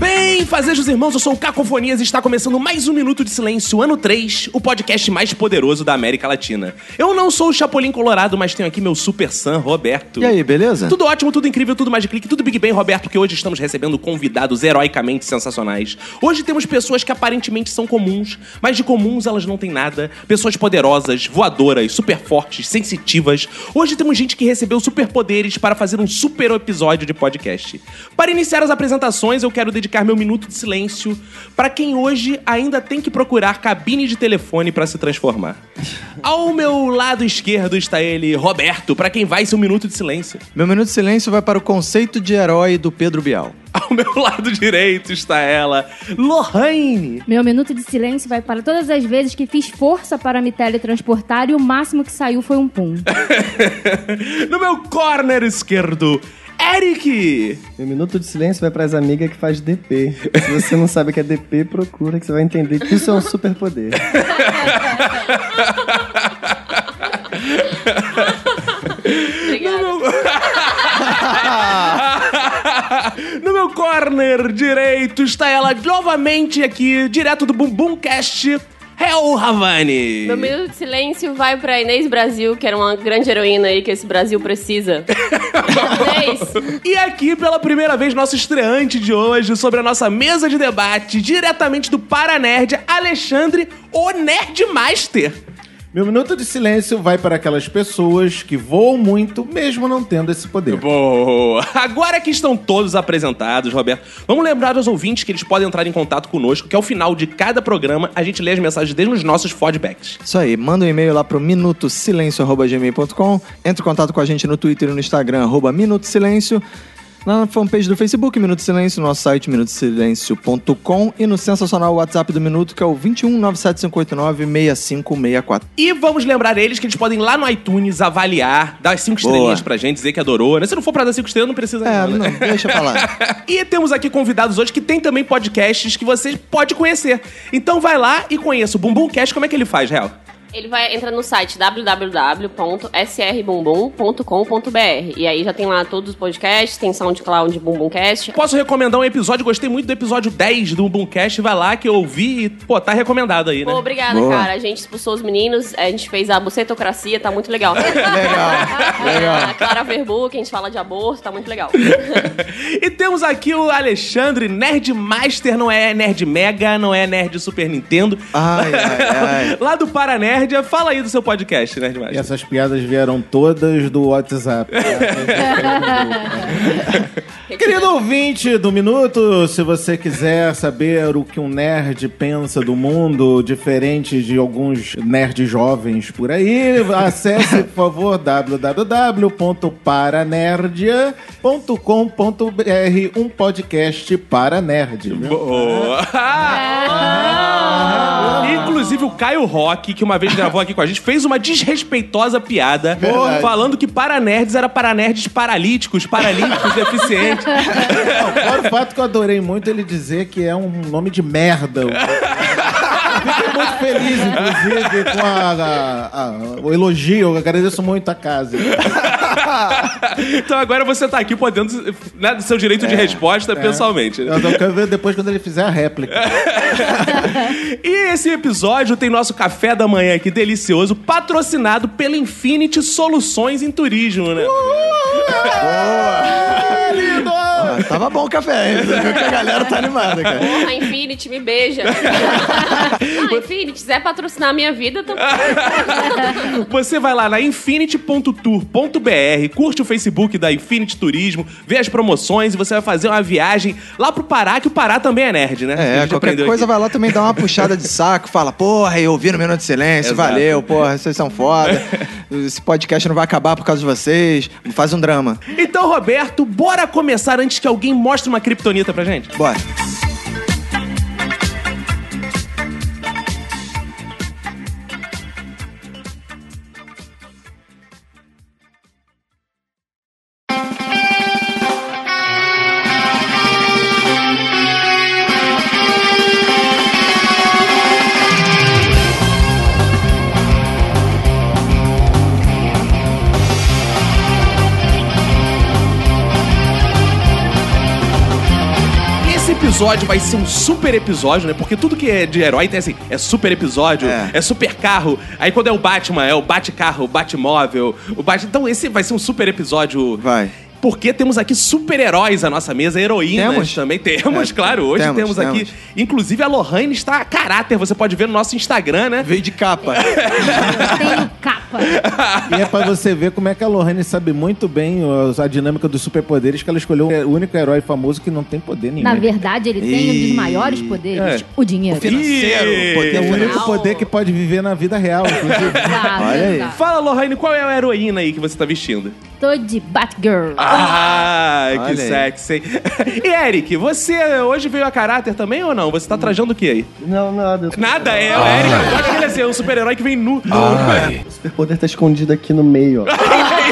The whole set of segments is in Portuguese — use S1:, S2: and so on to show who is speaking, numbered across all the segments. S1: Bem, fazejos irmãos, eu sou o Cacofonias e está começando mais um Minuto de Silêncio, ano 3, o podcast mais poderoso da América Latina. Eu não sou o Chapolin Colorado, mas tenho aqui meu super Sam, Roberto.
S2: E aí, beleza?
S1: Tudo ótimo, tudo incrível, tudo mais de clique, tudo Big Bang, Roberto, que hoje estamos recebendo convidados heroicamente sensacionais. Hoje temos pessoas que aparentemente são comuns, mas de comuns elas não têm nada. Pessoas poderosas, voadoras, super fortes, sensitivas. Hoje temos gente que recebeu superpoderes para fazer um super episódio de podcast. Para iniciar as apresentações, eu quero dedicar meu minuto de silêncio para quem hoje ainda tem que procurar cabine de telefone para se transformar. Ao meu lado esquerdo está ele, Roberto, para quem vai ser um minuto de silêncio.
S2: Meu minuto de silêncio vai para o conceito de herói do Pedro Bial.
S1: Ao meu lado direito está ela, Lorraine.
S3: Meu minuto de silêncio vai para todas as vezes que fiz força para me teletransportar e o máximo que saiu foi um pum.
S1: No meu corner esquerdo, Eric.
S4: Meu minuto de silêncio vai para as amigas que faz DP. Se você não sabe o que é DP, procura que você vai entender que isso é um superpoder.
S1: No meu... no meu corner direito está ela novamente aqui, direto do Bumbumcast, Hel Havani.
S5: Meu minuto de silêncio vai pra Inês Brasil, que era uma grande heroína aí que esse Brasil precisa. Inês,
S1: E aqui, pela primeira vez, nosso estreante de hoje, sobre a nossa mesa de debate, diretamente do Paranerd, Alexandre, o Nerd Master.
S6: Meu minuto de silêncio vai para aquelas pessoas que voam muito, mesmo não tendo esse poder.
S1: Boa! Agora que estão todos apresentados, Roberto, vamos lembrar aos ouvintes que eles podem entrar em contato conosco, que ao final de cada programa a gente lê as mensagens desde os nossos feedbacks.
S2: Isso aí, manda um e-mail lá pro minutosilencio.gmail.com, entra em contato com a gente no Twitter e no Instagram, arroba Minuto Silêncio, lá na fanpage do Facebook, Minuto Silêncio, no nosso site minutosilencio.com e no sensacional WhatsApp do Minuto, que é o 21 6564.
S1: E vamos lembrar eles que eles podem ir lá no iTunes avaliar, dar cinco
S2: Boa.
S1: estrelinhas pra gente, dizer que adorou. né? Se não for pra dar cinco estrelas, não precisa
S2: É,
S1: ainda, né?
S2: não, deixa pra lá.
S1: E temos aqui convidados hoje que tem também podcasts que você pode conhecer. Então vai lá e conheça o Bumbumcast. Como é que ele faz, Real?
S5: ele vai entrar no site www.srbumbum.com.br e aí já tem lá todos os podcasts, tem SoundCloud Bumbumcast.
S1: Posso recomendar um episódio, gostei muito do episódio 10 do Bumbumcast. Vai lá que eu ouvi e, pô, tá recomendado aí, né?
S5: Pô, obrigada,
S2: Boa.
S5: cara. A gente expulsou os meninos, a gente fez a bucetocracia, tá muito legal.
S2: Legal,
S5: A Clara Verbu, que a gente fala de aborto, tá muito legal.
S1: e temos aqui o Alexandre, Nerd Master, não é Nerd Mega, não é Nerd Super Nintendo.
S2: Ai, ai, ai.
S1: Lá do Paranerdia, fala aí do seu podcast, Nerd
S6: E
S1: Master.
S6: essas piadas vieram todas do WhatsApp. Querido ouvinte do Minuto, se você quiser saber o que um nerd pensa do mundo, diferente de alguns nerds jovens por aí, acesse, por favor, www.paranerdia.com.br, um podcast para nerd. viu?
S1: Boa! Inclusive o Caio Rock, que uma vez gravou aqui com a gente, fez uma desrespeitosa piada
S6: Verdade.
S1: falando que para nerds era para nerds paralíticos, paralíticos deficientes.
S6: Não, fora o fato que eu adorei muito ele dizer que é um nome de merda. Eu Fiquei muito feliz, inclusive, com a- a- a- o elogio. Eu agradeço muito a casa.
S1: então agora você tá aqui podendo né, do seu direito de resposta pessoalmente. né?
S6: É, Eu eu quero ver depois quando ele fizer a réplica.
S1: E esse episódio tem nosso café da manhã aqui delicioso, patrocinado pela Infinity Soluções em Turismo, né?
S4: É,
S2: Ah, tava bom o café, hein? Você viu que a galera tá animada, cara.
S5: Porra, Infinity, me beija. ah, Infinity, quiser patrocinar a minha vida, tô...
S1: Você vai lá na infinity.tour.br, curte o Facebook da Infinity Turismo, vê as promoções e você vai fazer uma viagem lá pro Pará, que o Pará também é nerd, né? A
S2: É,
S1: gente
S2: qualquer
S1: aprendeu
S2: coisa
S1: aqui.
S2: vai lá também dar uma puxada de saco, fala, porra, eu ouvi no Minuto de Silêncio,
S1: Exato.
S2: valeu, porra, vocês são foda, esse podcast não vai acabar por causa de vocês, faz um drama.
S1: Então, Roberto, bora começar antes que alguém mostre uma criptonita pra gente?
S2: Bora.
S1: episódio vai ser um super episódio, né? Porque tudo que é de herói tem assim, é super episódio, é,
S2: É.
S1: super carro. Aí quando é o Batman, é o Bate-carro, o Batmóvel, o Bat... Então esse vai ser um super episódio.
S2: Vai.
S1: Porque temos aqui super-heróis à nossa mesa, heroínas
S2: Temos?
S1: também. Temos,
S2: É,
S1: claro. Hoje temos,
S2: temos,
S1: aqui.
S2: temos.
S1: Inclusive a Lohane está a caráter, você pode ver no nosso Instagram, né?
S2: Veio de capa.
S3: Tenho capa.
S6: E é pra você ver como é que a Lohane sabe muito bem os- a dinâmica dos superpoderes, que ela escolheu o único herói famoso que não tem poder nenhum.
S3: Na verdade, ele tem um
S2: Ih.
S3: dos maiores poderes,
S1: É.
S3: o dinheiro.
S2: Financeiro, um
S1: Ih.
S6: É o
S2: poder
S6: único
S5: Não.
S6: poder que pode viver na vida real. inclusive.
S3: Exato,
S2: Olha aí.
S3: exato.
S1: Fala, Lohane, qual é a heroína aí que você tá vestindo?
S3: Tô de Batgirl.
S1: Ah, que
S2: Olha aí.
S1: sexy, hein? E Eric, você hoje veio a caráter também ou não? Você tá trajando o que aí?
S4: Não, nada. Ah.
S1: Nada, é o Eric. Eu acho que ele é assim, um super-herói que vem nu.
S2: Ah,
S7: Ai,
S4: O superpoder tá escondido aqui no meio, ó.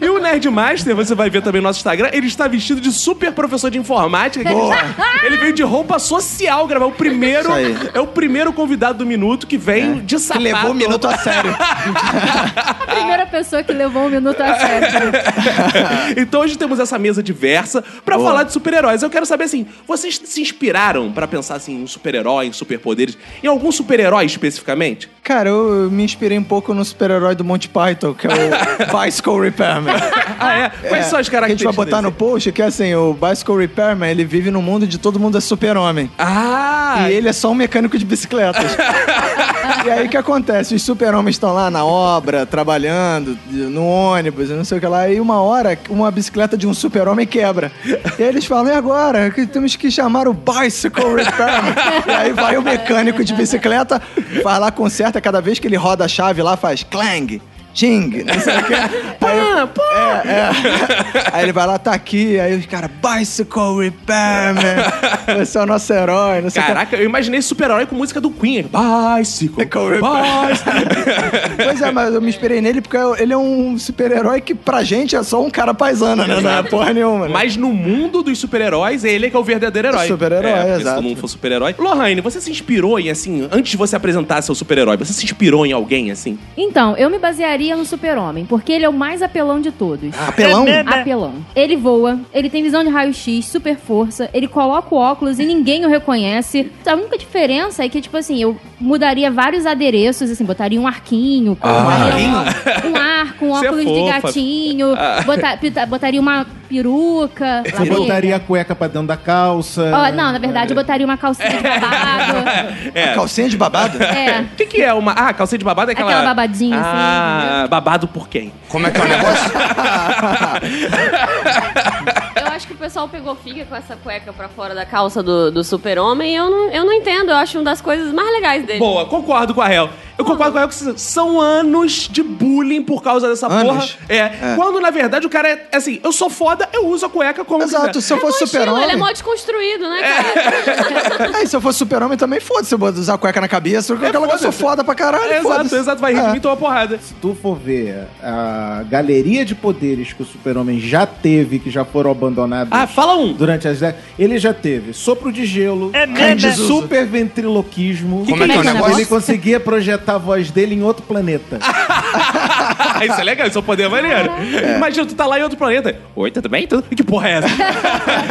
S1: E o Nerdmaster, você vai ver também no nosso Instagram, ele está vestido de super professor de informática. que ele- Ele veio de roupa social gravar. O primeiro,
S2: Isso aí. É,
S1: é o primeiro convidado do minuto que vem de
S2: que
S1: sapato.
S2: levou o minuto a sério.
S3: A primeira pessoa que levou um minuto a sério.
S1: então hoje temos essa mesa diversa pra falar de super-heróis. Eu quero saber assim, vocês se inspiraram pra pensar assim em um super-herói, em superpoderes, em algum super-herói especificamente?
S2: Cara, eu eu me inspirei um pouco no super-herói do Monty Python, que é o Bicycle Repairman.
S1: Ah, é? Quais
S2: É,
S1: são as
S2: que A gente
S1: características?
S2: vai botar no
S1: desse?
S2: post que é assim, o Bicycle Repairman, ele vive num mundo de todo mundo é super-homem.
S1: Ah,
S2: E ele é só um mecânico de bicicletas. e aí o que acontece? Os super-homens estão lá na obra, trabalhando, no ônibus, não sei o que lá. E uma hora, uma bicicleta de um super-homem quebra. E aí eles falam, e agora? Que Temos que chamar o Bicycle Repairman. e aí vai o mecânico de bicicleta, vai lá, conserta. Cada vez que ele roda a chave lá, faz clang. Jing, não sei o que. Aí, é, é. aí ele vai lá, tá aqui, aí os caras, Bicycle Repairman, você é o nosso herói, não sei o que.
S1: Caraca, eu imaginei super-herói com música do Queen. Bicycle.
S2: Bicycle.
S1: Bicycle.
S2: Pois é, mas eu me inspirei nele porque eu- ele é um super-herói que pra gente é só um cara paisana, né? Não é porra nenhuma. né?
S1: Mas no mundo dos super-heróis, ele é que é o verdadeiro herói.
S2: Super-herói,
S1: porque É, Se
S2: exato.
S1: todo mundo for super-herói. Lohane, você se inspirou em, assim, antes de você apresentar seu super-herói, você se inspirou em alguém, assim?
S3: Então, eu me basearia no super-homem, porque ele é o mais apelão de todos.
S1: é
S2: Apelão?
S3: Apelão. Ele voa, ele tem visão de raio-x, super força, ele coloca o óculos e ninguém o reconhece. A única diferença é que, tipo assim, eu mudaria vários adereços, assim, botaria um arquinho, botaria um, um arco, um
S1: Ah. Você é
S3: óculos
S1: fofa. Ah.
S3: de gatinho, bota- pita- botaria uma peruca.
S6: Você botaria a cueca pra dentro da calça.
S3: Ó, não, na verdade, eu botaria uma calcinha de babado.
S1: É.
S2: Calcinha de babado?
S3: É.
S1: O que, que é uma. Ah, calcinha de babado é aquela.
S3: Aquela babadinha, assim,
S1: Ah, babado por quem?
S2: Como é que é o negócio?
S5: Eu acho que o pessoal pegou figa com essa cueca pra fora da calça do, do super-homem e eu não, eu não entendo. Eu acho uma das coisas mais legais dele.
S1: Boa, concordo com a Hel. Eu concordo com a Hel que são anos de bullying por causa dessa
S2: Anos?
S1: porra. É. Quando, na verdade, o cara é assim, eu sou foda, eu uso a cueca como
S2: Exato,
S1: quiser.
S2: se eu fosse
S5: Estilo, Ele é
S2: super-homem.
S5: mó desconstruído, né,
S1: É.
S5: cara?
S2: Aí, É, se eu fosse super-homem também, foda-se, eu vou usar cueca na cabeça, porque aquela eu sou foda pra caralho.
S1: É Exato,
S2: foda-se.
S1: exato, vai rir de
S2: É.
S1: mim e toma porrada.
S6: Se tu for ver a galeria de poderes que o super-homem já teve, que já foram abandonados
S1: Ah, fala É um.
S6: durante as décadas, ele já teve sopro de gelo, super ventriloquismo.
S3: Como é que é o negócio?
S6: Ele conseguia projetar a voz dele em outro planeta.
S1: Ah, isso é legal, isso é um poder maneiro. Imagina, tu tá lá em outro planeta. Oi, tudo bem? Tudo... Que porra é essa?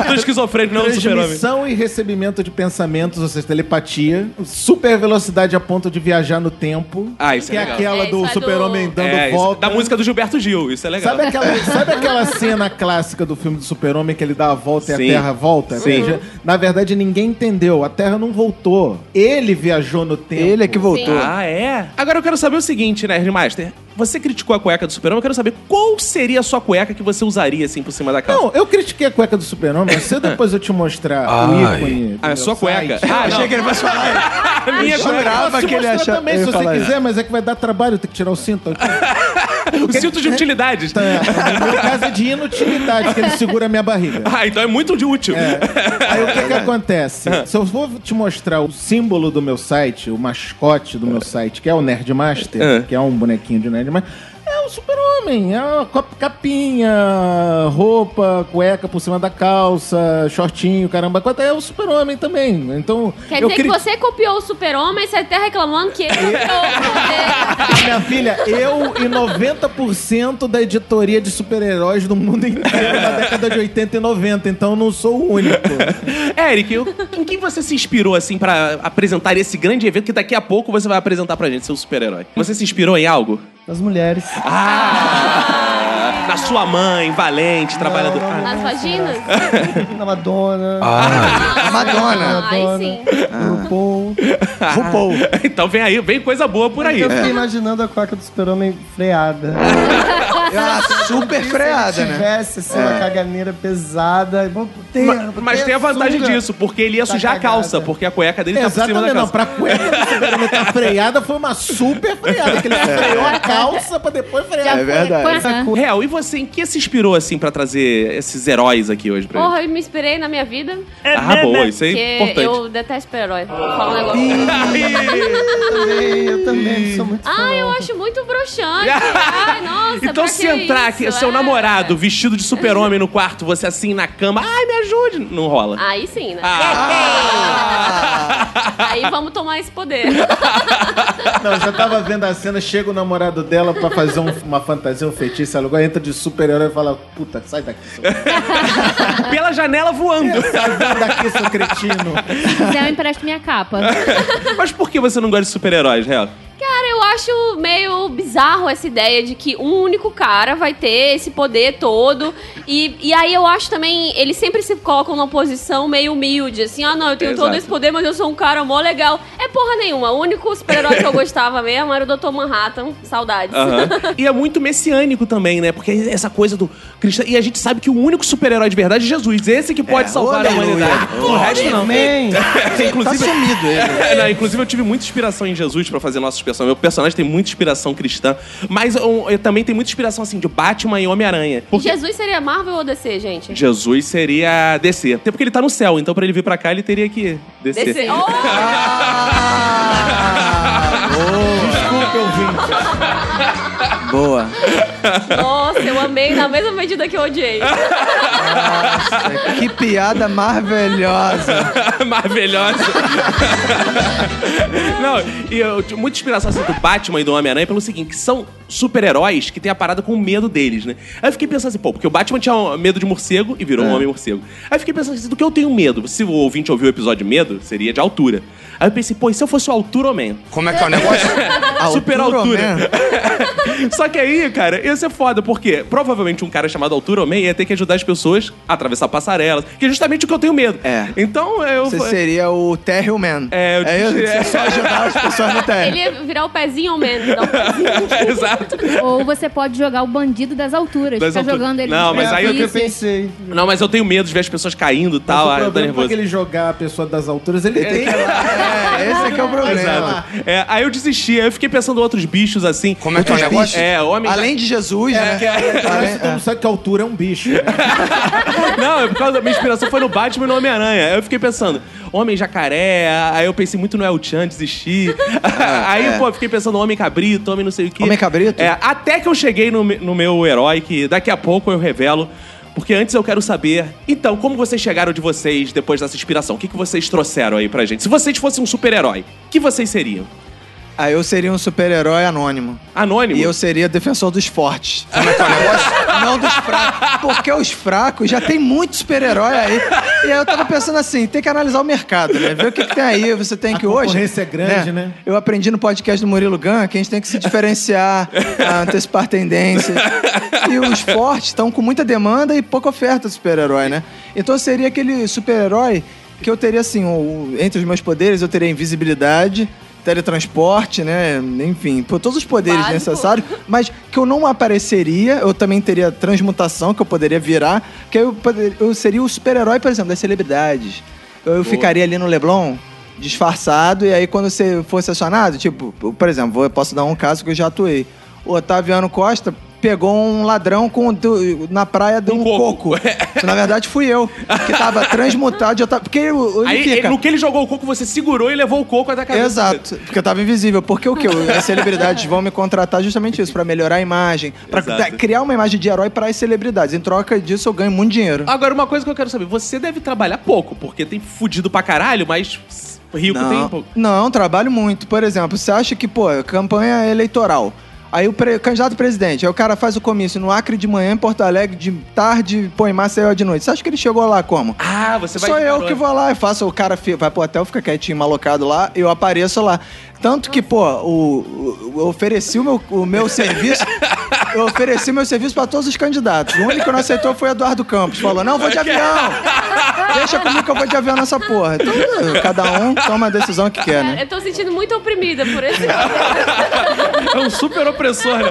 S1: tu é esquizofrênico, não, super-homem.
S6: Transmissão e recebimento de pensamentos, ou seja, telepatia. Super velocidade a ponto de viajar no tempo.
S1: Ah, isso é
S6: que é
S1: legal.
S6: aquela
S5: É,
S6: do
S5: isso é
S6: super-homem
S5: do-
S6: dando
S1: É, isso-
S6: volta.
S1: da música do Gilberto Gil, isso é legal.
S6: Sabe aquela, sabe aquela cena clássica do filme do Super-Homem que ele dá a volta
S1: Sim.
S6: e a Terra volta?
S1: Sim.
S6: Já- Na verdade, ninguém entendeu. A Terra não voltou. Ele viajou no tempo.
S2: Ele é que voltou.
S1: Ah, é? Agora eu quero saber o seguinte, Nerdmaster. Você criticou a cueca do super-homem, eu quero saber qual seria a sua cueca que você usaria, assim, por cima da calça.
S6: Não, eu critiquei a cueca do Super-Homem, mas se eu depois eu te mostrar o
S7: Ai.
S6: ícone.
S1: Ah, a sua cueca.
S6: Site,
S1: Ah,
S2: Achei que ele fosse falar.
S1: a minha
S2: eu
S1: cueca. é
S2: jurava.
S6: eu posso te
S2: que ele
S6: mostrar
S2: acha-
S6: também,
S2: eu ia
S6: se você
S2: falar isso.
S6: quiser, mas é que vai dar trabalho, tem que tirar o cinto.
S1: O cinto de utilidades.
S6: Tá. No meu caso é de inutilidade, que ele segura a minha barriga.
S1: Ah, então é muito de útil.
S6: Aí o que que acontece? Se eu for te mostrar o símbolo do meu site, o mascote do meu site, que é o Nerdmaster,
S1: É.
S6: que é um bonequinho de Nerdmaster, é o super-homem. É uma cop- capinha, roupa, cueca por cima da calça, shortinho, caramba. quatro. É o super-homem também. Então,
S5: Quer
S6: eu
S5: dizer
S6: queria-
S5: que você copiou o super-homem e você tá reclamando que ele copiou o poder.
S6: Ah, Minha filha, eu e 90% da editoria de super-heróis do mundo inteiro na década de 80 e 90, então eu não sou o único.
S1: Eric, eu- em quem você se inspirou, assim, pra apresentar esse grande evento que daqui a pouco você vai apresentar pra gente, seu super-herói? Você se inspirou em algo?
S4: As mulheres.
S1: Ah! Na sua mãe, valente, trabalhadora.
S4: Não, não, não,
S5: As
S4: não,
S5: vaginas?
S4: Na Madonna.
S2: Madonna. É
S5: Ah, aí sim.
S4: no RuPaul.
S2: RuPaul.
S1: Então vem aí, vem coisa boa por aí.
S4: Eu
S6: Então,
S4: fiquei imaginando a cueca do super-homem freada.
S2: Ah, super
S4: Se
S2: freada,
S4: ele
S2: né?
S4: tivesse, assim, uma caganeira pesada. Vou ter,
S1: Ma-
S4: vou
S1: Mas
S4: ter
S1: tem a vantagem
S4: sunga.
S1: disso, porque ele ia
S4: Tá
S1: sujar a
S4: cagada.
S1: calça, porque a cueca dele tá por cima da
S6: Exatamente, não.
S1: calça.
S6: Pra cueca do super-homem tá freada, foi uma super freada, que ele freou a calça pra depois frear.
S2: É verdade.
S3: Põe a-
S1: Real, e você, em que se inspirou, assim, pra trazer esses heróis aqui hoje pra gente?
S5: Porra, eu me inspirei na minha vida.
S1: Ah, boa, isso aí é
S5: Porque
S1: importante.
S5: eu detesto super-herói. Vou falar um negócio.
S4: Eu também, eu também sou muito
S5: Ah, eu acho muito broxante. Ai, nossa, pra
S1: então,
S5: que
S1: se entrar aqui,
S5: isso?
S1: seu
S5: É.
S1: namorado vestido de super-homem no quarto, você assim na cama, ai, me ajude! Não rola.
S5: Aí sim, né?
S1: Ah.
S5: Aí vamos tomar esse poder. Ah.
S6: Não, eu já tava vendo a cena, chega o namorado dela pra fazer um- uma fantasia, um feitiço, ela agora entra de super-herói e fala, puta, sai daqui, seu,
S5: é,
S1: Pela janela voando.
S6: sai daqui, seu cretino.
S3: Se quiser, eu empresto minha capa.
S1: Mas por que você não gosta de super-heróis, Real?
S5: Cara, eu acho meio bizarro essa ideia de que um único cara vai ter esse poder todo. E, e aí eu acho também, eles sempre se colocam numa posição meio humilde, assim, ah não, eu tenho todo
S1: Exato.
S5: esse poder, mas eu sou um cara mó legal. É porra nenhuma, o único super-herói que eu gostava mesmo era o Dr. Manhattan, saudades.
S1: Aham. e é muito messiânico também, né? Porque essa coisa do cristão. E a gente sabe que o único super-herói de verdade é Jesus. Esse que pode salvar a
S2: aleluia.
S1: humanidade. O resto não.
S4: Amém.
S2: Tá
S1: inclusive,
S2: sumido ele.
S1: É, não, inclusive eu tive muita inspiração em Jesus pra fazer nossos personagens. Meu personagem tem muita inspiração cristã, mas eu, eu também tenho muita inspiração assim de Batman e Homem-Aranha. Porque
S5: Jesus seria Marvel ou DC, gente?
S1: Jesus seria descer. Até porque ele tá no céu, então pra ele vir pra cá ele teria que descer.
S5: DC. Oh!
S2: Ah,
S6: Desculpa, ouvinte.
S2: boa.
S5: Nossa, eu amei na mesma medida que eu odiei.
S2: Nossa, que piada maravilhosa.
S1: Maravilhosa. Não, e eu tive muita inspiração assim, do Batman e do Homem-Aranha pelo seguinte, que são super-heróis que tem a parada com medo deles, né? Aí eu fiquei pensando assim, pô, porque o Batman tinha um- medo de morcego e virou um homem-morcego. Aí eu fiquei pensando assim, do que eu tenho medo? Se o ouvinte ouviu o episódio de medo, seria de altura. Aí eu pensei, pô, e se eu fosse o Altura-Homem?
S2: Como é que é o negócio?
S1: Super altura. Só que aí, cara, ia ser foda, porque provavelmente um cara chamado Altura Homem ia ter que ajudar as pessoas a atravessar passarelas, que é justamente o que eu tenho medo.
S2: É.
S1: Então eu.
S2: Você seria o Terry Man.
S1: É, eu
S2: é eu,
S1: disse-
S2: você só ajudar as pessoas no terra.
S5: Ele ia virar o pezinho ao menos. não o pezinho.
S1: Exato.
S3: Ou você pode jogar o bandido das alturas.
S1: Das
S3: ficar
S1: alturas.
S3: jogando ele.
S1: Não, mas
S4: É,
S1: aí
S4: foi
S1: eu
S4: o que eu
S3: Isso.
S4: pensei.
S1: Não, mas eu tenho medo de ver as pessoas caindo e
S8: Tá
S6: Mas
S1: tal, ah, eu
S6: o
S1: tô
S6: problema é
S1: nervoso.
S6: que ele jogar a pessoa das alturas, ele tem que ir lá.
S2: É, esse é que é o problema.
S1: Exato. É, aí eu desisti, aí eu fiquei pensando em outros bichos assim.
S2: Como é que é o
S1: Outros
S2: negócio?
S1: bichos? É, homem. É.
S2: Além de Jesus, né?
S6: Mas todo mundo sabe que a altura é um bicho. né?
S1: Não, é por causa da minha inspiração foi no Batman e no Homem-Aranha. Aí eu fiquei pensando, homem jacaré, aí eu pensei muito no El Chan, desisti. aí,
S2: é.
S1: pô, eu fiquei pensando homem cabrito, homem não sei o quê.
S2: Homem cabrito?
S1: É, até que eu cheguei no, me- no meu herói, que daqui a pouco eu revelo. Porque antes eu quero saber, então, como vocês chegaram de vocês depois dessa inspiração? O que, que vocês trouxeram aí pra gente? Se vocês fossem um super-herói, o que vocês seriam?
S2: Aí eu seria um super-herói anônimo.
S1: Anônimo?
S2: E eu seria defensor dos fortes. Como é que é o negócio? Não dos fracos. Porque os fracos já tem muito super-herói aí. E aí eu tava pensando assim, tem que analisar o mercado, né? Ver o que, que tem aí. Você tem que hoje.
S6: concorrência é grande, né?
S2: Eu aprendi no podcast do Murilo Gun que a gente tem que se diferenciar, ah, antecipar tendências. E os fortes estão com muita demanda e pouca oferta de super-herói, né? Então eu seria aquele super-herói que eu teria, assim, o- entre os meus poderes, eu teria invisibilidade, teletransporte, né? Enfim, por todos os poderes
S5: Básico.
S2: necessários, mas que eu não apareceria, eu também teria transmutação, que eu poderia virar, que eu, poder- eu seria o super-herói, por exemplo, das celebridades. Eu, eu ficaria ali no Leblon, disfarçado, e aí quando você fosse acionado, tipo, por exemplo, vou- eu posso dar um caso que eu já atuei. O Otaviano Costa pegou um ladrão com, do- na praia de
S1: Um
S2: um,
S1: coco.
S2: coco. na verdade, fui eu, que tava transmutado. Eu tava, porque eu- ele
S1: Aí,
S2: fica...
S1: ele- no que ele jogou o coco, você segurou e levou o coco até a cabeça.
S2: Exato, porque eu tava invisível. Porque o que? As celebridades vão me contratar justamente isso, pra melhorar a imagem, pra
S1: Exato.
S2: cri- criar uma imagem de herói para as celebridades. Em troca disso, eu ganho muito dinheiro.
S1: Agora, uma coisa que eu quero saber. Você deve trabalhar pouco, porque tem fudido pra caralho, mas rico tem
S2: Não,
S1: pouco.
S2: não, trabalho muito. Por exemplo, você acha que, pô, campanha eleitoral. Aí o pre- candidato a presidente, aí o cara faz o comício no Acre de manhã, em Porto Alegre, de tarde, pô, em Maceió de noite. Você acha que ele chegou lá como?
S1: Ah, você vai...
S2: Sou
S1: de
S2: eu
S1: carona.
S2: que vou lá e faço. O cara fi- vai pro hotel, fica quietinho, malocado lá, eu apareço lá. Tanto que, pô, o, o- eu ofereci o meu, o meu serviço. Eu ofereci meu serviço pra todos os candidatos. O único que não aceitou foi Eduardo Campos. Falou: não, vou de avião! Deixa comigo que eu vou de avião nessa porra. Então, cada um toma a decisão que quer, né?
S5: É, Eu tô sentindo muito oprimida por esse. né?
S1: É um super opressor, né?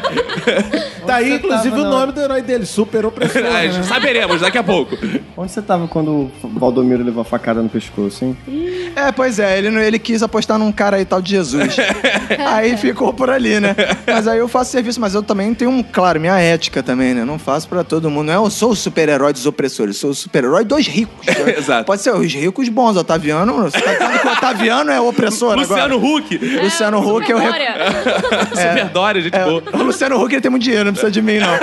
S6: Daí, Tá inclusive,
S8: tava,
S6: o
S8: não?
S6: nome do herói dele, Super Opressor. né?
S1: Ah, Saberemos daqui a pouco.
S8: Onde você tava quando o Valdomiro levou a facada no pescoço, hein?
S2: É, pois é, ele, não- ele quis apostar num cara aí tal de Jesus. aí ficou por ali, né? Mas aí eu faço serviço, mas eu também tenho, um, claro, minha ética também, né? Não faço pra todo mundo. Não é, eu sou o super-herói dos opressores, eu sou o super-herói dos ricos. né?
S1: Exato.
S2: Pode ser os ricos bons, Otaviano. Você tá dizendo que o Otaviano é opressor agora?
S1: Luciano Huck.
S2: Luciano Huck, eu rec... é,
S5: Glória.
S1: Super Dória, é gente boa.
S2: O Luciano Huck ele tem muito dinheiro, não precisa de mim, não.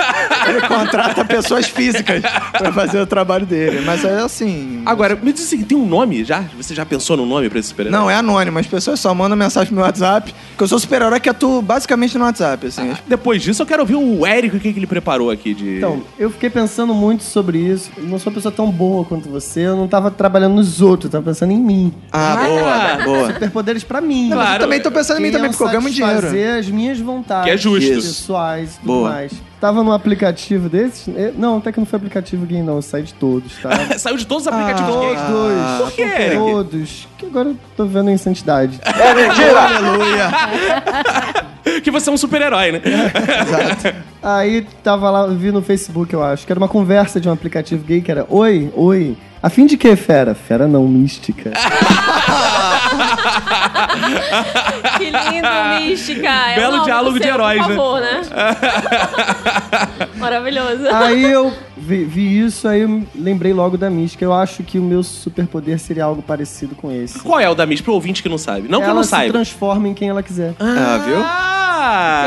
S2: Ele contrata pessoas físicas pra fazer o trabalho dele. Mas é assim.
S1: Agora, me diz o seguinte, tem um nome já? Você já pensou no nome pra esse super-herói?
S2: Não, é anônimo. As pessoas só mandam mensagem pro meu WhatsApp, que eu sou super-herói que atuo basicamente no WhatsApp, assim.
S1: Depois disso, eu quero ouvir o Érico, o que, que ele preparou aqui de...
S8: é- Então, eu fiquei pensando muito sobre isso. Eu não sou uma pessoa tão boa quanto você. Eu não tava trabalhando nos outros, eu tava tá pensando em mim.
S2: Ah,
S1: Ah.
S2: boa, boa.
S8: Superpoderes pra mim.
S2: Mas
S1: Claro.
S2: eu também tô pensando em mim também, porque eu ganho muito dinheiro.
S8: fazer as minhas vontades.
S1: Que é justo.
S8: Isso. Pessoais e tudo
S2: Boa.
S8: mais. Tava num aplicativo desses. eh, Não, até que não foi aplicativo game, não. Eu saí de todos, tá? Ah,
S1: Saiu de todos os aplicativos de game.
S8: todos.
S1: Por que, Eric?
S8: Todos. Que agora eu tô vendo a insanidade.
S2: É Aleluia.
S1: Que você é um super-herói, né?
S8: Aí tava lá, eu vi no Facebook, eu acho, que era uma conversa de um aplicativo gay que era Oi, oi. A fim de que, fera? Fera não, mística.
S5: Que lindo, mística. É
S1: Belo
S5: uma obra
S1: diálogo
S5: do
S1: de
S5: seu,
S1: heróis,
S5: por
S1: né?
S5: favor, né? Maravilhoso.
S8: aí eu vi, vi isso, aí eu me lembrei logo da mística. Eu acho que o meu superpoder seria algo parecido com esse.
S1: Qual é o da Miss? Pro ouvinte que não sabe. Não que eu
S8: ela
S1: não
S8: se
S1: saiba.
S8: transforma em quem ela quiser.
S2: Ah, viu?
S8: E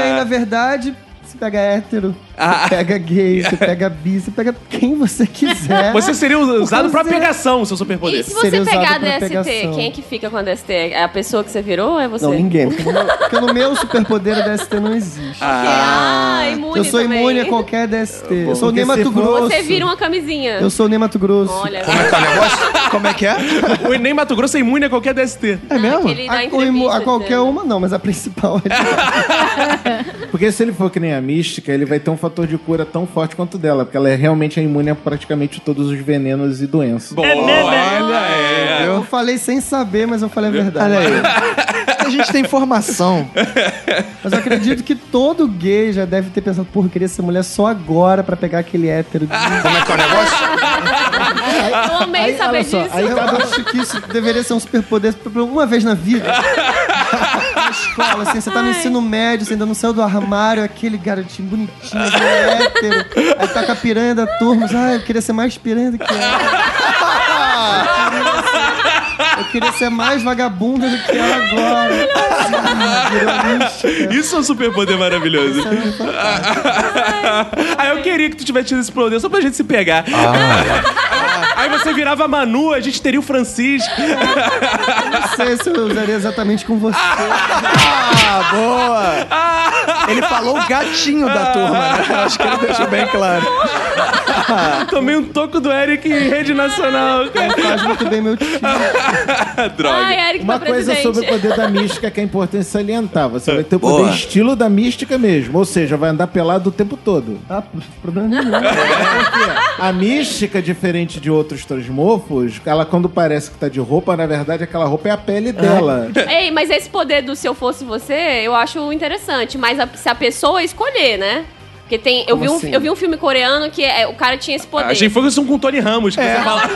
S8: aí, na
S1: Ah!
S8: verdade, você pega hétero,
S1: Ah.
S8: você pega gay, você pega bi, você pega quem você é? quiser.
S1: Você é seria usado pra
S8: Você-
S1: pegação, seu
S5: E
S1: superpoder.
S5: se você
S8: Seria usado
S5: pegar a
S8: pra
S5: DST,
S8: pegação.
S5: quem é que fica com a DST? É a pessoa que você virou ou é você?
S8: Não, ninguém. Porque no meu- porque no meu superpoder a DST não existe.
S5: Ah, imune
S8: eu sou
S5: também.
S8: imune a qualquer DST. eu sou o
S6: Porque
S8: Ney
S6: se
S8: Mato
S6: for-
S8: Grosso.
S5: Você vira uma camisinha.
S8: Eu sou o Ney Mato Grosso.
S5: Olha,
S2: Como é que é?
S1: O Enem Mato Grosso é imune a qualquer DST.
S2: É mesmo?
S5: aquele da
S8: a, o imu-
S5: entrevista.
S8: a qualquer uma não, mas a principal é
S6: Porque se ele for que nem a mística, ele vai ter um fator de cura tão forte quanto o dela, porque ela é realmente é imune a praticamente todos os venenos e doenças.
S1: Bom, olha, né, é.
S8: Eu falei sem saber, mas eu falei a verdade.
S2: Olha aí. A gente tem informação.
S8: Mas eu acredito que todo gay já deve ter pensado, porra, eu queria ser mulher só agora pra pegar aquele hétero.
S5: Eu amei
S8: é? Aí,
S5: saber
S8: olha só,
S5: disso.
S8: aí eu acho que isso deveria ser um superpoder pra uma vez na vida. na escola, assim, você tá no ensino médio, você ainda não saiu do armário, aquele garotinho bonitinho, aquele hétero. Aí tá com a piranha da turma, mas, ah, eu queria ser mais piranha do que ela. Eu queria ser mais vagabunda do que ela agora. Ah, virou mística.
S1: Isso é um superpoder maravilhoso. Aí eu queria que tu tivesse tido esse poder só pra gente se pegar. Aí você virava a Manu, a gente teria o Francisco.
S8: Não sei se eu usaria exatamente com você.
S2: Ah, boa! Ele falou o gatinho
S8: Ah.
S2: da turma, né? Acho que ele deixou bem claro.
S1: Tomei um toco do Eric em rede nacional. cara.
S8: Faz muito bem meu tio.
S1: Droga.
S5: Ai, Eric
S6: Uma
S5: tá
S6: coisa
S5: presidente.
S6: sobre o poder da mística que é importante salientar. Você vai ter o poder
S2: Boa.
S6: estilo da mística mesmo. Ou seja, vai andar pelado o tempo todo.
S4: Tá,
S8: Ah, problema
S4: né?
S8: nenhum.
S6: A mística, diferente de outros transmorfos, ela quando parece que tá de roupa, na verdade aquela roupa é a pele dela.
S4: É
S5: Ei, mas esse poder do se eu fosse você, eu acho interessante. Mas a- se a pessoa escolher, né? Porque tem. Eu,
S8: Como
S5: vi um,
S8: assim?
S5: eu vi um filme coreano que é, o cara tinha esse poder.
S1: Achei que foi um com o Tony Ramos que você falava.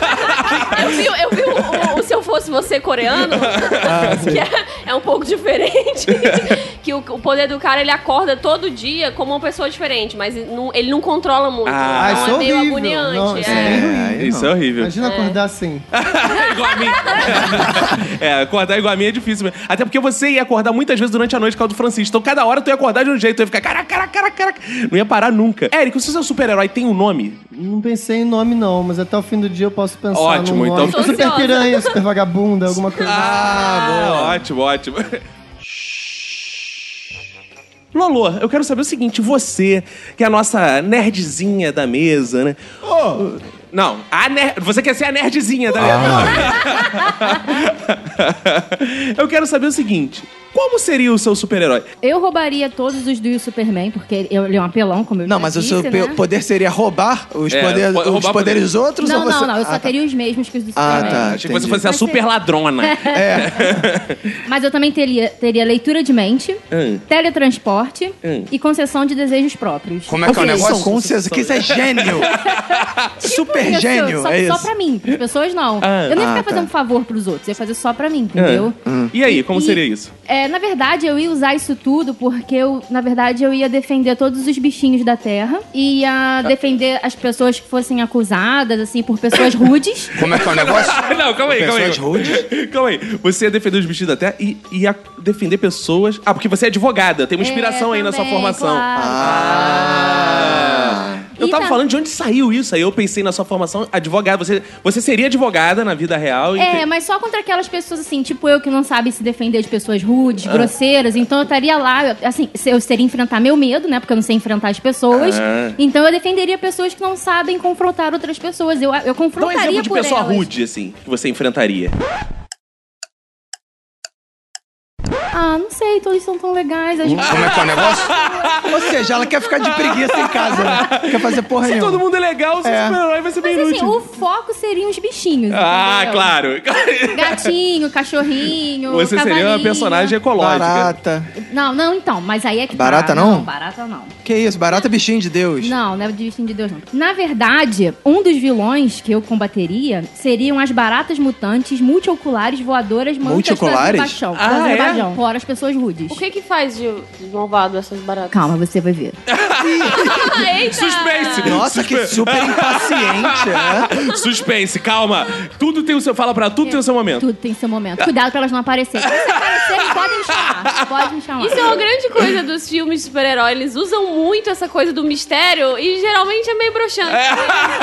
S5: Eu vi, eu vi
S4: Ah,
S5: o, o- o Se Eu Fosse Você coreano, que é, é um pouco diferente. Que que o, o poder do cara ele acorda todo dia como uma pessoa diferente, mas ele não, ele não controla muito.
S1: Ah,
S5: então
S4: isso é
S5: é meio
S4: horrível.
S5: agoniante.
S4: Não, isso
S5: é.
S4: é bem ruim.
S2: aí
S1: Isso
S2: não.
S1: é horrível.
S4: Imagina acordar assim.
S1: igual a mim. é, acordar igual a mim é difícil mesmo. Até porque você ia acordar muitas vezes durante a noite por causa do Francisco. Então cada hora tu ia acordar de um jeito, tu ia ficar caraca, caraca, caraca, caraca. Não ia parar nunca. Érico, se o seu super-herói tem um nome,
S4: Não pensei em nome, não, mas até o fim do dia eu posso pensar
S1: Ótimo,
S4: num
S1: então
S4: nome.
S5: fica-
S4: Super piranha, super vagabunda, alguma coisa.
S1: Ah, ótimo, ótimo. Lolo, eu quero saber o seguinte, você, que é a nossa nerdzinha da mesa, né? Não, a ner... você quer ser a nerdzinha da
S2: Ah.
S1: mesa. eu quero saber o seguinte, como seria o seu super-herói?
S3: Eu roubaria todos os do You Superman, porque ele é um apelão, como eu
S2: Não,
S3: já
S2: mas o
S3: disse,
S2: seu pe-
S3: né?
S2: poder seria roubar os,
S1: É,
S2: poderes,
S1: po-
S2: os
S1: roubar
S2: poderes dos outros?
S3: Não,
S2: ou você...
S3: não, não. Eu só
S2: Ah, tá.
S3: teria os mesmos que os do
S2: Ah,
S3: Superman.
S2: tá.
S1: Achei que você
S2: entendi.
S1: fosse a
S3: Mas seria-
S1: super-ladrona.
S3: Mas eu também teria, teria leitura de mente,
S1: Hum.
S3: teletransporte
S1: Hum.
S3: e concessão de desejos próprios.
S8: Como é que é o
S3: Ok.
S8: negócio?
S2: São consciência, que isso é gênio. Super
S3: Isso,
S2: gênio,
S3: só,
S2: é isso.
S3: só pra mim, pras pessoas não.
S1: Ah,
S3: eu não ia
S2: ah, tá.
S3: ficar
S2: É, hum.
S3: fazendo favor pros outros, eu ia fazer só pra mim, entendeu?
S1: E aí, como
S3: E-
S1: seria isso?
S3: É, na verdade, eu ia usar isso tudo porque eu, na verdade, eu ia defender todos os bichinhos da Terra.
S2: Ah.
S3: Ia defender as pessoas que fossem acusadas, assim, por pessoas rudes.
S8: Como é que é o negócio?
S1: Não, calma aí, calma aí.
S2: Pessoas rudes.
S1: Calma aí. Você ia defender os bichinhos da Terra e ia defender pessoas. Ah, porque você é advogada, tem uma inspiração
S3: É,
S1: aí na sua
S3: também,
S1: formação.
S3: claro.
S1: Ah. Eu
S3: E
S1: tava
S3: tá-
S1: falando de onde saiu isso aí. Eu pensei na sua formação advogada. Você, você seria advogada na vida real. e um
S3: É,
S1: te-
S3: mas só contra aquelas pessoas assim, tipo eu que não sabe se defender de pessoas rudes,
S1: Ah.
S3: grosseiras. Então eu estaria lá, eu- assim, se- eu seria enfrentar meu medo, né? Porque eu não sei enfrentar as pessoas.
S1: Ah.
S3: Então eu defenderia pessoas que não sabem confrontar outras pessoas. Eu, eu
S1: Dá um
S3: confrontaria
S1: exemplo de
S3: por
S1: pessoa
S3: elas.
S1: rude, assim, que você enfrentaria.
S3: Ah, não sei, todos são tão legais. Às vezes.
S8: Como é que é o negócio?
S2: Ou seja, ela quer ficar de preguiça em casa, né? Quer fazer porra
S1: Se
S2: nenhuma.
S1: todo mundo é legal, o seu
S2: É.
S1: super-herói vai ser bem
S3: Mas assim,
S1: inútil.
S3: o foco seriam os bichinhos.
S1: Ah,
S3: entendeu?
S1: claro.
S3: Gatinho, cachorrinho.
S1: Você seria uma
S3: cavalinho.
S1: personagem ecológica.
S2: Barata.
S3: Não, não, então, mas aí é que. tá.
S2: Barata não?
S3: Não, barata não.
S2: Que isso, barata é bichinho de Deus.
S3: Não, não é de bichinho de Deus, não. Na verdade, um dos vilões que eu combateria seriam as baratas mutantes multioculares voadoras mantas do
S2: Multioculares?
S3: Azerbaijão.
S1: Ah,
S3: do Azerbaijão.
S1: é?
S3: Fora as pessoas rudes.
S5: O que que faz de de malvado essas baratas?
S3: Calma, você vai ver.
S5: Ah, eita!
S1: Suspense!
S2: Nossa, que super impaciente, né?
S1: Suspense, calma. Tudo tem o seu. Fala pra tudo tem o seu momento.
S3: Tudo tem seu momento. Cuidado pra elas não aparecerem. Se aparecerem, podem me chamar. Pode me chamar.
S5: Isso é uma grande coisa dos filmes de super-herói. Eles usam muito essa coisa do mistério e geralmente é meio broxante.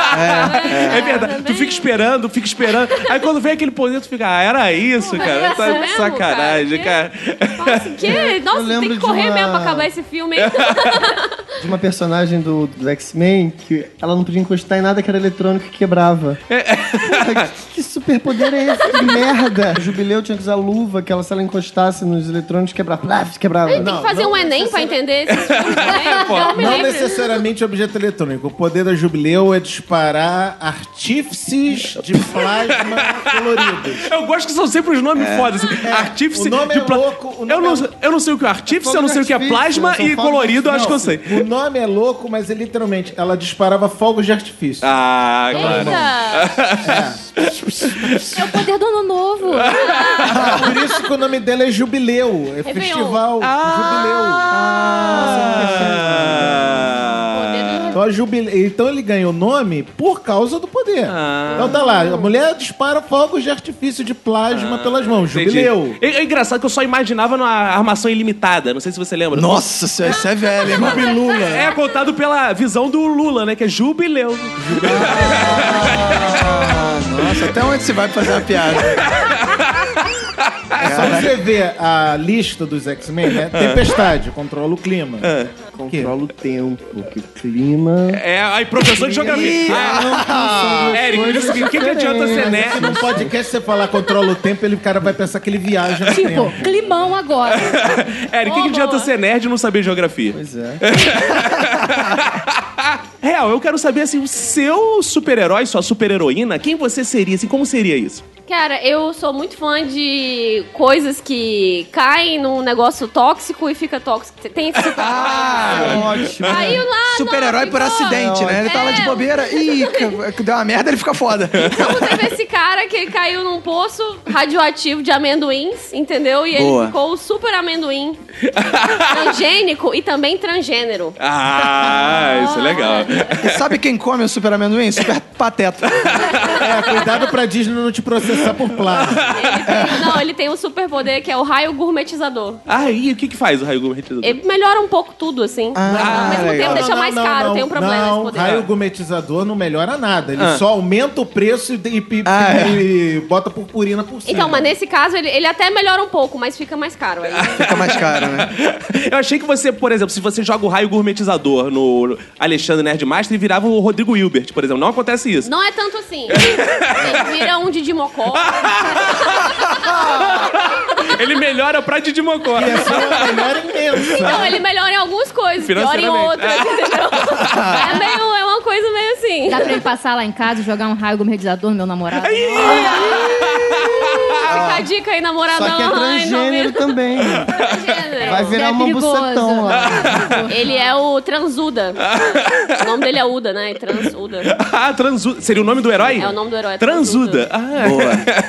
S1: É, verdade. Tu fica esperando, fica esperando. Aí quando vem aquele poder, tu fica, ah, era isso, cara.
S5: era
S1: Tá
S5: isso
S1: de
S5: mesmo,
S1: sacanagem, cara.
S5: cara? Nossa, assim, que... Nossa
S4: lembro
S5: tem que
S4: de
S5: correr
S4: uma-
S5: mesmo pra acabar esse filme, hein?
S4: De uma personagem do, do X-Men que ela não podia encostar em nada que era eletrônico e quebrava. Puta, que, que superpoder é esse? Que merda! O jubileu tinha que usar luva, que ela, se ela encostasse nos eletrônicos, quebrava. Plaf, quebrava.
S5: Tem que fazer um Enem pra entender esses filmes também.
S1: Pô,
S5: Não me
S6: Não
S5: lembro.
S6: necessariamente objeto eletrônico. O poder da Jubileu é disparar artífices de plasma coloridos.
S1: Eu gosto que são sempre os nomes fodas. assim. Artífice.
S6: O nome
S1: de
S6: é louco, o nome
S1: eu, não,
S6: é-
S1: sei- eu não sei o que é artífice,
S4: fogo
S1: eu não sei o que é
S4: de artifício,
S1: plasma
S4: são
S1: e
S4: fogos de
S1: colorido, eu acho que eu
S6: Não,
S1: sei.
S6: O nome é louco, mas é literalmente. Ela disparava fogos de artifício.
S1: Ah, claro.
S5: Eita!
S3: É o poder do ano novo.
S6: É Por isso que o nome dela é Jubileu. É
S5: Réveillon.
S6: Festival
S1: Ah.
S5: Poder
S2: É.
S5: do-
S6: Jubileu. Então, a Jubileu. Então ele ganhou o nome por causa do poder.
S1: Ah.
S6: Então tá lá, a mulher dispara fogos de artifício de plasma pelas mãos.
S1: Ah, Entendi.
S6: Jubileu.
S1: É, é engraçado que eu só imaginava numa armação ilimitada. Não sei se você lembra.
S2: Nossa, senhora, isso é velho, irmão.
S1: É contado pela visão do Lula, né? Que é jubileu.
S2: Nossa, até onde você vai fazer a piada?
S6: É só você ver a lista dos X-Men, né?
S1: É.
S6: Tempestade, controla o clima.
S4: Controla o tempo, que clima.
S1: É, aí, professor de geografia. Ah, Érico, me diz o seguinte, o que, que adianta ser
S6: Se
S1: nerd?
S6: num podcast você falar controla o tempo, ele o cara vai pensar que ele viaja no tempo.
S3: Tipo, climão agora.
S1: Érico, o que, que adianta ser nerd e não saber geografia?
S4: Pois é.
S1: Real, eu quero saber, assim, o seu super-herói, sua super-heroína, quem você seria, assim, como seria isso?
S5: Cara, eu sou muito fã de coisas que caem num negócio tóxico e fica tóxico. Tem esse
S1: Ah,
S4: Ótimo.
S5: Caiu lá,
S2: Ah! Super-herói
S5: não,
S2: por
S5: ficou.
S2: acidente, né? Ele tá
S5: é.
S2: lá de bobeira. Ih, ca- deu uma merda, ele fica foda.
S5: Como teve esse cara que ele caiu num poço radioativo de amendoins, entendeu? E ele
S2: Boa.
S5: ficou o super amendoim. Transgênico e também transgênero.
S1: Ah, isso é legal.
S2: E sabe quem come o super amendoim? Super pateta.
S6: É, cuidado pra Disney não te processar por plágio.
S5: Ele tem- não, ele tem um superpoder que é o raio gourmetizador.
S1: Aí, o que que faz o raio gourmetizador?
S5: Ele melhora um pouco tudo, assim.
S4: Ah,
S5: Mas ao mesmo
S2: legal.
S5: tempo
S6: Não,
S5: deixa
S6: não,
S5: mais
S6: não,
S5: caro,
S6: não,
S5: tem um problema
S6: não,
S5: esse poder.
S6: raio gourmetizador não melhora nada. Ele
S1: Ah.
S6: só aumenta o preço e, e- e-
S2: Ah, é.
S6: e bota purpurina por cima.
S5: Então, mas nesse caso, ele, ele até melhora um pouco, mas fica mais caro. Aí.
S2: Fica mais caro, né?
S1: Eu achei que você, por exemplo, se você joga o raio gourmetizador no Alexandre Nerdmaster, ele virava o Rodrigo Hilbert, por exemplo. Não acontece isso.
S5: Não é tanto assim. Ele vira um de Dimocó.
S1: Ele melhora pra Didi Mocó.
S6: E assim é melhor imensa.
S5: Então, ele melhora em algumas coisas, pior em outras,
S1: Financeiramente.
S5: entendeu? É, meio, é uma coisa meio assim.
S3: Dá pra ele passar lá em casa e jogar um raio gourmetizador no meu namorado?
S5: Fica a dica aí, namorada
S4: Só que é
S5: online,
S4: transgênero
S5: não
S4: também.
S5: é transgênero.
S4: Vai virar
S3: É
S4: uma
S3: perigoso.
S4: bucetão lá.
S5: Ele é o Transuda. O nome dele é Uda, né? É Transuda.
S1: Ah, Transuda. Seria o nome do herói?
S5: É o nome do herói. é
S1: Transuda. Ah,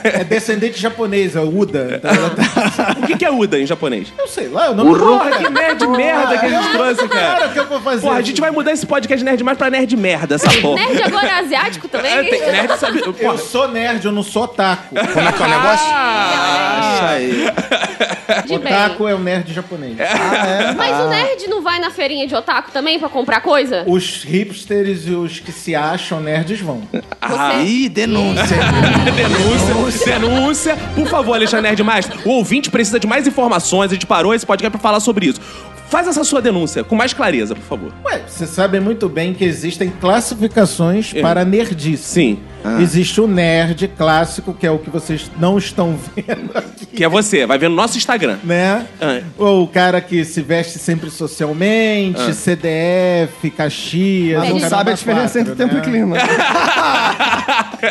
S6: É descendente japonês, é o Uda. Então, ela
S1: Ah.
S6: tá-
S1: o que que é Uda em japonês?
S6: eu sei lá, o nome
S1: Porra, que nerd merda que a gente trouxe,
S6: Cara, o
S1: cara.
S6: é que eu vou fazer?
S1: Porra, a gente vai mudar esse podcast nerd mais pra nerd merda, essa porra.
S5: Nerd agora é asiático também?
S1: É, tem- nerd sabe.
S6: Eu
S1: Porra.
S6: sou nerd, eu não sou otaku.
S2: Como é que é o negócio?
S5: Ah.
S2: Isso aí.
S5: De bem.
S6: Otaku é o nerd japonês. Ah, é.
S5: Mas
S1: Ah.
S5: o nerd não vai na feirinha de otaku também pra comprar coisa?
S6: Os hipsters e os que se acham nerds vão.
S5: Você...
S2: Ih, denúncia.
S1: Denúncia, denúncia. Por favor, Alexandre Nerdmaster. O ouvinte precisa de mais informações. A gente parou esse podcast pra falar sobre isso. Faz essa sua denúncia com mais clareza, por favor.
S6: Ué, você sabe muito bem que existem classificações para nerdice.
S1: É. Sim. Ah.
S6: Existe o nerd clássico, que é o que vocês não estão vendo aqui,
S1: Que é você, vai ver no nosso Instagram.
S6: né?
S1: Ah.
S6: Ou o cara que se veste sempre socialmente,
S1: Ah.
S6: CDF, Caxias.
S4: Mas
S6: o
S4: não
S6: cara
S4: sabe a
S6: da
S4: diferença
S6: quatro,
S4: entre tempo
S6: né?
S4: e clima.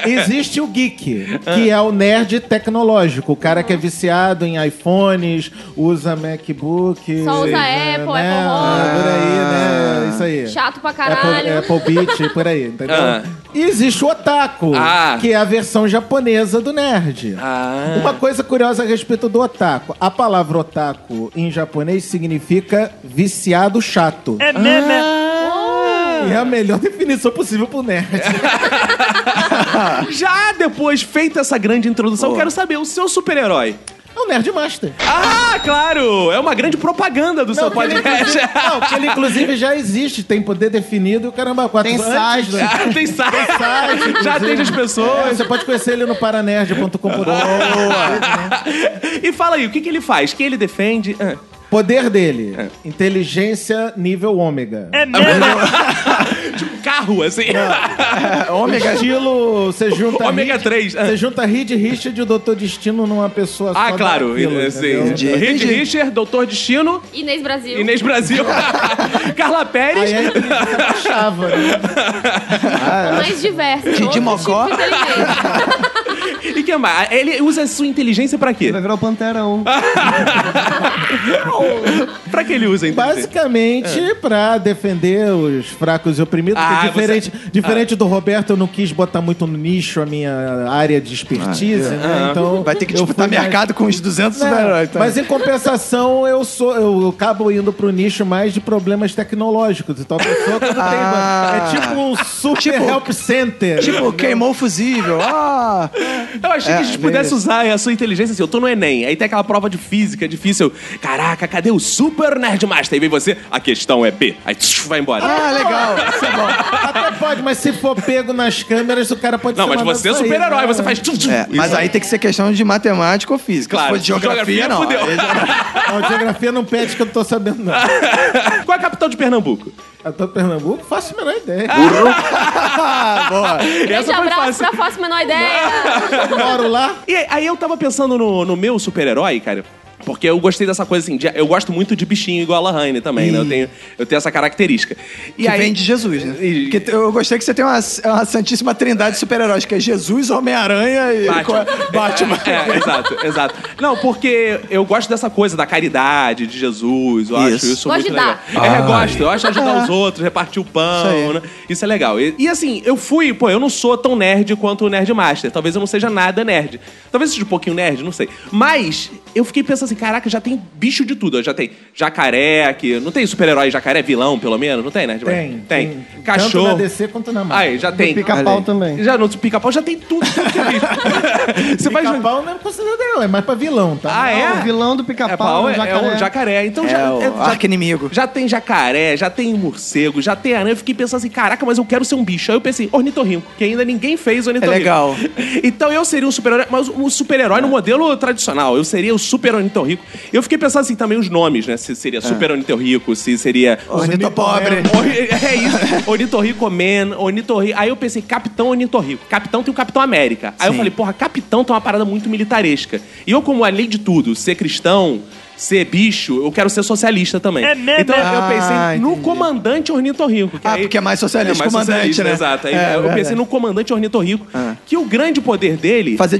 S6: Existe o geek,
S1: Ah.
S6: que é o nerd tecnológico. O cara que é viciado em iPhones, usa MacBook.
S5: Só usa
S6: né?
S5: Apple, Apple
S6: Ah, Por aí, né? Isso aí.
S5: Chato pra
S6: Apple,
S5: caralho.
S6: Apple Beat, por aí, entendeu?
S1: Ah.
S6: E existe o otaku,
S1: Ah.
S6: que é a versão japonesa do nerd.
S1: Ah.
S6: Uma coisa curiosa a respeito do otaku. A palavra otaku em japonês significa viciado chato. É né,
S5: Ah.
S6: né? É a melhor definição possível pro nerd.
S1: É. Já depois feita essa grande introdução, eu quero saber o seu super-herói.
S6: É o Nerd Master.
S1: Ah, claro! É uma grande propaganda do seu
S6: que ele,
S1: podcast.
S6: inclusive, não, que ele inclusive já existe, tem poder definido e o caramba, quatro
S4: Tem
S6: antes,
S4: site.
S6: né?
S1: Ah, Tem site.
S6: site,
S1: Já atende as
S6: inclusive. É,
S1: pessoas.
S6: Você pode conhecer ele no paranerd.com.br. né?
S1: E fala aí, o que, que ele faz? Quem ele defende? Ah.
S6: Poder dele: inteligência nível ômega. É
S1: Tipo carro, assim.
S6: ômega. Estilo. Você junta.
S1: Ômega
S6: Reed-
S1: 3.
S6: Você junta Reed Richard e o Dr. Destino numa pessoa só.
S1: Ah,
S6: dá
S1: claro.
S6: aquilo,
S1: é,
S6: entendeu?
S1: Sim. Reed Richard, Doutor Destino,
S5: Inês Brasil.
S1: Inês Brasil, Carla Pérez.
S6: Aí
S4: é-
S6: a inteligência baixava, né?
S5: É. Mais diversa.
S2: Didi
S5: outro
S2: Mocó.
S5: tipo de inteligência.
S1: E que mais? Ele usa a sua inteligência pra quê?
S4: Vai virar o Panterão.
S1: Pra que ele usa, então?
S6: Basicamente, pra defender os fracos e oprimidos.
S1: É. Ah,
S6: que diferente diferente do Roberto, eu não quis botar muito no nicho a minha área de
S1: Ah, é.
S6: expertise, né? Então,
S2: Vai ter que
S6: eu
S2: disputar
S6: fui mais-
S2: Tá mercado com os 200
S6: É,
S2: super-heróis. tá?
S6: Mas em compensação, eu sou eu acabo indo pro nicho mais de problemas tecnológicos. Então a pessoa quando
S2: Ah.
S6: tem. É tipo um super help center.
S2: Tipo, queimou o fusível. Ah!
S1: Eu achei que a
S2: É,
S1: gente pudesse
S2: meio-
S1: usar a sua inteligência assim. Eu tô no Enem, aí tem aquela prova de física é difícil. Caraca, cadê o Super Nerd Master? Aí vem você, a questão é B. Aí tch, vai embora.
S2: Ah, legal. Isso é bom.
S6: Até pode, mas se for pego nas câmeras, o cara pode
S1: não,
S6: ser
S1: mas
S6: mandado
S1: você é
S6: sair,
S1: super-herói,
S6: né?
S1: você faz. tchum, tchum.
S2: É, mas
S1: Isso.
S2: aí tem que ser questão de matemática ou física.
S1: Claro,
S2: Se for de geografia,
S1: geografia,
S2: não.
S1: fudeu.
S2: Aí é já-
S6: Não, geografia não pede que eu não tô sabendo, não.
S1: Qual é a capital de Pernambuco?
S6: Eu tô em Pernambuco, faço a menor ideia.
S1: Ah.
S5: Grande abraço pra Faço Menor Ideia.
S6: Eu moro lá.
S1: E aí- aí eu tava pensando no, no meu super-herói, cara. Porque eu gostei dessa coisa assim, de- eu gosto muito de bichinho igual a Raine também, né? Eu tenho, eu tenho essa característica. E
S2: Hum. Que
S1: aí,
S2: vem de Jesus, né?
S1: E-
S2: Porque eu gostei que você tem uma, uma santíssima trindade de super-heróis, que é Jesus, Homem-Aranha e
S1: Batman.
S2: co- Batman.
S1: É, exato, exato. Não, porque eu gosto dessa coisa da caridade, de Jesus, eu acho
S2: Isso.
S1: isso
S5: Gosto
S1: muito
S5: de
S1: legal.
S6: Ah,
S1: É, eu gosto, eu acho ajudar os outros, repartir o pão,
S2: Isso aí.
S1: né? Isso é legal. E, e assim, eu fui, pô, eu não sou tão nerd quanto o Nerd Master. Talvez eu não seja nada nerd. Talvez eu seja um pouquinho nerd, não sei. Mas eu fiquei pensando assim, caraca, já tem bicho de tudo. ó, Já tem jacaré, que não tem super-herói jacaré, vilão, pelo menos? Não tem, né?
S6: Tem,
S1: Tem.
S6: tem.
S1: Cachorro.
S6: Tanto na DC quanto na Marvel.
S1: Aí, já tem.
S4: Pica-pau
S2: Olha aí.
S4: também.
S1: Já no pica-pau já tem tudo. tudo que é bicho. Você vai...
S6: Pica-pau não é considerado herói, é mais pra vilão, tá?
S1: Ah, é?
S4: O vilão do
S1: É,
S4: pica-pau
S1: pau
S4: é,
S1: é,
S4: um
S1: é
S4: jacaré.
S1: um jacaré. Então já,
S2: o
S1: é- já-
S2: arqui-inimigo.
S1: já tem jacaré, já tem morcego, já tem aranha. Eu fiquei pensando assim, caraca, mas eu quero ser um bicho. Aí eu pensei, ornitorrinco, que ainda ninguém fez ornitorrinco.
S2: É legal.
S1: Então eu seria um super-herói, mas um super-herói no modelo tradicional. Eu seria o super ornitorrinco. Eu fiquei pensando assim também os nomes, né? Se
S2: É.
S1: seria super ornitorrinco, se seria...
S2: Ornito pobre.
S1: Orni- É isso. Ornitorrico Man, Ornitorrico. Aí eu pensei, Capitão Ornitorrico. Capitão tem o Capitão América. Aí eu
S2: Sim.
S1: falei, porra, Capitão tá uma parada muito militaresca. E eu, como além de tudo, ser cristão, ser bicho, eu quero ser socialista também. É mesmo? Então eu
S2: Ah,
S1: pensei no
S2: entendi.
S1: comandante Ornitorrico. que
S2: Ah,
S1: aí-
S2: porque é mais socialista que comandante, né?
S1: Exato. Aí
S2: É,
S1: eu
S2: verdade.
S1: pensei no comandante Ornitorrico,
S2: Ah.
S1: que o grande poder dele...
S2: Fazer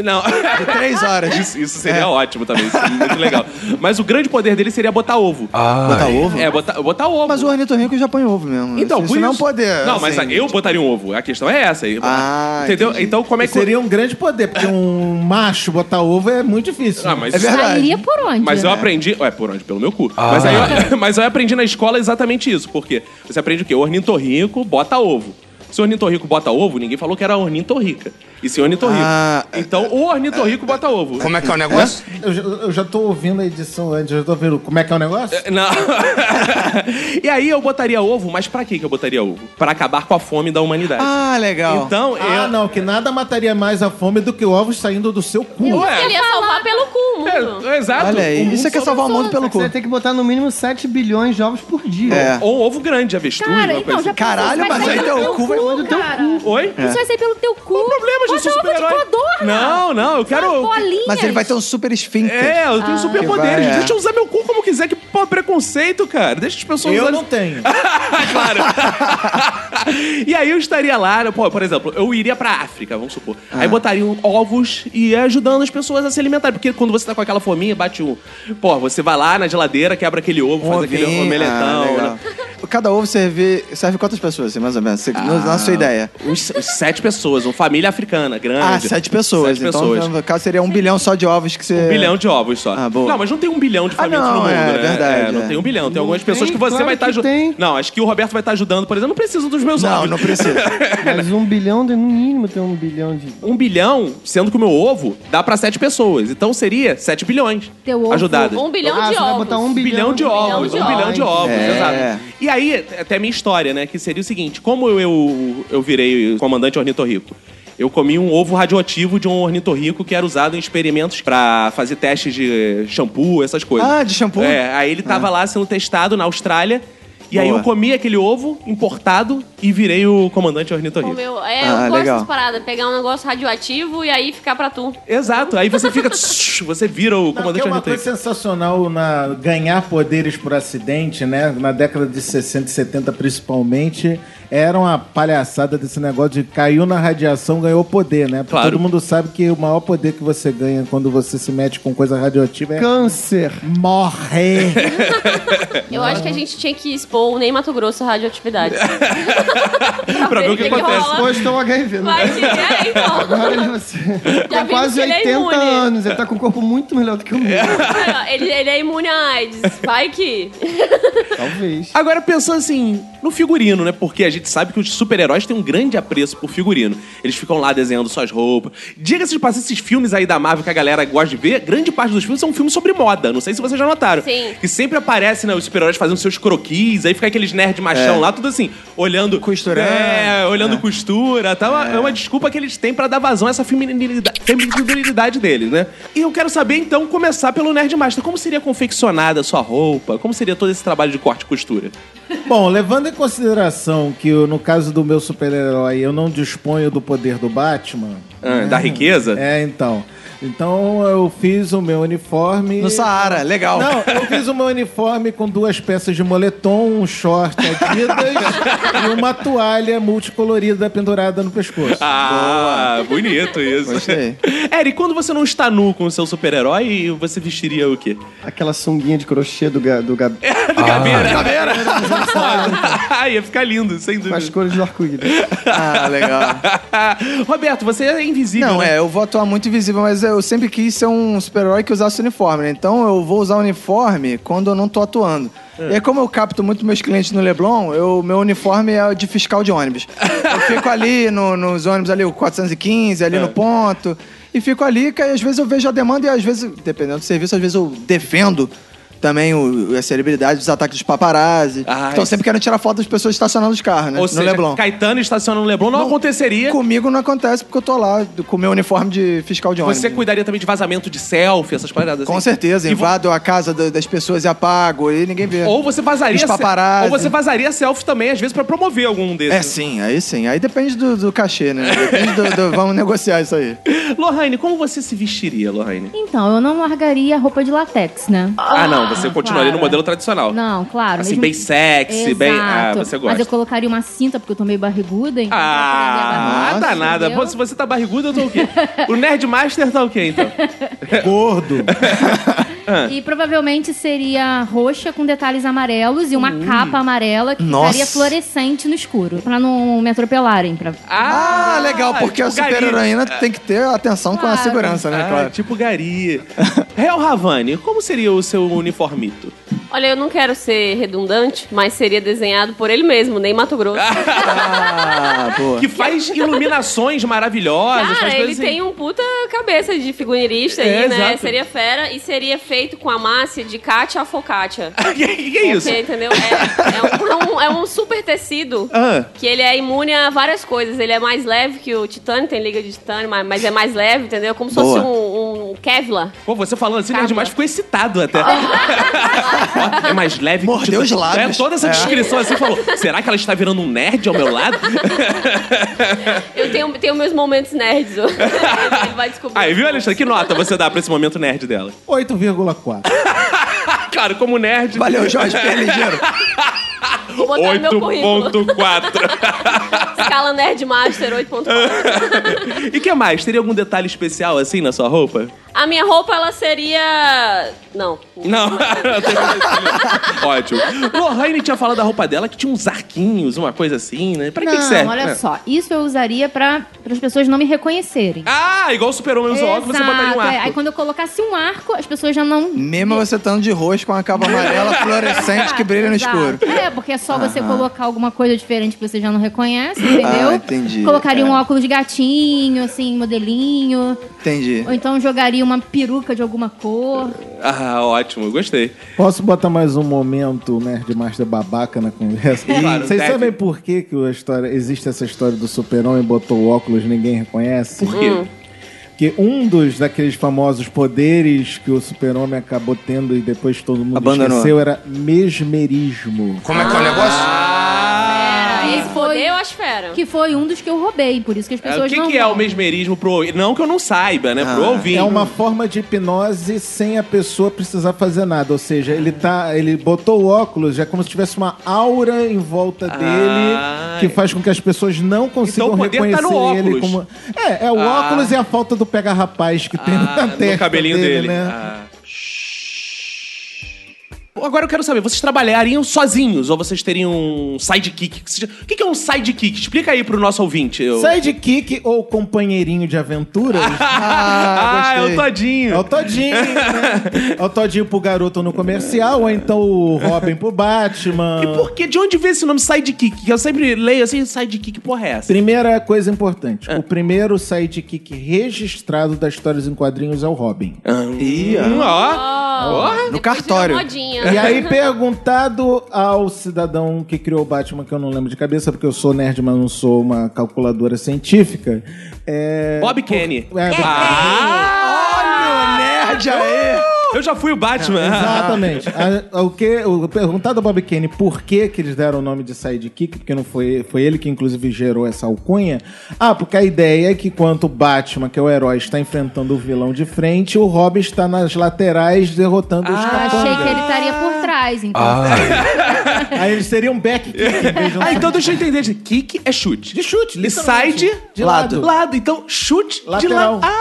S1: Não.
S2: De três horas. É.
S1: Isso, isso seria ótimo também, isso seria muito legal. Mas o grande poder dele seria botar ovo.
S2: Botar ovo?
S1: É, botar, botar ovo.
S2: Ah. Mas o ornitorrinco já põe ovo mesmo.
S1: Então,
S2: isso,
S1: por
S2: não é um
S1: isso-
S2: poder.
S1: Não, mas
S2: assim.
S1: eu botaria um ovo. A questão é essa aí.
S2: Ah,
S1: Entendeu?
S2: entendi.
S1: Então, como é que.
S6: Seria um grande poder, porque um macho botar ovo é muito difícil.
S1: Ah, mas,
S2: É verdade. É.
S3: Sairia por onde?
S1: mas é eu aprendi. Ué, por onde? Pelo meu cu.
S8: Ah.
S1: Mas, aí eu, mas eu aprendi na escola exatamente isso. Porque você aprende o quê? Ornitorrinco bota ovo. Se o ornitorrico bota ovo, ninguém falou que era ornitorrica. E se ornitorrico.
S2: Ah,
S1: então, o ornitorrico bota ovo.
S8: Como é que é o negócio?
S6: Eu, já- eu já tô ouvindo a edição antes, eu já tô ouvindo como é que é o negócio?
S1: Não. e aí eu botaria ovo, mas pra que que eu botaria ovo? Pra acabar com a fome da humanidade.
S2: Ah, legal.
S1: então,
S6: Ah,
S1: eu.
S6: não, que nada mataria mais a fome do que ovos saindo do seu cu.
S1: Ué,
S5: Ele ia salvar pelo cu o mundo.
S1: é, exato. O
S2: Olha aí.
S1: mundo
S2: Isso é que é salvar o mundo pelo cu.
S4: Você tem que botar tá no mínimo 7 bilhões de ovos por dia.
S2: É.
S1: Ou um ovo grande, avestruz,
S3: Cara,
S1: uma coisa
S3: então, já
S1: assim.
S2: Caralho,
S3: pensou, isso
S2: mas
S3: vai
S2: aí
S3: sair
S2: teu
S3: pelo
S2: cu vai
S3: cu, cara.
S1: Oi?
S3: Isso vai sair pelo teu cu. Qual o
S1: problema de ser
S3: é
S1: super-herói? Não, não, eu quero-
S2: Mas ele vai ter um super esfíncter.
S1: É, eu tenho
S3: Ah.
S2: Que
S1: superpoderes.
S2: vai, é.
S1: Deixa eu usar meu cu como quiser, que pô, preconceito, cara. Deixa as pessoas
S6: Eu
S1: usarem-
S6: não tenho.
S1: claro. e aí eu estaria lá, pô, por exemplo, eu iria pra África, vamos supor.
S2: Ah.
S1: Aí botariam ovos e ia ajudando as pessoas a se alimentar. Porque quando você tá com aquela fominha, bate um. Pô, você vai lá na geladeira, quebra aquele ovo,
S2: Um
S1: faz aquele
S2: ovinho.
S1: omeletão.
S2: Ah, legal.
S1: né?
S2: Cada ovo serve, serve quantas pessoas, assim, mais ou menos? Você-
S1: Ah,
S2: na sua ideia.
S1: Uns, uns sete pessoas, uma família africana, grande.
S2: Ah, sete pessoas.
S1: Sete
S2: então,
S1: pessoas.
S2: no caso, seria um bilhão só de ovos que você...
S1: Um bilhão de ovos só.
S2: É. Ah, boa.
S1: Não, mas não tem um bilhão de
S2: Ah,
S1: famintos
S2: não,
S1: no mundo,
S2: é
S1: né?
S2: verdade,
S1: não
S2: é.
S1: tem um bilhão. Tem algumas pessoas
S4: tem,
S1: que você
S4: claro
S1: vai estar
S4: que tem.
S1: ajudando. Não, acho que o Roberto vai estar ajudando, por exemplo. Não precisa dos meus
S2: Não,
S1: ovos.
S2: não precisa.
S4: Mas um bilhão, tem- no mínimo, tem um bilhão de.
S1: Um bilhão, sendo que o meu ovo dá pra sete pessoas. Então seria sete bilhões
S3: Teu ovo,
S1: ajudadas.
S5: Um bilhão
S4: ah,
S5: de
S4: você vai botar
S5: ovos.
S4: um
S1: Um
S4: bilhão,
S1: bilhão de ovos, um bilhão de ovos,
S2: É.
S1: exato. E aí, até a minha história, né? Que seria o seguinte: como eu, eu, eu virei comandante ornitorrico? Eu comi um ovo radioativo de um ornitorrico que era usado em experimentos pra fazer testes de shampoo, essas coisas.
S2: Ah, de shampoo?
S1: É, aí ele tava lá sendo testado na Austrália. E aí
S2: Boa.
S1: eu comi aquele ovo importado e virei o comandante ornitorrico.
S5: Meu, é,
S2: Ah,
S5: eu gosto
S2: legal.
S5: dessas paradas. Pegar um negócio radioativo e aí ficar pra tu.
S1: Exato, aí você fica. tss, você vira o
S6: Não, que
S1: comandante
S6: é uma coisa
S1: ornitorrico.
S6: sensacional na ganhar poderes por acidente, né? Na década de 60 e 70, principalmente, era uma palhaçada desse negócio de caiu na radiação, ganhou poder, né? Porque
S1: Claro.
S6: Todo mundo sabe que o maior poder que você ganha quando você se mete com coisa radioativa é
S4: Câncer.
S6: morrer.
S5: Eu acho que a gente tinha que expor o Ney Mato Grosso à radioatividade.
S1: Pra ver o que
S5: Tem
S1: acontece.
S5: rolar.
S4: Hoje estou HIV, né?
S5: Ah. Vai que é, então.
S4: Agora você. Tem
S5: vimos
S4: quase
S5: que ele é
S4: 80
S5: imune.
S4: anos, ele tá com um corpo muito melhor do que o meu.
S5: Aí, ó, Ele, ele é imune à AIDS. Vai que.
S4: Talvez.
S1: Agora, pensando assim, no figurino, né? Porque a gente sabe que os super-heróis têm um grande apreço por figurino. Eles ficam lá desenhando suas roupas. Diga-se de passar esses filmes aí da Marvel que a galera gosta de ver, grande parte dos filmes são filmes sobre moda. Não sei se vocês já notaram.
S5: Sim.
S1: Que sempre aparece, né? Os super-heróis fazendo seus croquis, aí fica aqueles nerd machão lá, tudo assim, olhando.
S2: Costurando.
S1: É, olhando costura. Tá? É. uma desculpa que eles têm pra dar vazão a essa feminilidade, feminilidade deles, né? E eu quero saber, então, começar pelo Nerd Master. Como seria confeccionada a sua roupa? Como seria todo esse trabalho de corte e costura?
S6: Bom, levando em consideração que eu, no caso do meu super-herói eu não disponho do poder do Batman.
S1: Ah, Da riqueza?
S6: É, então. Então eu fiz o meu uniforme.
S2: No Saara, legal.
S6: Não, eu fiz o meu uniforme com duas peças de moletom, um short Adidas e uma toalha multicolorida pendurada no pescoço.
S1: Ah, bonito isso.
S2: Gostei.
S1: Eri, quando você não está nu com o seu super-herói, você vestiria o quê?
S4: Aquela sunguinha de crochê do, ga, do Gabi.
S1: É.
S8: Tá
S1: Caveira. Caveira. Ia ficar lindo, sem
S4: Com as
S1: dúvida.
S4: cores do arco-íris.
S2: Ah, legal.
S1: Roberto, você é invisível.
S2: Não,
S1: né?
S2: é, eu vou atuar muito invisível, mas eu sempre quis ser um super-herói que usasse uniforme, né? Então eu vou usar uniforme quando eu não tô atuando.
S1: É.
S2: E aí, como eu capto muito meus clientes no Leblon, eu, meu uniforme é o de fiscal de ônibus. Eu fico ali no- nos ônibus, ali o 415, ali
S1: É.
S2: no ponto, e fico ali, que aí às vezes eu vejo a demanda e às vezes, dependendo do serviço, às vezes eu defendo também o, a celebridade dos ataques dos paparazzi.
S1: Ah,
S2: então
S1: isso.
S2: sempre querendo tirar foto das pessoas estacionando os carros, né?
S1: Ou
S2: no
S1: seja,
S2: Leblon.
S1: Caetano estacionando no Leblon não, aconteceria.
S2: Comigo não acontece porque eu tô lá do- com meu uniforme de fiscal de ônibus.
S1: Você cuidaria também de vazamento de selfie, essas paradas assim.
S2: Com certeza,
S1: E vo-
S2: invado a casa da- das pessoas e apago e ninguém vê.
S1: Ou você vazaria
S2: Os paparazzi.
S1: Ou você vazaria selfie também, às vezes, pra promover algum
S2: É
S1: desses.
S2: sim, aí sim. Aí depende do, do cachê, né? Depende do, do- Vamos negociar isso aí.
S1: Lohane, como você se vestiria, Lohane?
S3: Então, eu não largaria a roupa de latex, né?
S1: Ah, não, você continuaria
S3: claro.
S1: no modelo tradicional.
S3: Não, claro.
S1: Assim, bem sexy,
S3: Exato.
S1: bem. Ah, você gosta.
S3: Mas eu colocaria uma cinta, porque eu tô meio barriguda, então.
S1: Ah,
S2: Nossa,
S1: danada. Pô,
S3: entendeu?
S1: se você tá barrigudo, eu tô o quê? o Nerdmaster tá o quê, então?
S6: Gordo.
S1: é.
S3: E provavelmente seria roxa com detalhes amarelos e uma
S1: Hum.
S3: capa amarela que
S2: Nossa.
S3: ficaria fluorescente no escuro, pra não me atropelarem. Pra...
S2: Ah, legal, porque a
S1: tipo Gari.
S2: super-heroína tem que ter atenção com a
S3: Claro.
S2: segurança, né?
S1: Ah,
S2: claro.
S1: tipo Gari. Real Ravani, como seria o seu uniformito?
S5: Olha, eu não quero ser redundante, mas seria desenhado por ele mesmo, nem Mato Grosso.
S2: Ah, boa.
S1: Que faz iluminações maravilhosas, faz
S5: Cara, ele
S1: coisas assim.
S5: tem um puta cabeça de figurinista
S1: É,
S5: aí, né?
S1: exato.
S5: Seria fera e seria feito com a massa de Kátia a focaccia.
S1: que, que é isso?
S5: Porque, entendeu? É, é um, é um- é um super tecido
S1: Ah.
S5: que ele é imune a várias coisas. Ele é mais leve que o titânio, tem liga de titânio, mas, mas é mais leve, entendeu? Como se fosse
S2: Boa.
S5: um, um Kevlar.
S1: Pô, você falando assim,
S5: Cabra.
S1: Nerdmaster ficou excitado até. é mais leve que
S2: Mordeu
S1: o
S2: os
S1: Titã.
S2: lábios.
S1: É, toda essa
S2: É.
S1: descrição assim falou: será que ela está virando um nerd ao meu lado?
S5: Eu tenho, tenho meus momentos nerds. ele vai descobrir.
S1: Aí, viu, Alexandre? Que nota você dá pra esse momento nerd dela?
S6: 8,4.
S1: Claro, como nerd.
S2: Valeu, Jorge, pé ligeiro.
S5: Vou botar no meu currículo.
S1: 8.4.
S5: Escala Nerd Master 8.4.
S1: e que mais? Teria algum detalhe especial assim na sua roupa?
S5: A minha roupa, ela seria... Não.
S1: Não, não tem detalhe. Ótimo. Lohane tinha falado da roupa dela que tinha uns arquinhos, uma coisa assim, né? Pra que que
S3: não,
S1: serve?
S3: olha só. Isso eu usaria pra as pessoas não me reconhecerem.
S1: Ah, igual o super-homem usa óculos, você
S3: Exato,
S1: botaria um
S3: é.
S1: arco.
S3: Aí quando eu colocasse um arco, as pessoas já não.
S2: Mesmo você estando de roxo com a capa amarela fluorescente que brilha no
S3: Exato.
S2: escuro.
S3: É, porque é só você colocar alguma coisa diferente que você já não reconhece, entendeu?
S2: Ah, entendi, É.
S3: Colocaria um
S2: cara.
S3: óculos de gatinho, assim, modelinho.
S2: Entendi.
S3: Ou então jogaria uma peruca de alguma cor.
S1: Ah, ótimo, gostei.
S6: Posso botar mais um momento Nerdmaster babaca na conversa?
S1: Claro,
S6: Vocês
S1: deve.
S6: sabem por que, que a história, existe essa história do super-homem botou o óculos e ninguém reconhece?
S1: Por quê?
S3: Hum,
S6: Porque um dos daqueles famosos poderes que o super-homem acabou tendo e depois todo mundo
S2: Abandonou.
S6: esqueceu era mesmerismo.
S8: é
S1: Ah!
S5: Esse poder eu acho fera.
S3: Que foi um dos que eu roubei, por isso que as
S1: É, o
S3: pessoas
S1: que,
S3: não.
S1: que é o mesmerismo pro. Não que eu não saiba, né? pro
S2: Ah,
S1: ouvinte.
S6: É uma forma de hipnose sem a pessoa precisar fazer nada. Ou seja, ele tá. Ele botou o óculos, é como se tivesse uma aura em volta
S1: Ah,
S6: dele que faz com que as pessoas não consigam
S1: Então o poder tá
S6: reconhecer
S1: no
S6: ele
S1: óculos.
S6: como. É, é o
S1: Ah.
S6: óculos e a falta do pega rapaz que tem
S1: Ah,
S6: na testa
S1: no cabelinho
S6: dele,
S1: dele.
S6: né?
S1: Ah. Agora eu quero saber, vocês trabalhariam sozinhos ou vocês teriam um sidekick? O que que é um sidekick? Explica aí pro nosso ouvinte. Eu...
S6: Sidekick ou companheirinho de aventuras?
S1: Ah,
S2: Ah,
S1: é o
S2: gostei.
S1: Todinho.
S6: É o Todinho, né? É o Todinho pro garoto no comercial, ou então o Robin pro Batman.
S1: E por que? De onde vem esse nome sidekick? Que eu sempre leio assim, sidekick porra é essa?
S6: Primeira coisa importante:
S1: Ah.
S6: o primeiro sidekick registrado das histórias em quadrinhos é o Robin.
S2: Ih, ó.
S1: Hum, ó.
S5: Oh,
S2: No cartório.
S6: E aí, perguntado ao cidadão que criou o Batman, que eu não lembro de cabeça, porque eu sou nerd, mas não sou uma calculadora científica. É.
S1: Bob Kenny.
S6: É,
S1: Ah! Uh!
S2: Nerd aí!
S1: Eu já fui o Batman.
S6: É, Exatamente. A- o que, o, perguntado a Bob Kane por que, que eles deram o nome de sidekick, porque não foi, foi ele que inclusive gerou essa alcunha. Ah, porque a ideia é que enquanto o Batman, que é o herói, está enfrentando o vilão de frente, o Robin está nas laterais derrotando os
S3: Eu
S6: capangas.
S3: Ah, achei que ele estaria por trás, então.
S2: Ah.
S6: Aí eles seriam back kick. em vez de um-
S1: Ah, então deixa eu entender. gente. Kick é chute.
S6: De chute,
S1: E
S6: literalmente.
S1: side
S6: De lado.
S1: Então, chute
S6: Lateral.
S1: de lado.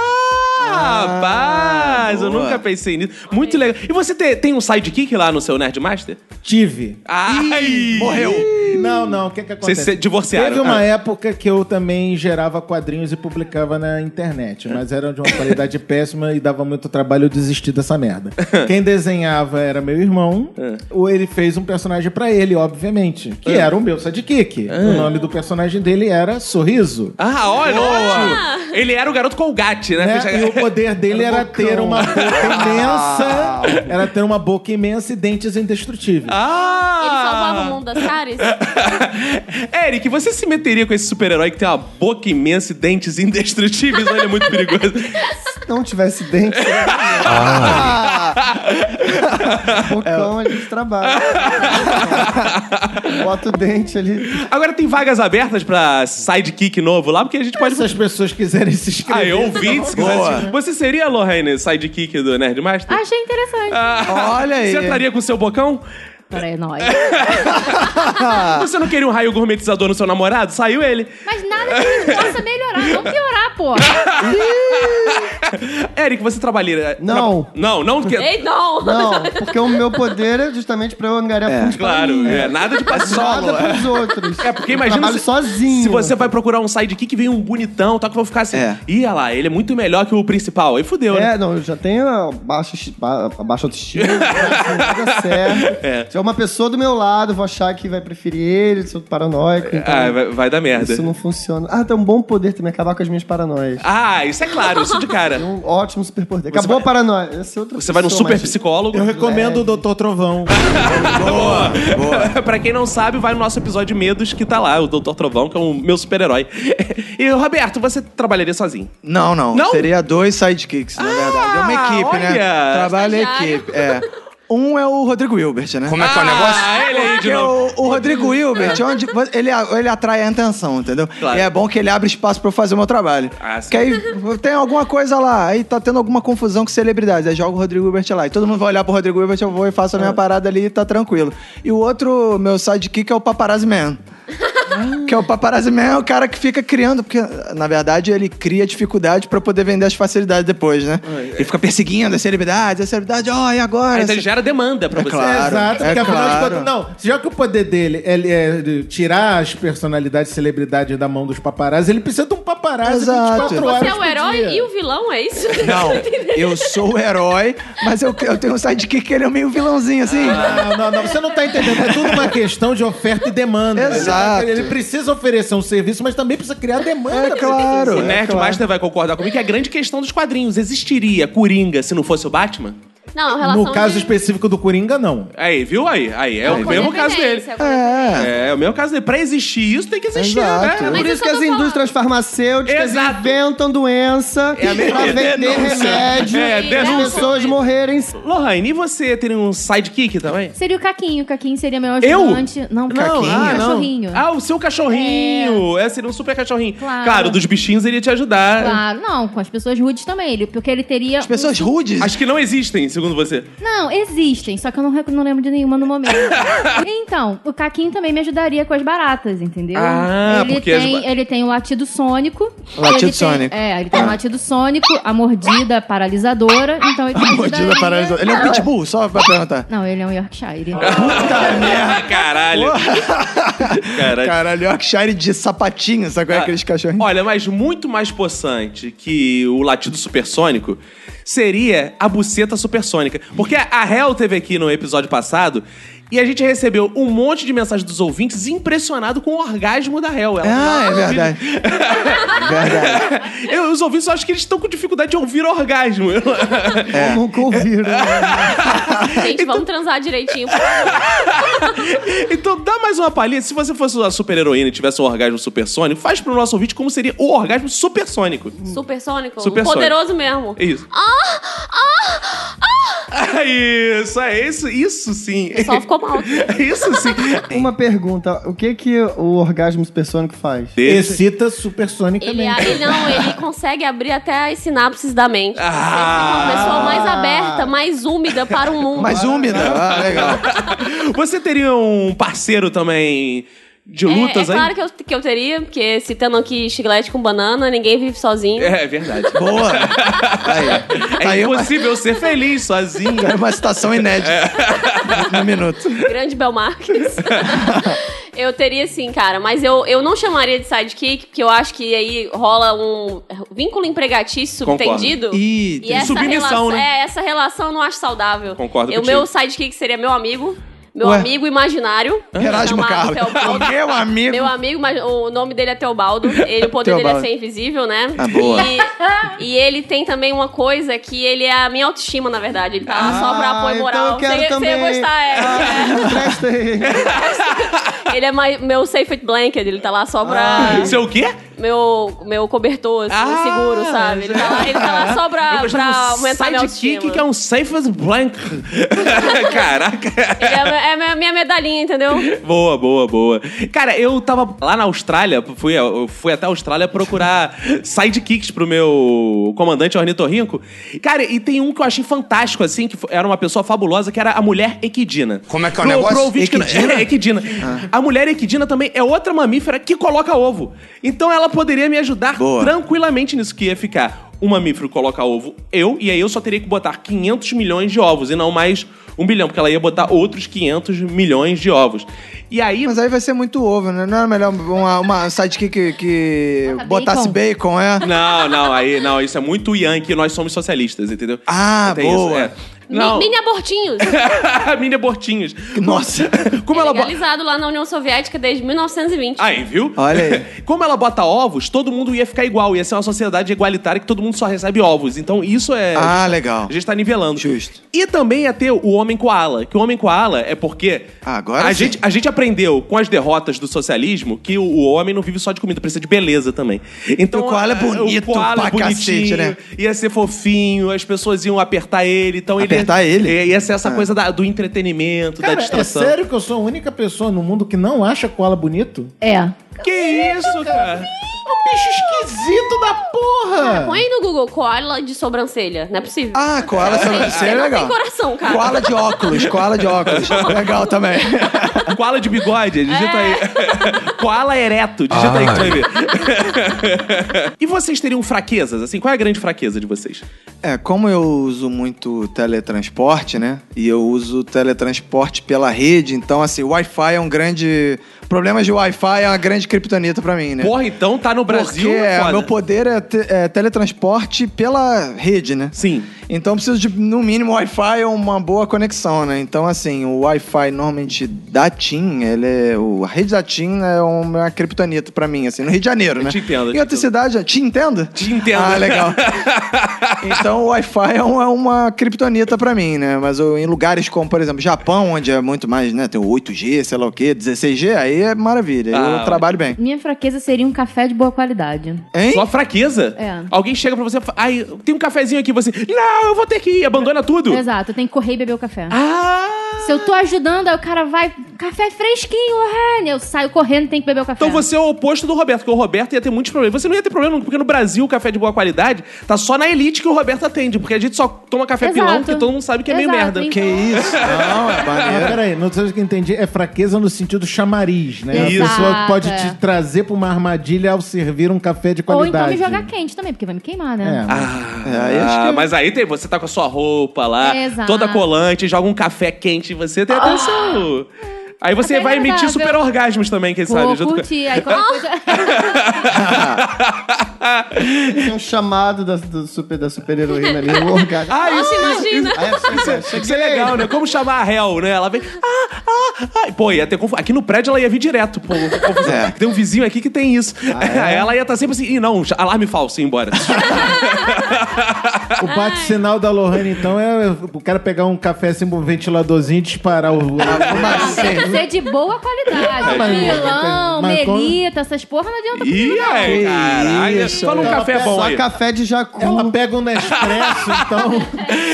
S1: Ah, rapaz, eu
S2: boa.
S1: nunca pensei nisso. Muito legal. E você te- tem um sidekick lá no seu Nerdmaster?
S6: Tive.
S1: Ai!
S2: Morreu.
S6: Não, não. O que, que acontece?
S1: Vocês se divorciaram.
S6: Teve uma
S1: Ah.
S6: época que eu também gerava quadrinhos e publicava na internet, mas era de uma qualidade péssima e dava muito trabalho eu desistir dessa merda. Quem desenhava era meu irmão,
S1: É.
S6: ou ele fez um personagem pra ele, obviamente, que era o meu sidekick.
S1: É.
S6: O nome do personagem dele era Sorriso.
S1: Ah, olha! Ele era o garoto Colgate, né?
S6: né?
S1: Fez a-
S6: E o poder dele era ter uma boca imensa. Era ter uma boca imensa e dentes indestrutíveis.
S1: Ah!
S5: Ele salvava o mundo das caras?
S1: Eric, você se meteria com esse super-herói que tem uma boca imensa e dentes indestrutíveis? Olha, é muito perigoso.
S4: Se não tivesse dente, bocão a gente trabalha. Bota o dente ali.
S1: Agora tem vagas abertas pra sidekick novo lá, porque a gente pode.
S6: Se as pessoas quiserem se inscrever.
S1: Ah, eu ouvi, se quiser. assistir. Você seria, Lorraine, sidekick do Nerdmaster?
S3: Achei interessante.
S1: Ah.
S2: Olha aí.
S1: Você entraria com o seu bocão?
S3: Agora é nóis.
S1: Você não queria um raio gourmetizador no seu namorado? Saiu ele.
S3: Mas nada que não possa melhorar, não piorar, pô.
S1: Eric, você trabalharia.
S4: Não.
S1: tra- Não, não. Porque...
S5: Ei, não!
S4: Não, porque o meu poder é justamente pra eu angariar fundos pra
S1: Claro,
S4: mim.
S1: é, nada de passar.
S4: Nada pros outros.
S1: É, porque imagina
S4: Eu trabalho
S1: se-
S4: sozinho.
S1: Se você vai procurar um sidekick que vem um bonitão, tá que vão ficar assim.
S2: É.
S1: Ih, olha lá, ele é muito melhor que o principal. Aí fudeu, né?
S4: É, não, eu já tenho a baixa, chi- ba- a baixa autoestima, né, assim, nada certo.
S1: É.
S4: Se é uma pessoa do meu lado, eu vou achar que vai preferir ele, sou paranoico. Então
S1: Ah, vai, vai dar merda.
S4: isso não funciona. Ah, tem um bom poder também, acabar com as minhas paranoias.
S1: Ah, isso é claro, isso de cara.
S4: Um ótimo superpoder. Acabou a paranoia. Essa é outra
S1: Você vai num
S4: pessoa,
S1: super
S4: mas-
S1: psicólogo.
S6: Eu recomendo
S1: É.
S6: o Dr. Trovão.
S1: pra quem não sabe, vai no nosso episódio Medos, que tá lá, o Dr. Trovão, que é o meu super-herói. E, Roberto, você trabalharia sozinho?
S2: Não, não,
S1: Não? Ah,
S2: Seria dois sidekicks, na verdade. É uma equipe,
S1: olha!
S2: né? Trabalha em
S5: Estagiário.
S2: equipe. É. Um é o Rodrigo Wilbert, né?
S8: Como é que é o negócio?
S1: Ah, ele aí de
S2: Porque
S1: novo.
S2: o, o Rodrigo Hilbert, onde vo- ele, ele atrai a atenção, entendeu?
S1: Claro.
S2: E é bom que ele abre espaço pra eu fazer o meu trabalho.
S1: Ah, sim.
S2: que aí tem alguma coisa lá, aí tá tendo alguma confusão com celebridades. Aí joga o Rodrigo Hilbert lá. E todo mundo vai olhar pro Rodrigo Hilbert, eu vou e faço a
S1: Ah.
S2: minha parada ali e tá tranquilo. E o outro, meu sidekick, é o Paparazzi Man. Que é o paparazzi man, é o cara que fica criando, porque na verdade ele cria dificuldade pra poder vender as facilidades depois, né?
S1: é.
S2: Ele fica perseguindo as celebridades, as celebridades, ó, e agora?
S1: Ah, então ele gera demanda pra
S2: É
S1: você.
S2: claro.
S6: Exato,
S2: é
S6: porque afinal de
S2: claro.
S6: contas, não, já que o poder dele é, é de tirar as personalidades, celebridades da mão dos paparazzi, ele precisa de um paparazzi
S2: Exato.
S6: 24 horas
S5: Você é o
S6: por
S5: herói
S6: dia.
S5: e o vilão, é isso?
S2: Não, eu sou o herói, mas eu, eu tenho um sidekick que ele é meio vilãozinho, assim.
S6: Não, não, não, você não tá entendendo. É tudo uma questão de oferta e demanda. né?
S2: Exato.
S6: Ele precisa oferecer um serviço, mas também precisa criar demanda.
S2: É claro.
S1: O Nerdmaster vai concordar comigo que é a grande questão dos quadrinhos. Existiria Coringa se não fosse o Batman?
S5: Não, em relação
S6: No caso
S5: de...
S6: específico do Coringa, não.
S1: Aí, viu? Aí, aí é
S5: com
S1: o mesmo caso dele.
S5: dependência, com
S2: É.
S1: É, é o mesmo caso dele. Pra existir isso, tem que existir,
S2: Exato.
S1: né?
S4: Por
S5: Mas
S4: isso
S5: isso
S4: que
S5: eu
S4: as
S5: tô
S4: indústrias farmacêuticas
S1: Exato. É
S4: inventam doença
S1: a mesma
S4: pra vender
S1: denúncia.
S4: remédio
S1: É,
S4: e as
S1: denúncia.
S4: pessoas morrerem.
S1: Lohane, e você teria um sidekick também?
S3: Seria o Caquinho. O Caquinho seria meu
S1: Eu?
S3: ajudante.
S4: Um
S3: Não, Caquinho. é
S1: ah, não.
S3: cachorrinho.
S1: Ah, o seu cachorrinho. É, seria um super cachorrinho.
S3: Claro.
S1: Claro, dos bichinhos ele ia te ajudar.
S3: Claro, não, com as pessoas rudes também, ele, porque ele teria. um,
S2: As pessoas rudes.
S1: Acho que não existem, segundo você.
S3: Não, existem, só que eu não, rec- não lembro de nenhuma no momento. então, o Caquinho também me ajudaria com as baratas, entendeu?
S1: Ah,
S3: ele
S1: porque as
S3: tem,
S1: ba- Um
S3: Ele tem o latido sônico.
S2: Latido
S3: ele tem-
S2: sônico.
S3: É, ele tem o latido sônico, a mordida paralisadora, então ele me
S2: Mordida
S3: ajudaria-
S2: paralisada. Ele é um pitbull, só pra perguntar.
S3: Não, ele é um Yorkshire. É.
S1: Caralho. Caralho.
S2: Caralho, Yorkshire de sapatinho, sabe qual é aqueles cachorrinhos?
S1: Olha, mas muito mais possante que o latido supersônico seria a buceta supersônica. Porque a Hel teve aqui no episódio passado e a gente recebeu um monte de mensagens dos ouvintes impressionado com o orgasmo da Hel. Ela-
S2: Ah, é verdade. verdade.
S1: Eu, os ouvintes, eu acho que eles estão com dificuldade de ouvir orgasmo.
S2: É.
S4: Como com o vírus.
S6: né?
S5: Gente, vamos transar direitinho. por favor.
S1: então dá mais uma palhinha. Se você fosse uma super heroína e tivesse um orgasmo supersônico, faz pro nosso ouvinte como seria o orgasmo supersônico.
S5: Supersônico?
S1: Supersônico.
S5: Poderoso mesmo.
S1: É Isso. Ah! Ah! Ah! Isso, é isso, isso sim. É
S5: O pessoal ficou mal.
S1: Isso sim.
S4: Uma pergunta: o que, que o orgasmo supersônico faz?
S1: Esse.
S6: Excita supersonicamente.
S5: Ele, ele não, ele consegue abrir até as sinapses da mente.
S1: Ah!
S5: Uma pessoa mais aberta, mais úmida para o mundo.
S2: Mais úmida. Ah,
S5: é
S2: legal.
S1: Você teria um parceiro também de
S5: É-
S1: lutas
S5: é,
S1: aí?
S5: claro que eu, que eu teria, porque citando aqui chiclete com banana, ninguém vive sozinho.
S1: É verdade.
S2: Boa. Tá Aí. Tá
S1: É
S2: Aí uma,
S1: impossível ser feliz sozinho.
S2: É. uma citação inédita. No Um minuto.
S5: Grande Belmarques. Eu teria sim, cara, mas eu, eu não chamaria de sidekick, porque eu acho que aí rola um vínculo empregatício
S1: Concordo.
S5: subtendido.
S2: E tem
S5: essa
S1: submissão,
S5: relação,
S1: né?
S5: É, essa relação eu não acho saudável.
S1: Concordo
S5: O
S1: contigo.
S5: meu sidekick seria meu amigo, meu
S2: Ué?
S5: amigo imaginário.
S2: Erasmo
S5: chamado
S2: Carlos.
S5: Teobaldo.
S1: é
S2: Meu amigo.
S5: Meu amigo, mas o nome dele é Teobaldo. Ele, o poder
S2: Teobaldo.
S5: dele é ser invisível, né?
S2: Ah, boa.
S5: E, e ele tem também uma coisa que ele é a minha autoestima, na verdade. Ele tá lá só pra apoio
S4: então
S5: moral.
S4: eu quero
S5: Você- você
S4: também.
S5: ia gostar, é. é.
S4: Ah, presta aí.
S5: Ele é mai- meu safe blanket, ele tá lá só pra.
S1: Isso é o quê?
S5: Meu, meu cobertor, assim,
S1: Ah,
S5: seguro, sabe? Ele tá lá, ele tá lá só pra,
S1: Eu
S5: pra
S1: gostava do
S5: aumentar minha autoestima.
S1: sidekick que é um safe as blank. Caraca.
S5: Ele é, é a minha medalhinha, entendeu?
S1: Boa, boa, boa. Cara, eu tava lá na Austrália, fui, eu fui até a Austrália procurar sidekicks pro meu comandante ornitorrinco. Cara, e tem um que eu achei fantástico, assim, que fo- era uma pessoa fabulosa, que era a mulher equidina. Como é que é o negócio? equidina? É, equidina.
S2: Ah.
S1: A mulher equidina também é outra mamífera que coloca ovo. Então ela poderia me ajudar
S2: Boa.
S1: tranquilamente nisso que ia ficar. Um mamífero coloca ovo, eu, e aí eu só teria que botar 500 milhões de ovos, e não mais um bilhão, porque ela ia botar outros 500 milhões de ovos. E aí,
S2: Mas aí vai ser muito ovo, né? Não era melhor uma, uma sidekick que, que
S3: Bota
S2: botasse bacon, é?
S1: Não, não, aí não, isso é muito Yankee, nós somos socialistas, entendeu?
S2: Ah,
S1: Tem isso,
S2: boa.
S1: é.
S5: Mi-
S1: Não.
S5: Mini abortinhos.
S1: Mini Bortinhos.
S2: Nossa.
S1: Como
S5: é
S1: ela Ah, bota.
S5: legalizado lá na União Soviética desde 1920.
S1: Aí, viu?
S2: Olha aí.
S1: Como ela bota ovos, todo mundo ia ficar igual. Ia ser uma sociedade igualitária que todo mundo só recebe ovos. Então isso é.
S2: Ah, legal.
S1: A gente tá nivelando.
S2: Justo.
S1: E também ia ter o homem koala. Que o homem koala é porque.
S2: Ah, agora
S1: a
S2: sim.
S1: gente, a gente aprendeu com as derrotas do socialismo que o, o homem não vive só de comida, precisa de beleza também. Então,
S2: O koala é
S1: a-
S2: bonito
S1: o koala é
S2: pra
S1: bonitinho,
S2: cacete, né?
S1: Ia ser fofinho, as pessoas iam apertar ele. Então
S2: Apertar ele? Ah.
S1: ele? É, Ia ser essa coisa da- do entretenimento, da
S6: Cara, é
S1: distração.
S6: sério que eu sou a única pessoa no mundo que não acha koala bonito?
S3: É.
S1: Que isso, cara?
S6: É um bicho esquisito da porra!
S5: Põe no Google koala de sobrancelha. Não é possível.
S2: Ah, koala
S5: Você
S2: sobrancelha é
S5: não
S2: legal.
S5: tem coração, cara.
S2: Koala de óculos, koala de óculos. Legal também.
S1: Koala de bigode, digita aí. Koala ereto, digita aí que tu vai ver. e vocês teriam fraquezas, assim? Qual é a grande fraqueza de vocês?
S2: É, como eu uso muito teletransporte, né? E eu uso teletransporte pela rede, então assim, Wi-Fi é um grande. Problemas de Wi-Fi é uma grande criptonita pra mim, né?
S1: Porra, então tá no Brasil.
S2: Porque
S1: é
S2: é,
S1: foda.
S2: meu poder é, te- é teletransporte pela rede, né?
S1: Sim.
S2: Então eu preciso de, no mínimo, Wi-Fi ou uma boa conexão, né? Então, assim, o Wi-Fi normalmente da TIM, ele é. O, a rede da TIM é uma criptonita pra mim, assim, no Rio de Janeiro, né?
S1: te entendo, eu
S2: Em
S1: te
S2: outra
S1: entendo.
S2: cidade, é- te entendo?
S1: Te entendo.
S2: Ah, legal. então o Wi-Fi é uma, é uma criptonita pra mim, né? Mas eu- em lugares como, por exemplo, Japão, onde é muito mais, né? Tem o 8G, sei lá o quê, 16G, aí é maravilha.
S1: Ah,
S2: eu trabalho bem.
S3: Minha fraqueza seria um café de boa qualidade.
S2: Hein?
S1: Só fraqueza?
S3: É.
S1: Alguém chega pra você e fala, ai, tem um cafezinho aqui, você. Não, eu vou ter que ir, abandona tudo.
S3: Exato, eu tenho que correr e beber o café.
S1: Ah!
S3: Se eu tô ajudando, aí o cara vai. Café fresquinho, Lorraine. Eu saio correndo, tem que beber o café.
S1: Então você é o oposto do Roberto, porque o Roberto ia ter muitos problemas. Você não ia ter problema, porque no Brasil o café de boa qualidade tá só na elite que o Roberto atende, porque a gente só toma café pilão,
S3: Exato.
S1: porque todo mundo sabe que é meio
S3: Exato,
S1: merda.
S3: então-
S2: Que isso? Não, é
S6: Ah,
S2: maneiro.
S6: peraí, não sei o que eu entendi. É fraqueza no sentido chamariz, né?
S3: Isso.
S6: A pessoa que pode
S3: Exato, é.
S6: te trazer pra uma armadilha ao servir um café de
S3: Ou
S6: qualidade.
S3: então me jogar quente também, porque vai me queimar, né?
S6: É, mas-
S2: É, aí acho
S1: Ah,
S2: que-
S1: mas aí tem, você tá com a sua roupa lá,
S3: Exato.
S1: toda colante, joga um café quente em você, tem atenção. Aí você
S3: Até
S1: vai emitir
S3: Ah. É agradável.
S1: super orgasmos também, quem sabe?
S3: Vou
S1: junto com-
S3: curtir. Aí qualquer coisa.
S4: Tem um chamado da, do super, da super heroína ali, o orgasmo.
S1: Ah, isso,
S5: Nossa,
S1: isso,
S5: imagina.
S1: isso.
S4: Aí a
S6: assim,
S4: pessoa chega-
S1: Isso é legal, né? Como chamar a réu, né? Ela vem. Ah, ah, ah. Pô, ia ter confusão. Aqui no prédio ela ia vir direto. Pô, com confusão.
S2: É. Ah,
S1: Tem um vizinho aqui que tem isso. Ela ia estar sempre assim. Ih, não, alarme falso, ia embora.
S6: O bate-sinal da Lohane, então, é o cara pegar um café assim, um ventiladorzinho e disparar o.
S2: Mas,
S3: Ah, Tem que ser de boa
S2: Ah,
S3: qualidade.
S6: Mas-
S3: Pilão,
S6: mas quando-
S3: melita, essas porra não adianta
S1: Ih, aí, caralho.
S2: isso,
S1: Fala um
S2: cara.
S1: café bom
S4: Só
S1: aí.
S4: café é de jacu.
S6: Ela pega um Nespresso, então.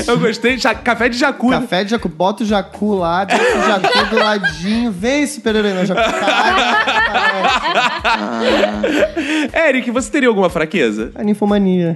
S1: Eu gostei de ja- café de jacu.
S4: Café de jacu, bota o jacu lá, deixa o jacu do ladinho. Vem, super heroína, jacu. tá Caralho,
S1: Eric, você teria alguma fraqueza?
S4: A ninfomania.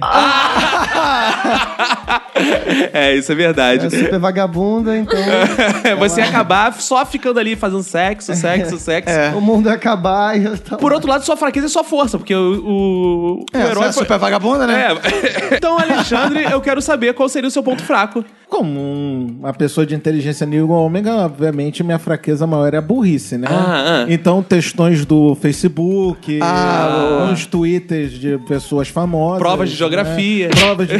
S1: É, isso é verdade.
S4: É super vagabunda, então
S1: Você ia acabar só ficando ali fazendo sexo,
S2: É.
S1: sexo, sexo.
S4: o mundo ia acabar e eu tava...
S1: Por outro lado, sua fraqueza é sua força, porque o, o, o
S2: É,
S1: herói
S2: você é
S1: foi-
S2: super vagabunda, né?
S1: É. Então, Alexandre, eu quero saber qual seria o seu ponto fraco.
S6: Como um- uma pessoa de inteligência nível ômega, obviamente minha fraqueza maior é a burrice, né?
S1: Ah, ah.
S6: Então, textões do Facebook,
S2: Ah, boa.
S6: uns twitters de pessoas famosas.
S1: Provas de geografia.
S6: né? Provas de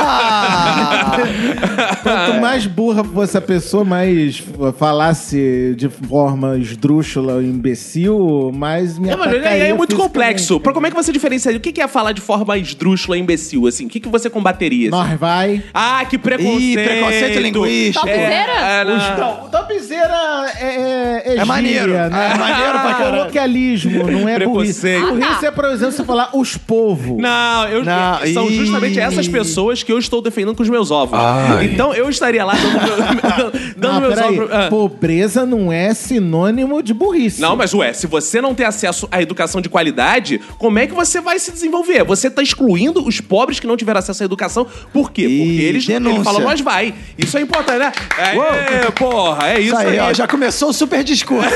S2: Ah,
S6: geografia.
S1: Ah, é.
S6: Quanto mais burra fosse a pessoa, mais falasse de forma esdrúxula ou imbecil, mais me
S1: É, mano, ele
S6: atacaria
S1: é, é muito
S6: fisicamente.
S1: complexo.
S2: né?
S1: Pra, como é que você diferencia? O que que é falar de forma esdrúxula e imbecil, assim? O que, que você combateria? assim?
S6: Nós vai...
S1: Ah, que preconceito. É,
S2: Ih, preconceito linguístico.
S5: Topzera?
S1: não.
S6: Então, o topzera é, é, é,
S2: É maneiro.
S6: gíria, né?
S2: É maneiro pra caralho.
S6: Coloquialismo, não
S1: Ah.
S6: é burrice.
S1: Preconceito.
S6: Burrice é, por exemplo, você falar os povos.
S1: Não, eu-
S2: Tipo, Não,
S1: são
S2: ih.
S1: justamente essas pessoas que eu estou defendendo com os meus ovos.
S7: Ai.
S1: Então eu estaria lá dando, meu- dando
S6: Não,
S1: meus
S6: peraí.
S1: ovos. pra- ah.
S6: Pobreza não é sinônimo de burrice.
S1: Não, mas ué, se você não tem acesso à educação de qualidade, como é que você vai se desenvolver? Você tá excluindo os pobres que não tiveram acesso à educação. Por quê? Porque
S2: Ih,
S1: eles,
S2: denúncia.
S1: eles falam, nós vai. Isso é importante, né? É,
S2: Uou.
S1: porra, é isso,
S2: Isso aí,
S1: aí.
S2: ó, já começou o super discurso.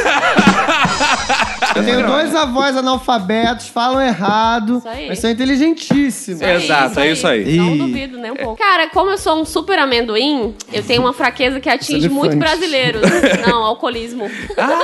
S4: Eu tenho dois avós analfabetos, falam errado,
S5: Isso aí.
S4: mas são inteligentíssimos.
S1: É. Exato, é isso aí.
S5: Não
S2: Ih.
S5: duvido nem um pouco. Cara, como eu sou um super amendoim, eu tenho uma fraqueza que atinge
S6: Elefante.
S5: muito brasileiros. Não, alcoolismo.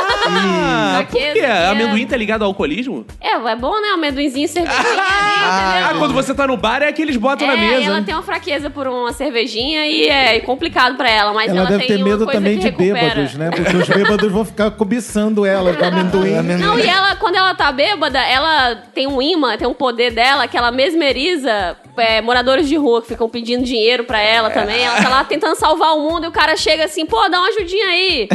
S1: Ah, por quê?
S5: Fraqueza, né?
S1: Amendoim tá ligado ao alcoolismo?
S5: É, é bom, né? Amendoinzinho, cervejinha. ali,
S1: Ah,
S5: entendeu?
S1: quando você tá no bar é que eles botam na
S5: É,
S1: mesa.
S5: e ela tem uma fraqueza por uma cervejinha e é complicado pra ela, mas
S6: Ela,
S5: ela,
S6: deve
S5: tem
S6: ter
S5: uma
S6: medo
S5: coisa
S6: também
S5: que
S6: de
S5: recupera.
S6: bêbados, né? Porque os bêbados vão ficar cobiçando ela com amendoim.
S5: Não, e ela, quando ela tá bêbada, ela tem um imã, tem um poder dela, que ela mesmeriza é, moradores de rua que ficam pedindo dinheiro pra ela também. Ela tá lá tentando salvar o mundo e o cara chega assim, pô, dá uma ajudinha aí.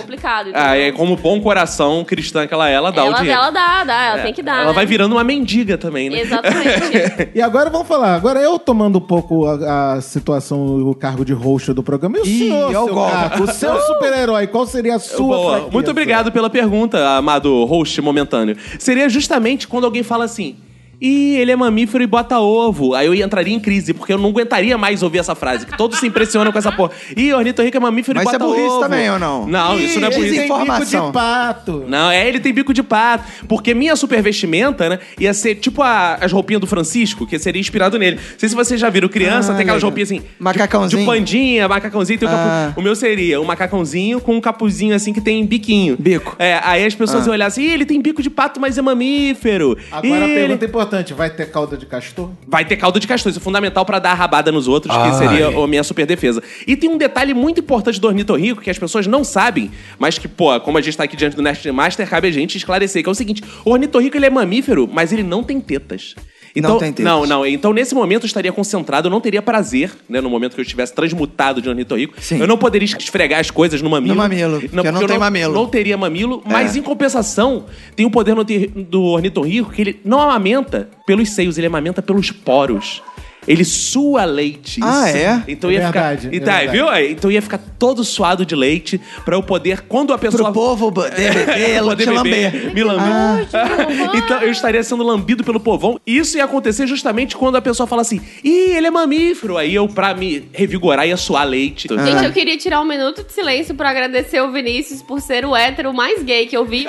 S5: Complicado. entendeu?
S1: Ah, é como bom coração cristã que ela é, ela dá o
S5: ela,
S1: dinheiro. É.
S5: ela dá, dá, ela tem que dar.
S1: Ela
S5: né?
S1: vai virando uma mendiga também, né?
S5: Exatamente.
S6: E agora vamos falar. Agora eu tomando um pouco a, a situação, o cargo de host do programa. E o
S2: Ih,
S6: senhor,
S2: ó o
S6: seu
S2: golpe.
S6: Caco, o seu super-herói, qual seria a sua
S1: Boa.
S6: fraqueza?
S1: Muito obrigado pela pergunta, amado host momentâneo. Seria justamente quando alguém fala assim. Ih, ele é mamífero e bota ovo. Aí eu entraria em crise, porque eu não aguentaria mais ouvir essa frase. que Todos se impressionam com essa porra. Ih, ornitorrinco é mamífero
S2: Mas
S1: e
S2: isso é
S1: bota
S2: burrice
S1: ovo.
S2: também, ou não?
S1: Não, isso não é
S6: Ih,
S1: burrice.
S6: tem bico
S2: Informação.
S6: de pato.
S1: Não, é, ele tem bico de pato. Porque minha supervestimenta, né, ia ser tipo a- as roupinhas do Francisco, que seria inspirado nele. Não sei se vocês já viram criança,
S2: Ah,
S1: tem aquelas
S2: legal.
S1: roupinhas assim. de-
S2: Macacãozinho.
S1: De pandinha, macacãozinho. Tem o, capu-
S2: Ah.
S1: o meu seria um macacãozinho com um capuzinho assim que tem biquinho.
S2: Bico. Ah.
S1: É, aí as pessoas iam olhar assim, "Ih, ele tem bico de pato, mas é mamífero.
S6: Agora a
S1: Ih, ele...
S6: pergunta importante: vai ter calda de castor?
S1: Vai ter caldo de castor, isso é fundamental pra dar a rabada nos outros,
S7: Ai.
S1: que seria a minha super defesa. E tem um detalhe muito importante do ornitorrinco que as pessoas não sabem, mas que, pô, como a gente tá aqui diante do Nerd Master, cabe a gente esclarecer, que é o seguinte, o ornitorrinco ele é mamífero, mas ele não tem tetas. Então,
S2: tem tetas.
S1: Não, não. Então, nesse momento, eu estaria concentrado, eu não teria prazer, né? No momento que eu estivesse transmutado de ornitorrinco.
S2: Sim.
S1: Eu não poderia esfregar as coisas no mamilo.
S2: No mamilo, porque não
S1: porque
S2: tem mamilo.
S1: Não teria mamilo,
S2: É.
S1: mas em compensação, tem o poder no ter- do ornitorrinco que ele não amamenta pelos seios, ele amamenta pelos poros. Ele sua leite.
S2: Ah,
S1: Isso.
S2: é?
S1: Então
S6: É
S1: ia ficar-
S6: verdade, é
S1: E tá,
S6: verdade.
S1: viu? aí? Então ia ficar todo suado de leite pra eu poder, quando a pessoa.
S2: Pro povo b- de beber,
S1: poder
S2: te
S1: beber,
S2: lamber. Ah,
S1: Me lamber. então eu estaria sendo lambido pelo povão. E Isso ia acontecer justamente quando a pessoa fala assim: ih, ele é mamífero. Aí eu, pra me revigorar, ia suar leite.
S5: Gente, eu queria tirar um minuto de silêncio pra agradecer o Vinícius por ser o hétero mais gay que eu vi.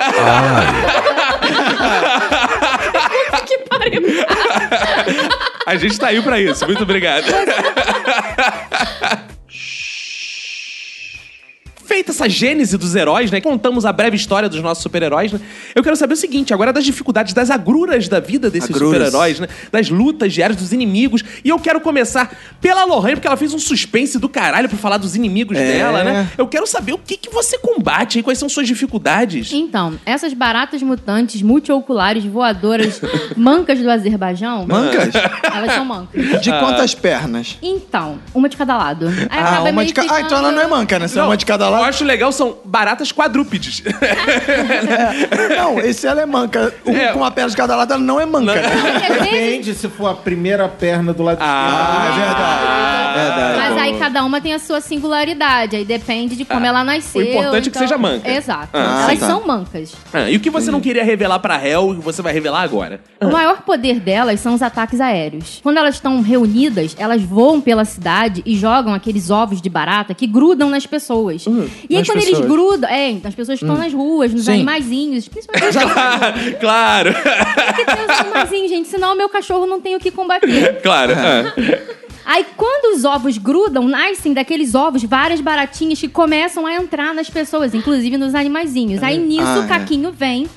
S5: Puta que pariu.
S1: A gente tá aí pra isso. Muito obrigado. Feita essa gênese dos heróis, né? Contamos a breve história dos nossos super-heróis, né? Eu quero saber o seguinte, agora das dificuldades, das agruras da vida desses
S2: Agruras.
S1: super-heróis, né? Das lutas diárias dos inimigos. E eu quero começar pela Lorraine, porque ela fez um suspense do caralho pra falar dos inimigos
S2: É.
S1: dela, né? Eu quero saber o que, que você combate aí, quais são suas dificuldades.
S3: Então, essas baratas mutantes, multioculares, voadoras, mancas do Azerbaijão.
S2: Mancas?
S3: Elas são mancas.
S2: De
S1: Ah.
S2: quantas pernas?
S3: Então, uma de cada lado. Aí
S2: Ah,
S3: acaba
S2: uma
S3: meio
S2: de cada.
S3: ficando-
S2: Ah, então ela não é manca, né? Se é uma de cada
S1: Eu
S2: lado.
S1: acho legal, são baratas quadrúpedes.
S2: Não, esse ela é manca. Um
S1: É.
S2: com uma perna de cada lado, ela não é manca. né?
S3: Porque às vezes
S6: Depende se for a primeira perna do lado
S1: Ah,
S2: Ah, é verdade. é Verdade.
S3: Mas aí cada uma tem a sua singularidade, aí depende de como ela nasceu. então
S1: o importante é que seja manca.
S3: Exato.
S2: Ah,
S3: Elas
S2: tá.
S3: são mancas.
S1: Ah, e o que você não queria revelar pra réu e você vai revelar agora?
S3: O maior poder delas são os ataques aéreos. Quando elas estão reunidas, elas voam pela cidade e jogam aqueles ovos de barata que grudam nas pessoas. e aí
S2: nas
S3: quando
S2: pessoas.
S3: eles grudam, é, nas pessoas que estão nas ruas, nos
S2: Sim.
S3: animaizinhos, principalmente os
S1: Ah, claro,
S3: que tem os animaizinhos, gente, senão o meu cachorro não tem o que combater.
S1: claro. Ah.
S3: Aí quando os ovos grudam, nascem daqueles ovos várias baratinhas que começam a entrar nas pessoas, inclusive nos animaizinhos. Aí nisso
S2: Ah,
S3: o
S2: é. Ah.
S3: Caquinho vem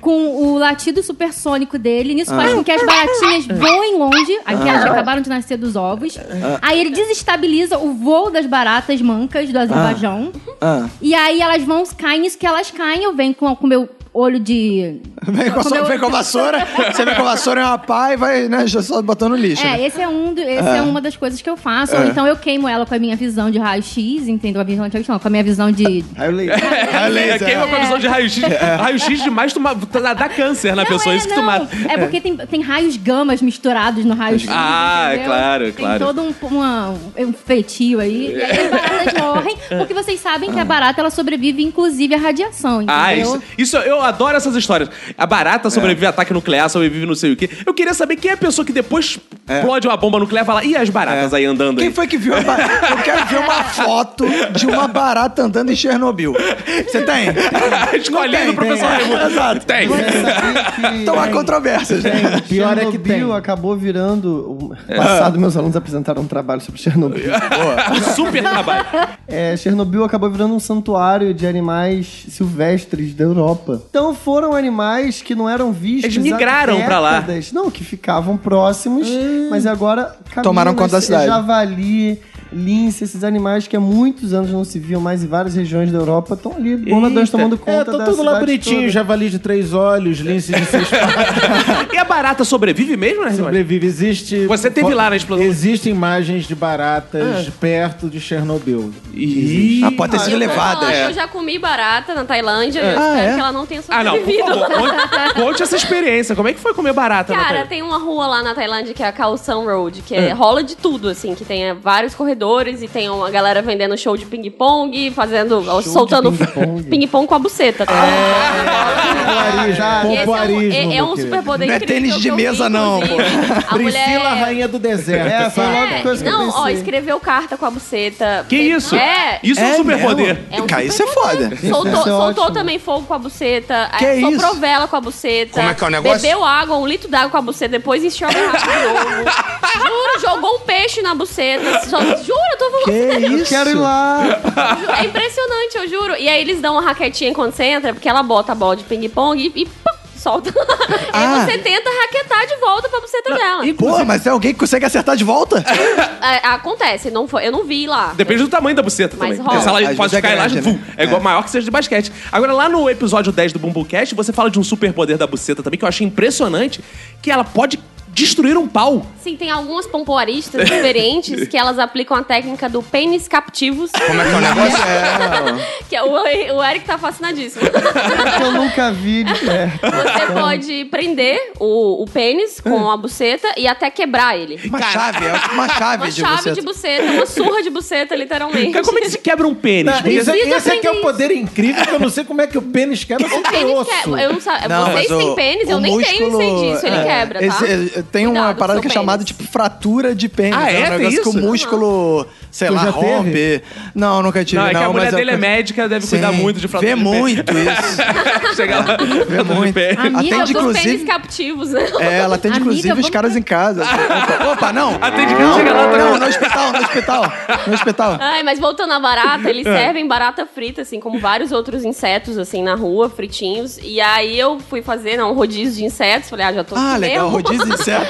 S3: com o latido supersônico dele. Nisso faz com que as baratinhas
S2: Ah.
S3: voem longe. Aqui elas acabaram de nascer dos ovos.
S2: Ah.
S3: Aí ele desestabiliza o voo das baratas mancas do Azerbaijão.
S2: Ah,
S3: E aí elas vão, caem, isso que elas caem, eu venho com o meu olho de.
S2: vem com, a,
S3: Comeu-
S2: vem com a vassoura, você vem com a vassoura e uma pá e vai, né, já só botando lixo. né?
S3: É, esse é um do- esse é.
S1: Ah.
S3: uma das coisas que eu faço. Ou então eu queimo ela com a minha visão de raio-x, entendeu? A visão de raio-x, não, com a minha visão de.
S2: Aí eu leio. Aí eu leio, né?
S1: É, queima com a visão de raio-x. Raio-x demais tu ma- tu- dá, dá câncer na
S3: Não
S1: pessoa,
S3: é,
S1: isso que tu
S3: não.
S1: mata.
S3: É porque tem, tem raios gamas misturados no raio-x.
S1: Ah, é
S3: entendeu?
S1: claro,
S3: tem
S1: claro.
S3: todo um, uma- um feitio aí. E aí as baratas morrem, porque vocês sabem que a barata ela sobrevive, inclusive, à radiação, entendeu?
S1: Ah, isso, isso- eu adoro essas histórias. A barata sobrevive a ataque nuclear, sobrevive não sei o quê. Eu queria saber quem é a pessoa que depois explode uma bomba nuclear e fala, e as baratas aí andando
S2: Quem
S1: aí?
S2: foi que viu a barata? Eu quero ver uma foto de uma barata andando em Chernobyl. Você tem? Não
S1: Escolhendo
S2: tem,
S1: o professor
S2: tem.
S1: Raimundo.
S2: Exato.
S1: Tem.
S2: Então há controvérsias. né?
S6: Pior é que tem.
S4: Chernobyl acabou virando. o- Passado, meus alunos apresentaram um trabalho sobre Chernobyl.
S1: Um super trabalho.
S4: É, Chernobyl acabou virando um santuário de animais silvestres da Europa. Então foram animais que não eram vistos.
S1: Eles migraram
S4: há
S1: pra lá.
S4: décadas. Não, que ficavam próximos,
S6: Ah.
S4: mas agora caminham
S2: Tomaram conta da
S4: esse-
S2: cidade.
S4: Javali, lince, esses animais que há muitos anos não se viam mais em várias regiões da Europa estão ali, boladões,
S1: Eita.
S4: tomando conta
S6: É,
S4: da
S6: tá tudo lá
S4: cidade
S6: bonitinho,
S4: toda.
S6: javali de três olhos, lince de seis
S1: E a barata sobrevive mesmo, né, Simone?
S6: Sobrevive. Existe.
S1: Você teve lá na explosão?
S6: Existem imagens de baratas perto de Chernobyl.
S1: Ih.
S2: Ah, pode ter sido
S5: Eu tô
S2: levada.
S5: falando,
S2: é.
S5: Eu já comi barata na Tailândia. Eu
S2: Ah,
S5: espero
S2: é?
S5: que ela não tenha
S1: Ah, não, por
S5: sobrevivido.
S1: favor, conte, conte essa experiência. Como é que foi comer barata? na
S5: Cara,
S1: Tailândia?
S5: tem uma rua lá na Tailândia que é a Calção Road, que é- rola de tudo, assim, que tem é, vários corredores e tem uma galera vendendo show de ping-pong, fazendo. soltando
S4: ping-pong.
S5: ping-pong com a buceta. tá? E
S6: Popularismo,
S5: esse é um-
S6: Ah, popularismo,
S5: é, é um
S6: meu querido.
S5: superpoder
S2: Não é
S5: incrível
S2: tênis de
S5: que eu vi,
S2: mesa, não, pô.
S5: inclusive. A
S6: Priscila,
S5: mulher...
S6: rainha do deserto.
S4: É, foi
S6: sabe?
S4: logo a coisa que eu
S5: Não, ó,
S4: pensei.
S5: escreveu carta com a buceta.
S1: Que isso?
S5: É.
S1: Isso é um
S2: É
S1: super
S2: mesmo?
S1: poder.
S5: É um
S2: Cara, isso é foda.
S5: Soltou,
S4: Isso é
S5: soltou
S4: ótimo.
S5: também fogo com a buceta.
S2: Que
S5: é, soprou
S2: isso?
S5: vela com a buceta.
S8: Como é que é o negócio?
S5: Bebeu água, um litro d'água com a buceta, depois encheu a garrafa de novo. Juro, jogou um peixe na buceta. Só- juro, eu tô falando
S2: Que
S5: sério.
S2: isso?
S4: Quero ir lá.
S5: Ju- É impressionante, eu juro. E aí eles dão uma raquetinha quando você entra, porque ela bota a bola de ping-pong e, e pá, solta.
S2: Ah.
S5: Aí você tenta raquetar de volta pra buceta dela.
S2: Pô, mas é alguém que consegue acertar de volta?
S5: É, acontece, não foi, eu não vi lá.
S1: Depende do tamanho da buceta
S5: Mas
S1: também.
S5: rola.
S1: Porque Se ela pode
S2: Às vezes é
S1: ficar
S2: grande,
S1: elástica,
S2: né?
S1: vum, é igual maior que seja de basquete. Agora, lá no episódio 10 do Bumblecast, você fala de um super poder da buceta também, que eu achei impressionante, que ela pode destruir um pau.
S5: Sim, tem algumas pompoaristas diferentes que elas aplicam a técnica do pênis captivos.
S8: Como é que é o negócio?
S5: Que é- o, o Eric tá fascinadíssimo.
S4: que eu nunca vi de perto.
S5: Você pode prender o, o pênis com a buceta e até quebrar ele.
S2: Uma
S1: Cara.
S2: chave, é uma chave
S5: Uma
S2: de
S5: chave
S2: você.
S5: de buceta, uma surra de buceta, literalmente.
S1: Cara, como é que se quebra um pênis?
S6: Não,
S1: Porque
S6: isso,
S5: Precisa
S6: esse aqui é um
S5: aprender
S6: poder incrível que eu não sei como é que o pênis quebra
S5: O
S6: sem ter
S5: pênis
S6: osso.
S5: quebra. Eu não sa-
S2: Não,
S5: Vocês
S2: mas
S5: têm
S2: o-
S5: pênis, eu
S2: o
S5: nem tenho,
S2: músculo-
S5: sei disso. Ele
S2: é,
S5: quebra, tá?
S2: esse- é, tem uma
S5: Cuidado com
S2: parada
S5: seu
S2: que é chamada
S5: pênis.
S2: tipo fratura de pênis.
S1: Ah, é?
S2: um
S1: Tem
S2: negócio que
S1: isso?
S2: o músculo, sei
S6: Tu
S2: lá,
S6: já teve?
S2: rompe. Não, nunca tive.
S1: Não, é que a mulher
S2: mas
S1: dele é médica, deve cuidar
S2: Sim,
S1: muito de fratura
S2: Vê
S1: de pênis.
S2: muito isso.
S1: Chega lá, fratura de
S2: muito. Ah,
S1: pênis.
S3: Amiga,
S5: Eu
S2: Atende,
S5: sou pênis
S2: inclusive.
S5: captivos, né?
S2: É, ela atende,
S3: Amiga,
S2: inclusive, os
S3: vamos
S2: caras em casa. Opa, opa, não.
S1: Atende quem
S2: não,
S1: chega lá, tá
S2: Não,
S1: com-
S2: no hospital, no hospital. No hospital.
S3: Ah,
S5: Ai, mas voltando à barata, eles
S6: É.
S5: servem barata frita, assim, como vários outros insetos, assim, na rua, fritinhos. E aí eu fui fazer, não, um rodízio de insetos. Falei, ah, já tô
S2: Ah,
S5: aqui
S2: legal,
S5: mesmo.
S2: rodízio de inseto.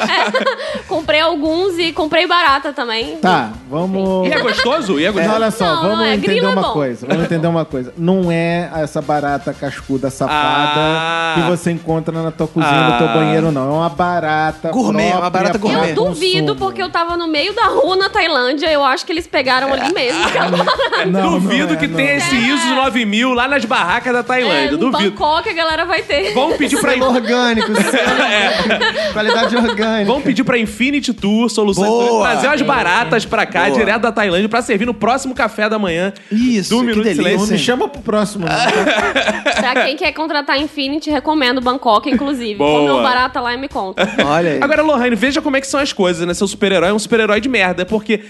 S5: comprei alguns e comprei barata também.
S6: Tá, vamos.
S1: E é gostoso? E é
S6: Mas
S1: gostoso?
S6: olha só,
S5: Não, não
S6: vamos
S5: é. Grilo
S6: entender
S5: é
S6: uma
S5: bom.
S6: coisa. Vamos entender uma coisa. Não é essa barata cascuda safada
S1: Ah.
S6: que você encontra na tua cozinha,
S1: Ah.
S6: no teu banheiro, não. É uma barata.
S2: Gourmet,
S6: própria
S2: é uma barata
S6: para
S5: Eu
S2: gourmet.
S5: duvido,
S6: consumo.
S5: porque eu tava no meio da rua na Tailândia. Eu acho que eles pegaram
S6: É.
S5: ali mesmo. Então,
S6: Não,
S1: duvido
S6: não é,
S1: que
S6: não.
S1: tenha esse ISO 9000 lá nas barracas da
S5: É,
S1: Tailândia.
S5: em
S1: duvido.
S5: Bangkok a galera vai ter.
S1: Vão pedir pra
S4: Selo orgânico, selo orgânico, qualidade orgânica.
S1: Vamos pedir pra Infinity Tour Soluções
S2: Boa!
S1: Tour, trazer umas baratas pra cá,
S2: Boa.
S1: direto da Tailândia, pra servir no próximo café da manhã.
S2: Isso,
S1: do
S2: que
S1: Minuto de
S2: delícia,
S6: Não
S1: Silêncio.
S6: me
S2: Sim.
S6: chama pro próximo. né? não.
S5: Pra quem quer contratar Infinity, recomendo Bangkok, inclusive.
S1: Boa.
S5: Comeu barata lá e me conta.
S2: Olha aí.
S1: Agora, Lohane, veja como é que são as coisas, né? Seu super-herói é um super-herói de merda, porque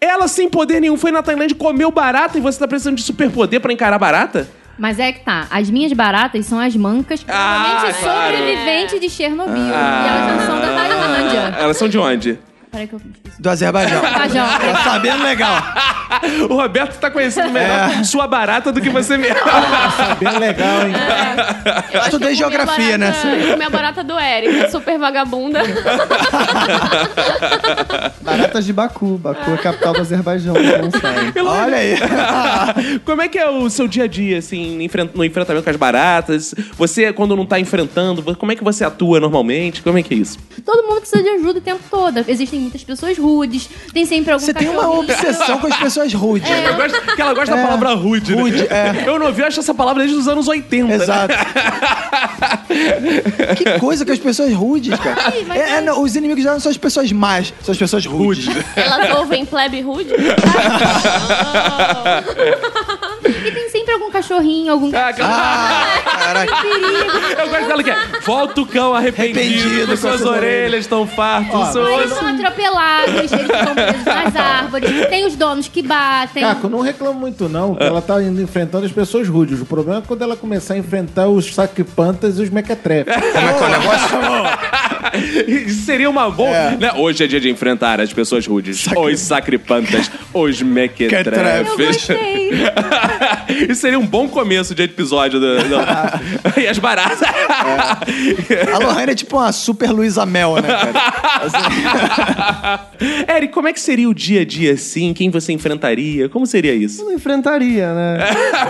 S1: ela, sem poder nenhum, foi na Tailândia, comeu barata e você tá precisando de super-poder pra encarar barata?
S3: Mas é que tá. As minhas baratas são as mancas,
S1: Ah,
S3: provavelmente
S1: claro. Ah.
S2: É.
S3: sobreviventes de Chernobyl. E elas não são da Tailândia.
S1: Elas são de onde?
S3: Peraí que eu esqueci.
S2: Do Azerbaijão.
S3: Azerbaijão.
S2: Tá sabendo legal.
S1: o Roberto tá conhecendo melhor
S2: É.
S1: sua barata do que você mesmo.
S6: É Bem legal, hein?
S5: Eu acho que
S2: Estudei
S5: eu comi a
S2: geografia, né?
S5: barata- Eu comi a barata do Eric, a super vagabunda.
S4: Baratas de Baku. Baku é a capital do Azerbaijão, pra quem não sabe.
S2: Olha aí.
S1: Como é que é o seu dia a dia, assim, enfren- no enfrentamento com as baratas? Você, quando não tá enfrentando, vo- como é que você atua normalmente? Como é que é isso?
S3: Todo mundo precisa de ajuda o tempo todo. Existem muitas pessoas rudes, tem sempre algum
S2: Você tem uma
S3: cachorrinho.
S2: obsessão com as pessoas rudes.
S1: Eu gosto, que ela gosta da palavra rude, né?
S2: rude, é.
S1: Eu não ouvi, eu acho essa palavra desde os anos
S3: É.
S1: né? 80.
S2: Exato. que coisa que as pessoas rudes, cara.
S3: Ai, mas
S2: É, é, não, os inimigos já não são as pessoas más, são as pessoas rudes.
S5: Elas ouvem plebe rude.
S3: E tem sempre algum cachorrinho, algum
S1: Ah, cara,
S2: Ah, caraca.
S1: eu gosto dela que é. Volta o cão arrependido,
S2: Arrependido, com
S1: suas
S2: as
S1: orelhas tão fartas.
S3: Mas
S1: suas-
S3: eles são atropelados, eles ficam presos nas árvores. Tem os donos que batem.
S2: Ah,
S6: Caco, não reclamo muito, não. porque Ela tá indo enfrentando as pessoas rudes. O problema é quando ela começar a enfrentar os saquipantas e os mequetrefes.
S8: Como é que é o negócio?
S1: Isso seria uma boa. né? Hoje é dia de enfrentar as pessoas rudes, os sacripantas, os
S3: Eu
S1: mequetrefes.
S3: gostei.
S1: Isso seria um bom começo de episódio. Do, do- e as baratas.
S2: A Lohane é tipo uma super Luísa Mel, né, cara?
S1: Eric, como é que seria o dia a dia assim? Quem você enfrentaria? Como seria isso?
S4: Eu não enfrentaria, né?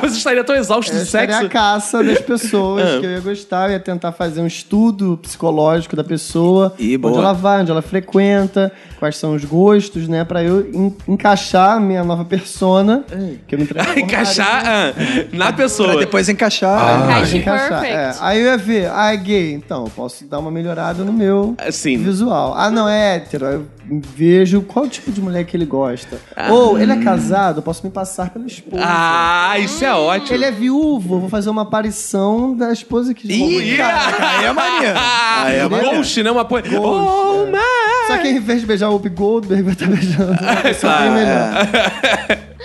S1: você estaria tão
S2: É,
S1: exausto do
S4: Essa era
S1: sexo. Ah.
S4: a caça das pessoas que eu ia gostar. Eu ia tentar fazer um estudo psicológico da pessoa.
S2: Ih, boa.
S4: onde ela vai, onde ela frequenta, quais são os gostos, né? Pra eu en- encaixar a minha nova persona. Que eu me transformaria.
S1: Encaixar ah, na
S2: Pra
S1: pessoa.
S2: depois encaixar.
S5: Caixa
S4: Encaixar,
S5: perfect.
S4: é. Aí eu ia ver, ah, é gay, então eu posso dar uma melhorada no meu
S1: Assim.
S4: visual. Ah, não, é hétero. Aí Eu vejo qual tipo de mulher que ele gosta. Ou ele é casado, eu posso me passar pela esposa.
S1: Ah, isso é ótimo.
S4: Ele é viúvo, eu vou fazer uma aparição da esposa que
S2: Ih, cara, aí é maneiro. Aí é maneiro.
S1: Ghost, né? Uma po... Oh, my.
S4: Só que ao invés de beijar o Whoopi Goldberg, vai estar beijando.
S1: É claro.
S4: bem melhor.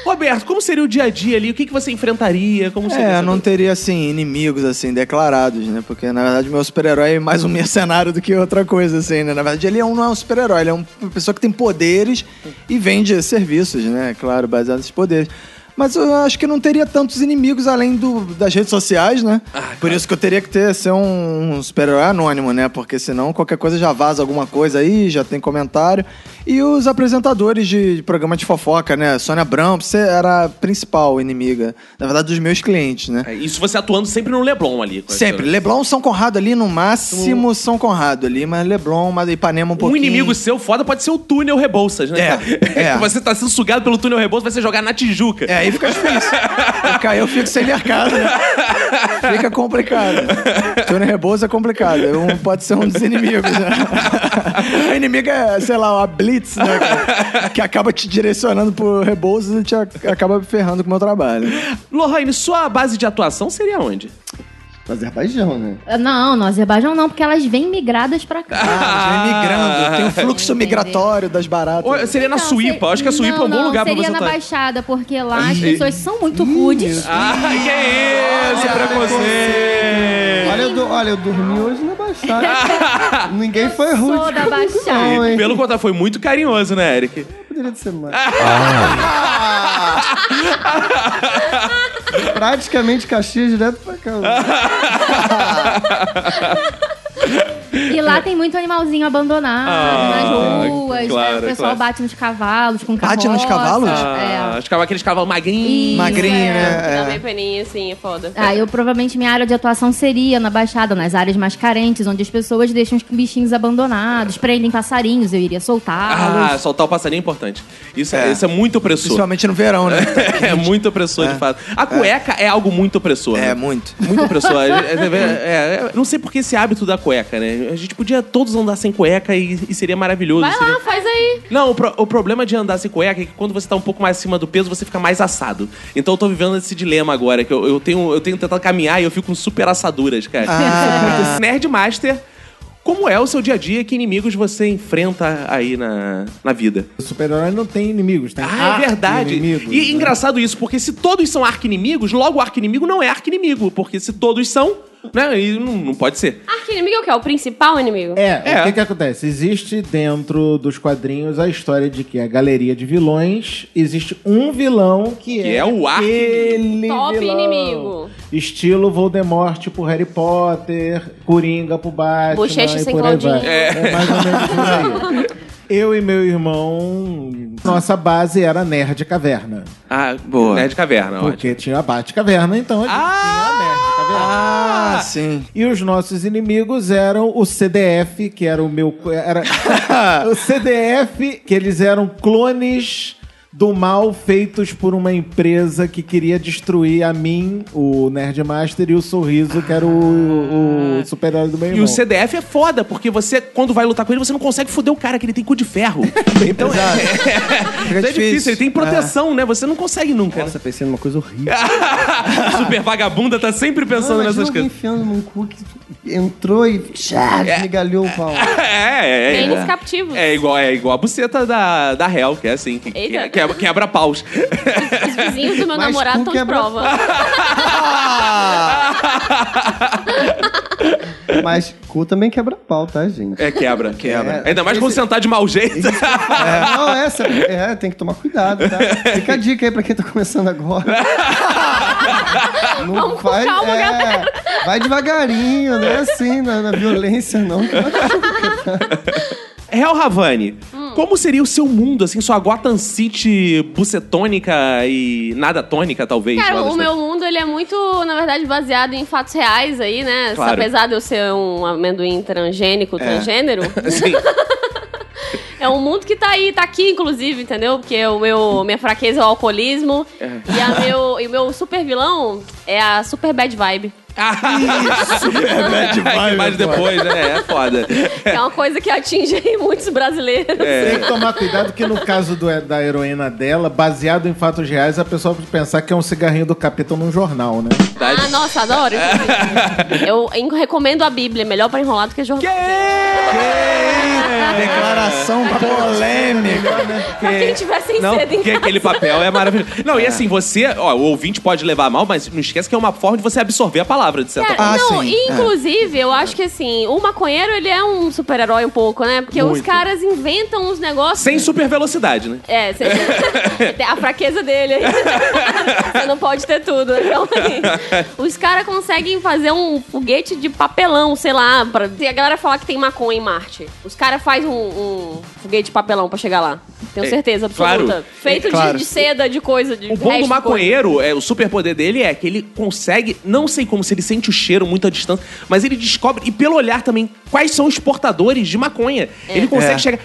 S1: Roberto, como seria o dia a dia ali? O que, que você enfrentaria? Como seria
S2: É,
S1: essa
S2: não
S1: coisa?
S2: teria, assim, inimigos, assim, declarados, né? Porque, na verdade, meu super-herói é mais um mercenário do que outra coisa, assim, né? Na verdade, ele é um, não é um super-herói, ele é um- uma pessoa que tem poderes e vende serviços, né? Claro, baseado nesses poderes. Mas eu acho que não teria tantos inimigos além do, das redes sociais, né? Por isso que eu teria que ter, ser um, um super-herói anônimo, né? Porque senão qualquer coisa já vaza alguma coisa aí, já tem comentário. E os apresentadores de, de programa de fofoca, né? Sônia Abrão, você era a principal inimiga, na verdade, dos meus clientes, né?
S1: É, Isso você atuando sempre no Leblon ali. com a
S2: Sempre. Um
S1: história.
S2: Leblon, São Conrado ali, no máximo São Conrado ali, mas Leblon, mas Ipanema um
S1: Um
S2: pouquinho.
S1: inimigo seu foda pode ser o túnel Rebouças, né?
S2: É, é.
S1: Você tá sendo sugado pelo túnel Rebouças, vai ser jogar na Tijuca.
S2: É, aí fica difícil. Porque aí eu fico sem mercado, né? Fica complicado. Túnel Rebouça é complicado. Um, pode ser um dos inimigos, né? O inimigo é, sei lá, a Blitz, né? cara? Que acaba te direcionando pro Rebouça e te ac- acaba ferrando com o meu trabalho.
S1: Lorraine, sua base de atuação seria onde?
S4: No Azerbaijão, né?
S3: Não, no Azerbaijão não, porque elas vêm migradas pra cá.
S2: Ah, migrando. Tem o fluxo migratório das baratas.
S1: Ou seria é na
S3: Então,
S1: Suípa.
S3: ser-
S1: Acho que a Suípa
S3: não,
S1: é um bom
S3: não,
S1: lugar pra
S3: seria
S1: você
S3: na
S1: atuar.
S3: Baixada, porque lá as pessoas são muito rudes.
S1: Ah, que isso, preconceito.
S4: Olha eu, do- olha, eu dormi hoje na Baixada. Ninguém foi ruim.
S3: Sou da Baixada.
S4: hein?
S1: Pelo contrário, foi muito carinhoso, né, Eric?
S4: Poderia de semana.
S1: Ah.
S4: Praticamente Caxias direto pra
S1: Ah,
S4: cá.
S3: E lá tem muito animalzinho abandonado
S1: é. Ah,
S3: nas ruas.
S1: claro,
S3: né? O pessoal
S1: claro.
S3: bate nos cavalos, com carroça.
S2: Bate nos cavalos?
S3: É.
S1: Ah, acho que aqueles cavalos magrinhos.
S3: Isso,
S2: Magrinho,
S3: é.
S2: né?
S5: Dá bem peninha, assim, é foda.
S3: Ah, eu provavelmente minha área de atuação seria na Baixada, nas áreas mais carentes, onde as pessoas deixam os bichinhos abandonados, prendem passarinhos, eu iria soltá-los.
S1: Ah, soltar o passarinho é importante. Isso é,
S2: É.
S1: isso é muito opressor.
S2: Principalmente no verão, né?
S1: É muito opressor, de fato. A cueca é, algo muito opressor.
S2: É,
S1: né?
S2: muito.
S1: Muito opressor. É, é, é, é, não sei por que esse hábito da cueca, né? A gente podia todos andar sem cueca e, e seria maravilhoso.
S5: Vai
S1: seria-
S5: lá, faz aí.
S1: Não, o, pro- o problema de andar sem cueca é que quando você tá um pouco mais acima do peso, você fica mais assado. Então eu tô vivendo esse dilema agora, que eu, eu tenho, eu tenho tentado caminhar e eu fico com super assaduras, cara.
S2: Ah.
S1: Nerdmaster, como é o seu dia a dia? Que inimigos você enfrenta aí na, na vida?
S6: O super-herói não tem inimigos, tem
S1: Ah, é verdade.
S6: inimigos, né?
S1: e engraçado isso, porque se todos são arqui-inimigos, logo o arqui-inimigo não é arqui-inimigo, porque se todos são, Né? E não, não pode ser.
S5: Arqui-inimigo é o que? É o principal inimigo?
S6: É,
S1: É.
S6: o que que acontece? Existe dentro dos quadrinhos a história de que a galeria de vilões existe um vilão que,
S1: Que é o arqui-
S6: aquele
S5: Top
S6: vilão.
S5: inimigo.
S6: Estilo Voldemort pro Harry Potter, Coringa pro Batman
S5: Bochecha
S6: e
S5: sem
S6: por aí
S5: Claudinho.
S6: vai. É. mais ou menos por aí. Eu e meu irmão, nossa base era Nerd Caverna.
S1: Ah,
S2: Boa.
S1: Nerd Caverna, ótimo.
S6: Porque tinha a Bate Caverna, então a gente
S1: Ah!
S6: tinha a Nerd Caverna.
S2: Ah, sim.
S6: E os nossos inimigos eram o CDF, que era o meu. Era o CDF, que eles eram clones do mal feitos por uma empresa que queria destruir a mim, o Nerdmaster, e o Sorriso, que era o, o super-herói do meu
S1: E
S6: irmão.
S1: o CDF é foda, porque você, quando vai lutar com ele, você não consegue foder o cara, que ele tem cu de ferro. então é,
S2: Fica
S1: é difícil, ele tem proteção, né? Você não consegue nunca.
S8: Nossa, pensei numa coisa horrível.
S1: Super vagabunda tá sempre pensando
S4: Não,
S1: nessas
S4: imagina alguém
S1: coisas.
S4: enfiando num cu que entrou e tchá, desmigalhou o pau.
S1: É, é, é.
S5: Tênis
S1: igual-
S5: captivos.
S1: É igual, é igual a buceta da, da Hell, que é assim, que,
S5: Eita.
S1: que- quebra, quebra paus.
S5: Os vizinhos do meu
S4: Mas
S5: namorado
S4: cu
S5: estão de
S4: quebra-
S5: prova.
S4: Mas cu também quebra pau, tá, gente?
S1: É quebra.
S4: Quebra.
S1: Ainda mais quando sentar de mau jeito.
S4: É, não, essa é, tem que tomar cuidado, tá? Fica a dica aí pra quem tá começando agora. Não
S5: Vamos com calma,
S4: é,
S5: galera.
S4: Vai devagarinho, não é assim, na, na violência, não.
S1: Hel Havani,
S5: Hum.
S1: como seria o seu mundo, assim, sua Gotham City bucetônica e nada tônica, talvez?
S5: Cara,
S1: lá
S5: o
S1: das-
S5: meu mundo, ele é muito, na verdade, baseado em fatos reais aí, né?
S1: Claro.
S5: Apesar de eu ser um amendoim transgênico, transgênero, né?
S1: Sim.
S5: é um mundo que tá aí, tá aqui, inclusive, entendeu? Porque o meu, minha fraqueza é o alcoolismo e, a meu, e o meu super vilão é a super bad vibe.
S1: Superbad é vibe. Mas depois, né? É foda.
S5: que é uma coisa que atinge aí muitos brasileiros.
S6: Tem
S1: é
S6: que tomar cuidado que no caso do- da heroína dela, baseado em fatos reais, a pessoa pode pensar que é um cigarrinho do capeta num jornal, né?
S5: Ah, nossa, adoro. inclusive. eu en- recomendo a Bíblia, é melhor pra enrolar do que jornal.
S2: Declaração polêmica.
S5: Pra quem tiver sem
S1: Não,
S5: sede então. em
S1: porque aquele papel é maravilhoso. Não, e assim, você, ó, o ouvinte pode levar mal, mas não esquece que é uma forma de você absorver a palavra, de certa
S5: Cara,
S1: forma.
S2: Ah,
S5: É, não,
S2: sim,
S5: e, inclusive, eu acho que assim, o maconheiro ele é um super-herói um pouco, né? Porque os caras inventam uns negócios.
S1: Sem super velocidade, né?
S5: É, sem... a fraqueza dele. Você não pode ter tudo. Então, assim, os caras conseguem fazer um foguete de papelão, sei lá, pra... se a galera falar que tem maconha em Marte. Os caras fazem um, um foguete de papelão pra chegar lá. Tenho
S1: É,
S5: certeza
S1: claro. É,
S5: absoluta. Feito de-
S2: claro.
S5: de, seda, de coisa, de
S1: O bom
S5: resto
S1: do
S5: de coisa.
S1: maconheiro, é, o superpoder dele é que ele consegue, não sei como, se ele sente o cheiro muito à distância, mas ele descobre, e pelo olhar também, quais são os portadores de maconha. Ele consegue
S2: É.
S1: chegar.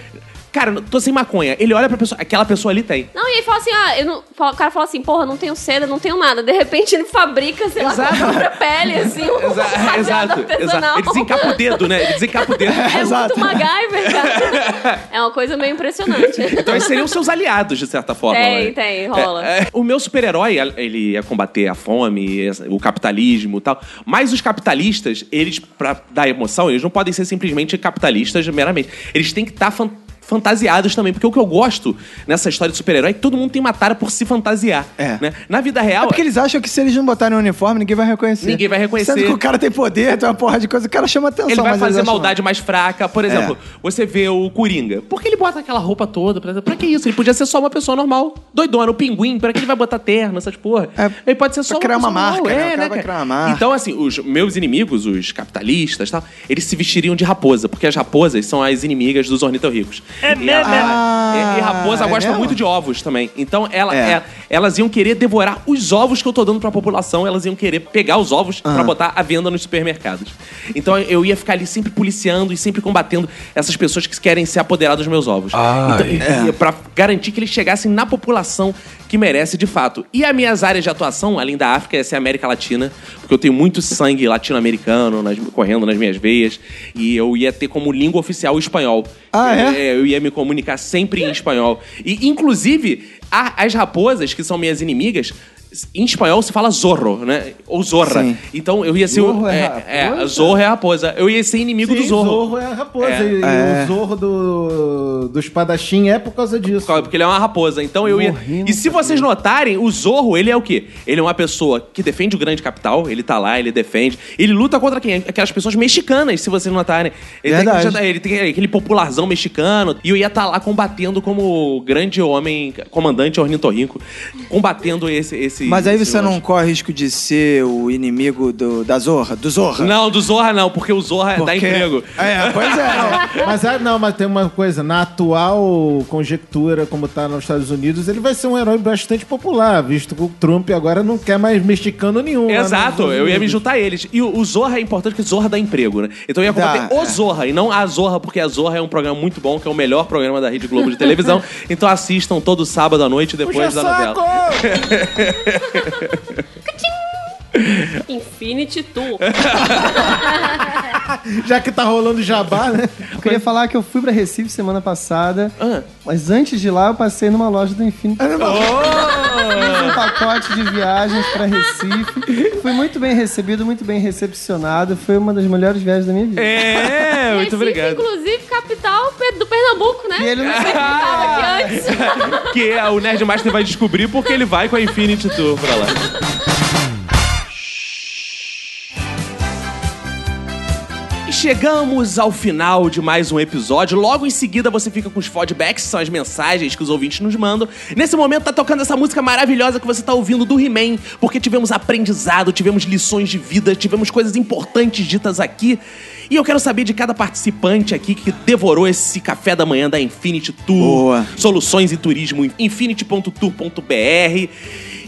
S1: Cara, tô sem maconha. Ele olha pra pessoa, aquela pessoa ali tem.
S5: Não, e aí fala assim, ah, eu não- fala- o cara fala assim, porra, não tenho seda, não tenho nada. De repente ele fabrica, sei lá,
S1: Exato.
S5: com a própria pele, assim, um
S1: Exa-
S5: cadeado
S1: exato,
S5: artesanal.
S1: exato. Ele desencapa o dedo, né? Ele desencapa o dedo.
S5: É muito MacGyver, cara. é uma coisa meio impressionante.
S1: Então eles seriam seus aliados, de certa forma.
S5: Tem,
S1: né?
S5: tem, rola.
S1: É, é, o meu super-herói, ele ia combater a fome, essa- o capitalismo e tal. Mas os capitalistas, eles, pra dar emoção, eles não podem ser simplesmente capitalistas meramente. Eles têm que estar fantasiados também. Porque o que eu gosto nessa história de super-herói é que todo mundo tem uma tara por se fantasiar.
S2: É.
S1: né? Na vida real.
S2: É porque eles acham que se eles não botarem o uniforme, ninguém vai reconhecer.
S1: Ninguém vai reconhecer.
S2: Sendo que o cara tem poder, tem uma porra de coisa, o cara chama atenção.
S1: Ele vai
S2: mas
S1: fazer
S2: eles acham-
S1: maldade mais fraca.
S2: É.
S1: Por exemplo, você vê o Coringa. Por que ele bota aquela roupa toda? Pra, pra que isso? Ele podia ser só uma pessoa normal. Doidona, o pinguim. Pra que ele vai botar terno, essas porra?
S2: É,
S1: ele pode ser só
S2: pra criar uma
S1: pessoa normal.
S2: marca, né? O
S1: É,
S2: cara vai
S1: cara?
S2: criar uma marca.
S1: Então, assim, os meus inimigos, os capitalistas e tal, eles se vestiriam de raposa. Porque as raposas são as inimigas dos ornitorricos. É mesmo?
S2: Ah,
S1: e raposa
S2: é
S1: gosta
S2: mesmo?
S1: muito de ovos também. Então, ela,
S2: É.
S1: é- elas iam querer devorar os ovos que eu tô dando pra população, elas iam querer pegar os ovos pra botar à venda nos supermercados. Então eu ia ficar ali sempre policiando e sempre combatendo essas pessoas que querem se apoderar dos meus ovos.
S9: Ai.
S1: Então, ia Pra garantir que eles chegassem na população que merece de fato. E as minhas áreas de atuação, além da África, ia ser a América Latina, porque eu tenho muito sangue latino-americano nas- correndo nas minhas veias. E eu ia ter como língua oficial o espanhol.
S2: Ah, é?
S1: Eu- é, eu ia me comunicar sempre em espanhol. E, inclusive, a- as raposas, que são minhas inimigas, Em espanhol se fala zorro, né? Ou zorra.
S2: Sim.
S1: Então eu ia ser.
S4: Zorro é
S1: é,
S4: raposa?
S1: é, zorro é raposa. Eu ia ser inimigo do
S6: Sim,
S1: zorro.
S6: é a raposa.
S1: É.
S6: E, e o zorro do, do espadachim é por causa disso.
S1: Por causa- Porque ele é uma raposa. Então eu ia. E se vocês notarem, o Zorro, ele é o quê? Ele é uma pessoa que defende o grande capital, ele tá lá, ele defende. Ele luta contra quem? Aquelas pessoas mexicanas, se vocês notarem. Ele, tem,
S2: Verdade.
S1: aquele- ele tem aquele popularzão mexicano. E eu ia estar lá combatendo como o grande homem, comandante ornitorrinco, combatendo esse. esse
S2: Mas aí
S1: esse
S2: você não
S1: monstro.
S2: corre risco de ser o inimigo do, da Zorra? Do Zorra?
S1: Não, do Zorra não, porque o Zorra dá
S2: Porque-
S1: emprego.
S2: É, pois é.
S6: Mas ah, não, mas tem uma coisa, na atual conjectura como tá nos Estados Unidos, ele vai ser um herói bastante popular, visto que o Trump agora não quer mais mexicano nenhum.
S5: um
S6: lá nos
S1: Exato,
S6: Estados
S1: eu ia me
S6: Unidos.
S1: juntar a eles. E o, o Zorra é importante porque Zorra dá emprego, né? Então eu ia combater
S2: Dá,
S1: o
S2: é.
S1: Zorra e não a Zorra, porque a Zorra é um programa muito bom, que é o melhor programa da Rede Globo de televisão. então assistam todo sábado à noite depois
S6: Puxa
S1: da novela.
S6: saco!
S5: Infinity Tour.
S6: Já que tá rolando jabá, né?
S4: Eu queria falar que eu fui pra Recife semana passada,
S1: Ah.
S4: mas antes de lá eu passei numa loja do Infinity.
S6: Oh!
S4: Fiz um pacote de viagens pra Recife. Fui muito bem recebido, muito bem recepcionado. Foi uma das melhores viagens da minha vida.
S1: É, muito
S5: Recife,
S1: obrigado.
S5: Inclusive, capital pe- do Pernambuco, né?
S4: E ele não
S5: Foi citado
S1: Ah.
S5: aqui antes.
S1: que a- o Nerdmaster vai descobrir porque ele vai com a Infinity Tour pra lá. E Chegamos ao final de mais um episódio. Logo em seguida você fica com os feedbacks, que são as mensagens que os ouvintes nos mandam. Nesse momento tá tocando essa música maravilhosa que você tá ouvindo do He-Man, porque tivemos aprendizado, tivemos lições de vida, tivemos coisas importantes ditas aqui. E eu quero saber de cada participante aqui que devorou esse café da manhã da Infinity Tour.
S2: Boa.
S1: Soluções e Turismo em infinity.tour.br.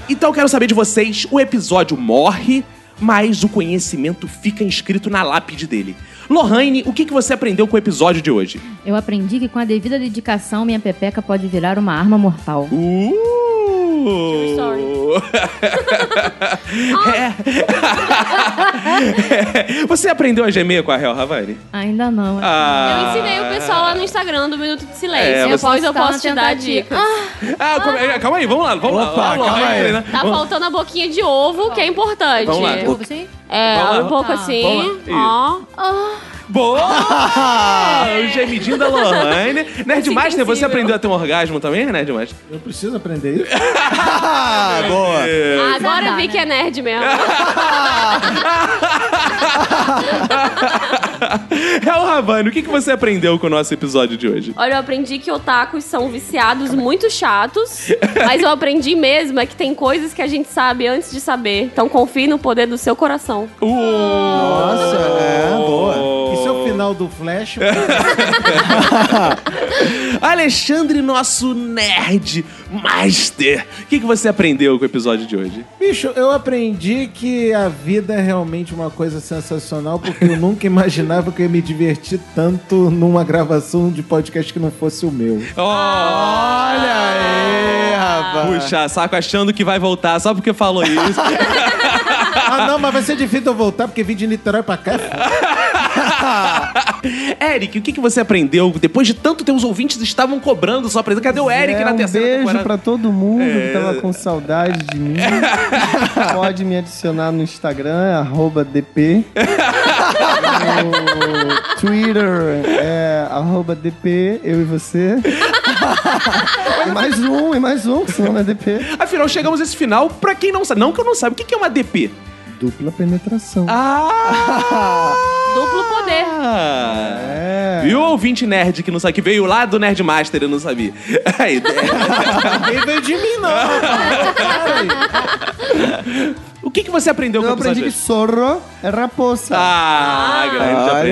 S1: Então eu quero saber de vocês, o episódio morre, mas o conhecimento fica inscrito na lápide dele. Lohane, o que, que você aprendeu com o episódio de hoje?
S3: Eu aprendi que com a devida dedicação, minha pepeca pode virar uma arma mortal.
S1: Uh!
S5: sorry.
S1: É. Você aprendeu a gemer com a Real Havani?
S3: Ainda não.
S5: Eu ensinei o pessoal lá no Instagram do Minuto de
S1: Ah,
S5: Silêncio.
S1: É, você-
S5: Depois eu
S3: Tá na
S5: posso te dar
S3: tentativa.
S5: dicas.
S1: Ah, como- é, calma aí, vamos lá, vamos lá.
S2: Opa,
S1: Vamos lá,
S2: calma aí.
S1: né?
S5: Tá faltando a boquinha de ovo, que é importante.
S1: Vamos lá.
S3: Tipo assim?
S5: É,
S1: Vamos lá.
S5: abre um pouco
S3: Tá.
S5: assim.
S1: Vamos
S5: Ó. Ah.
S1: Boa! O gemidinho da Lohane. Nerdmaster, você
S5: incrível.
S1: aprendeu a ter um orgasmo também, Nerdmaster?
S6: Eu preciso aprender isso.
S2: Ah, boa.
S5: Ah, agora
S3: dá,
S5: eu vi
S3: né?
S5: que é nerd mesmo.
S1: Real Havani, É o que, que você aprendeu com o nosso episódio de hoje?
S5: Olha, eu aprendi que otakus são viciados muito chatos, mas eu aprendi mesmo é que tem coisas que a gente sabe antes de saber. Então confie no poder do seu coração.
S2: Nossa, é, boa.
S6: Isso é o final do Flash.
S1: Alexandre, nosso nerd master, o que, que você aprendeu com o episódio de hoje?
S6: Bicho, eu aprendi que a vida é realmente uma coisa sensacional, porque eu nunca imaginava que eu ia me divertir tanto numa gravação de podcast que não fosse o meu.
S1: Olha aí,
S2: Ah,
S1: rapaz. Puxa, saco achando que vai voltar só porque falou isso.
S6: Ah, não, mas vai ser difícil eu voltar, porque vim de Niterói pra cá. é foda.
S1: Eric, o que, que você aprendeu depois de tanto tempo os ouvintes estavam cobrando sua presença? Cadê o Eric
S4: É,
S1: na
S4: um
S1: terceira
S4: beijo
S1: temporada?
S4: pra todo mundo que tava
S6: É.
S4: com saudade de mim. Pode me adicionar no Instagram, é arroba DP. no Twitter, é arroba DP, eu e você. e mais um, e mais um, que senão não é DP.
S1: Afinal, chegamos a esse final. Pra quem não sabe, não que eu não saiba, o que, que é uma DP?
S4: Dupla penetração.
S1: Ah!
S5: Duplo poder.
S1: É. Viu o ouvinte nerd que não sabe, que veio lá do Nerd Master, eu não sabia. Aí,
S6: Ninguém veio de mim, não.
S1: o que, que você aprendeu
S4: Eu
S1: com o episódio?
S4: aprendi que
S1: de hoje?
S4: sorro é raposa.
S1: Ah, grande
S2: Olha aí.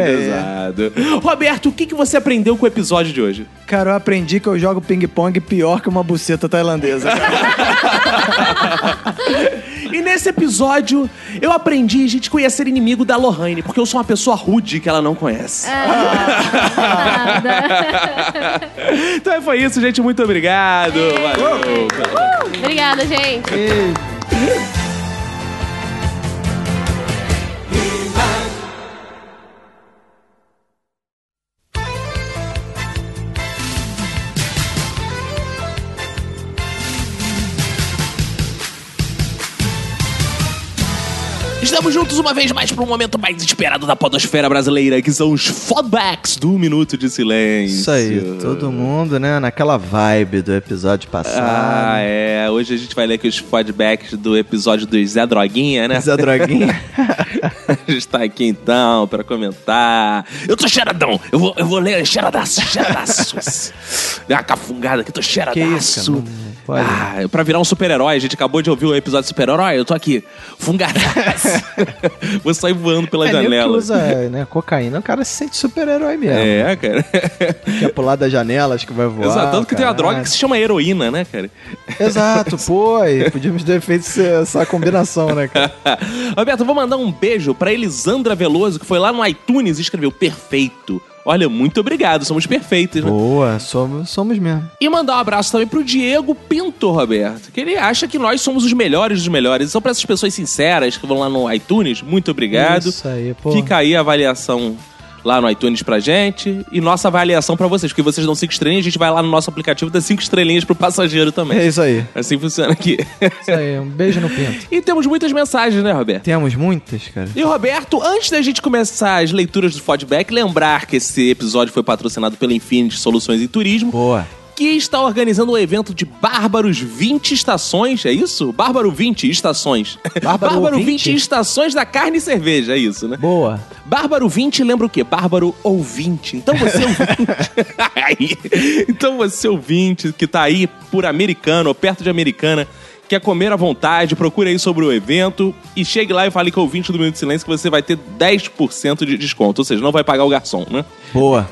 S1: aprendizado. Roberto, o que, que você aprendeu com o episódio de hoje?
S2: Cara, eu aprendi que eu jogo ping-pong pior que uma buceta tailandesa.
S1: E nesse episódio, eu aprendi, gente, que eu ia ser inimigo da Lohane, porque eu sou uma pessoa rude que ela não conhece.
S3: Nada.
S1: então foi isso, gente. Muito obrigado. Valeu.
S5: Obrigada, gente.
S4: Ei.
S1: Estamos juntos uma vez mais para um momento mais esperado da podosfera brasileira, que são os fodbacks do Minuto de Silêncio.
S8: Isso aí, todo mundo, né, naquela vibe do episódio
S1: Ah,
S8: passado.
S1: é. Hoje a gente vai ler aqui os fodbacks do episódio do Zé Droguinha, né?
S8: Zé Droguinha.
S1: a gente tá aqui então pra comentar. Eu tô cheiradão. Eu vou, eu vou ler cheiradaço, cheiradaço. Deu uma cafungada aqui, tô cheiradaço.
S8: Que isso, cara, não pode.
S1: Ah, pra virar um super-herói, a gente acabou de ouvir o episódio do super-herói, eu tô aqui, fungadaço. vou sair voando pela
S8: É, nem o que
S1: janela.
S8: usa né, cocaína, o cara se sente super-herói mesmo.
S1: É, cara.
S8: Quer pular Tá da janela, acho que vai voar.
S1: Exato, tanto que tem uma droga
S8: caralho.
S1: que se chama heroína, né, cara?
S8: Exato, pô, e podíamos ter feito essa- essa combinação, né, cara?
S1: Roberto, eu vou mandar um beijo pra Elisandra Veloso, que foi lá no iTunes e escreveu perfeito. Olha, muito obrigado, somos perfeitos. né?
S8: Boa, somos, somos mesmo.
S1: E mandar um abraço também pro Diego Pinto, Roberto, que ele acha que nós somos os melhores dos melhores. São pra essas pessoas sinceras que vão lá no iTunes, muito obrigado.
S8: Isso Tá aí, pô.
S1: Fica aí a avaliação lá no iTunes pra gente e nossa avaliação pra vocês, porque vocês dão cinco estrelinhas, a gente vai lá no nosso aplicativo e dá cinco estrelinhas pro passageiro
S8: É
S1: também.
S8: isso aí.
S1: Assim funciona aqui.
S8: Isso aí, um beijo no pinto.
S1: e temos muitas mensagens, né, Roberto?
S8: Temos muitas, cara.
S1: E Roberto, antes da gente começar as leituras do feedback, lembrar que esse episódio foi patrocinado pela Infinity Soluções em Turismo,
S8: Boa.
S1: que está organizando um evento de Bárbaros 20 Estações, é isso? Bárbaro 20 Estações.
S8: Bárbaro
S1: 20?
S8: 20
S1: Estações da Carne e Cerveja, é isso, né?
S8: Boa.
S1: Bárbaro 20 lembra o quê? Bárbaro ouvinte. Então você ouvinte. Aí. então você ouvinte que tá aí por americano ou perto de americana, quer comer à vontade, procure aí sobre o evento e chegue lá e fale que é ouvinte do Minuto de Silêncio que você vai ter 10% de desconto. Ou seja, não vai pagar o garçom, né?
S8: Boa.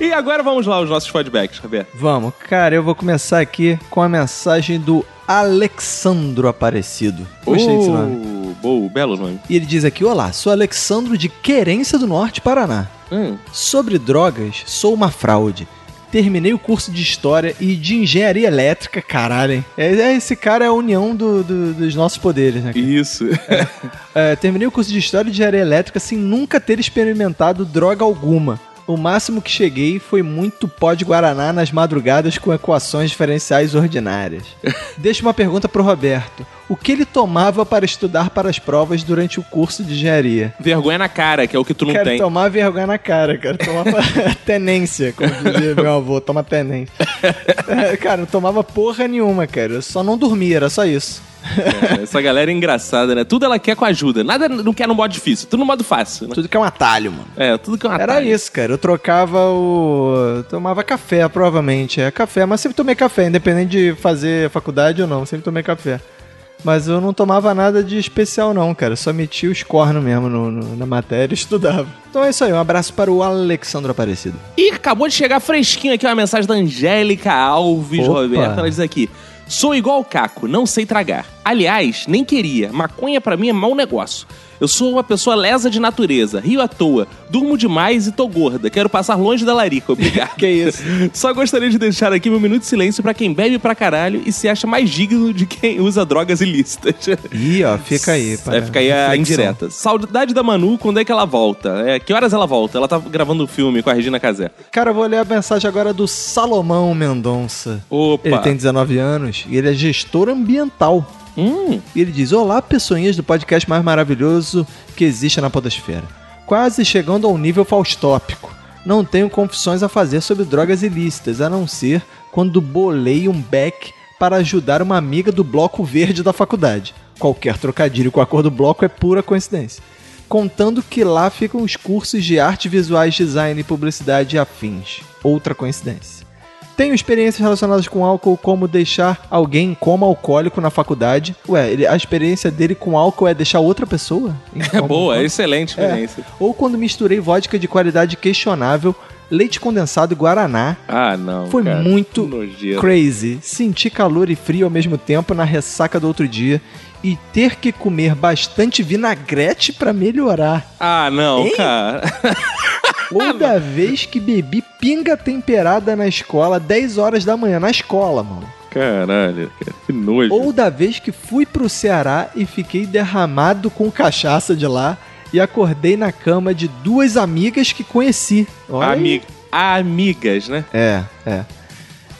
S1: E agora vamos lá aos nossos feedbacks, Roberto.
S8: Vamos, cara, eu vou começar aqui com a mensagem do Alexandro Aparecido. Gostei desse nome.
S1: Oh, Boa, belo nome.
S8: E ele diz aqui: Olá, sou Alexandro de Querência do Norte, Paraná.
S1: Hum.
S8: Sobre drogas, sou uma fraude. Terminei o curso de História e de Engenharia Elétrica, caralho, hein? É- é, Esse cara é a união do- do- dos nossos poderes, né?
S1: Isso.
S8: É, terminei o curso de História e de Engenharia Elétrica sem nunca ter experimentado droga alguma. O máximo que cheguei foi muito pó de Guaraná nas madrugadas com equações diferenciais ordinárias. Deixo uma pergunta pro Roberto. O que ele tomava para estudar para as provas durante o curso de engenharia?
S1: Vergonha na cara, que é o que tu não
S8: quero
S1: tem.
S8: tomar vergonha na cara, cara. Tomava tenência, como dizia meu avô, toma tenência. É, cara, não tomava porra nenhuma, cara. Eu só não dormia, era só isso.
S1: É, Essa galera é engraçada, né? Tudo ela quer com ajuda. Nada não quer no modo difícil, tudo no modo fácil, né?
S8: Tudo que é um atalho, mano.
S1: É, tudo que é um
S8: Era
S1: atalho.
S8: isso, cara. Eu trocava o. Tomava café, provavelmente. É café, mas sempre tomei café, independente de fazer faculdade ou não, sempre tomei café. Mas eu não tomava nada de especial, não, cara. Só metia os cornos mesmo no- no- na matéria e estudava. Então é isso aí. Um abraço para o Alexandre Aparecido.
S1: E acabou de chegar fresquinho aqui uma mensagem da Angélica Alves,
S8: Opa.
S1: Roberto. Ela diz aqui: Sou igual o Caco, não sei tragar. Aliás, nem queria. Maconha pra mim é mau negócio. Eu sou uma pessoa lesa de natureza, rio à toa, durmo demais e tô gorda. Quero passar longe da larica, obrigado. que isso. Só gostaria de deixar aqui meu minuto de silêncio pra quem bebe pra caralho e se acha mais digno de quem usa drogas ilícitas.
S8: Ih, ó, fica aí.
S1: É, fica aí a indireta. Saudade da Manu, quando é que ela volta? É, que horas ela volta? Ela tá gravando um filme com a Regina Casé.
S8: Cara, eu vou ler a mensagem agora do Salomão Mendonça.
S1: Opa!
S8: Ele tem 19 anos e ele é gestor ambiental.
S1: Hum,
S8: E ele diz: Olá, pessoinhas do podcast mais maravilhoso que existe na Podosfera. Quase chegando ao nível faustópico. Não tenho confissões a fazer sobre drogas ilícitas, a não ser quando bolei um beck para ajudar uma amiga do bloco verde da faculdade. Qualquer trocadilho com a cor do bloco é pura coincidência. Contando que lá ficam os cursos de artes visuais, design, publicidade e afins. Outra coincidência. Tenho experiências relacionadas com álcool, como deixar alguém em coma alcoólico na faculdade. Ué, ele- a experiência dele com álcool é deixar outra pessoa? em
S1: é
S8: coma
S1: boa, é
S8: alcoólico?
S1: excelente experiência.
S8: Ou quando misturei vodka de qualidade questionável, leite condensado e guaraná.
S1: Ah, não.
S8: Foi
S1: cara.
S8: muito
S1: nojento.
S8: Crazy. Senti calor e frio ao mesmo tempo na ressaca do outro dia. E ter que comer bastante vinagrete pra melhorar.
S1: Ah, não, cara.
S8: Toda vez que bebi pinga temperada na escola, 10 horas da manhã, na escola, mano.
S1: Caralho, cara, que nojo.
S8: Ou da vez que fui pro Ceará e fiquei derramado com cachaça de lá e acordei na cama de é? duas amigas que conheci. Olha aí.
S1: Ami- Amigas, né?
S8: É, é.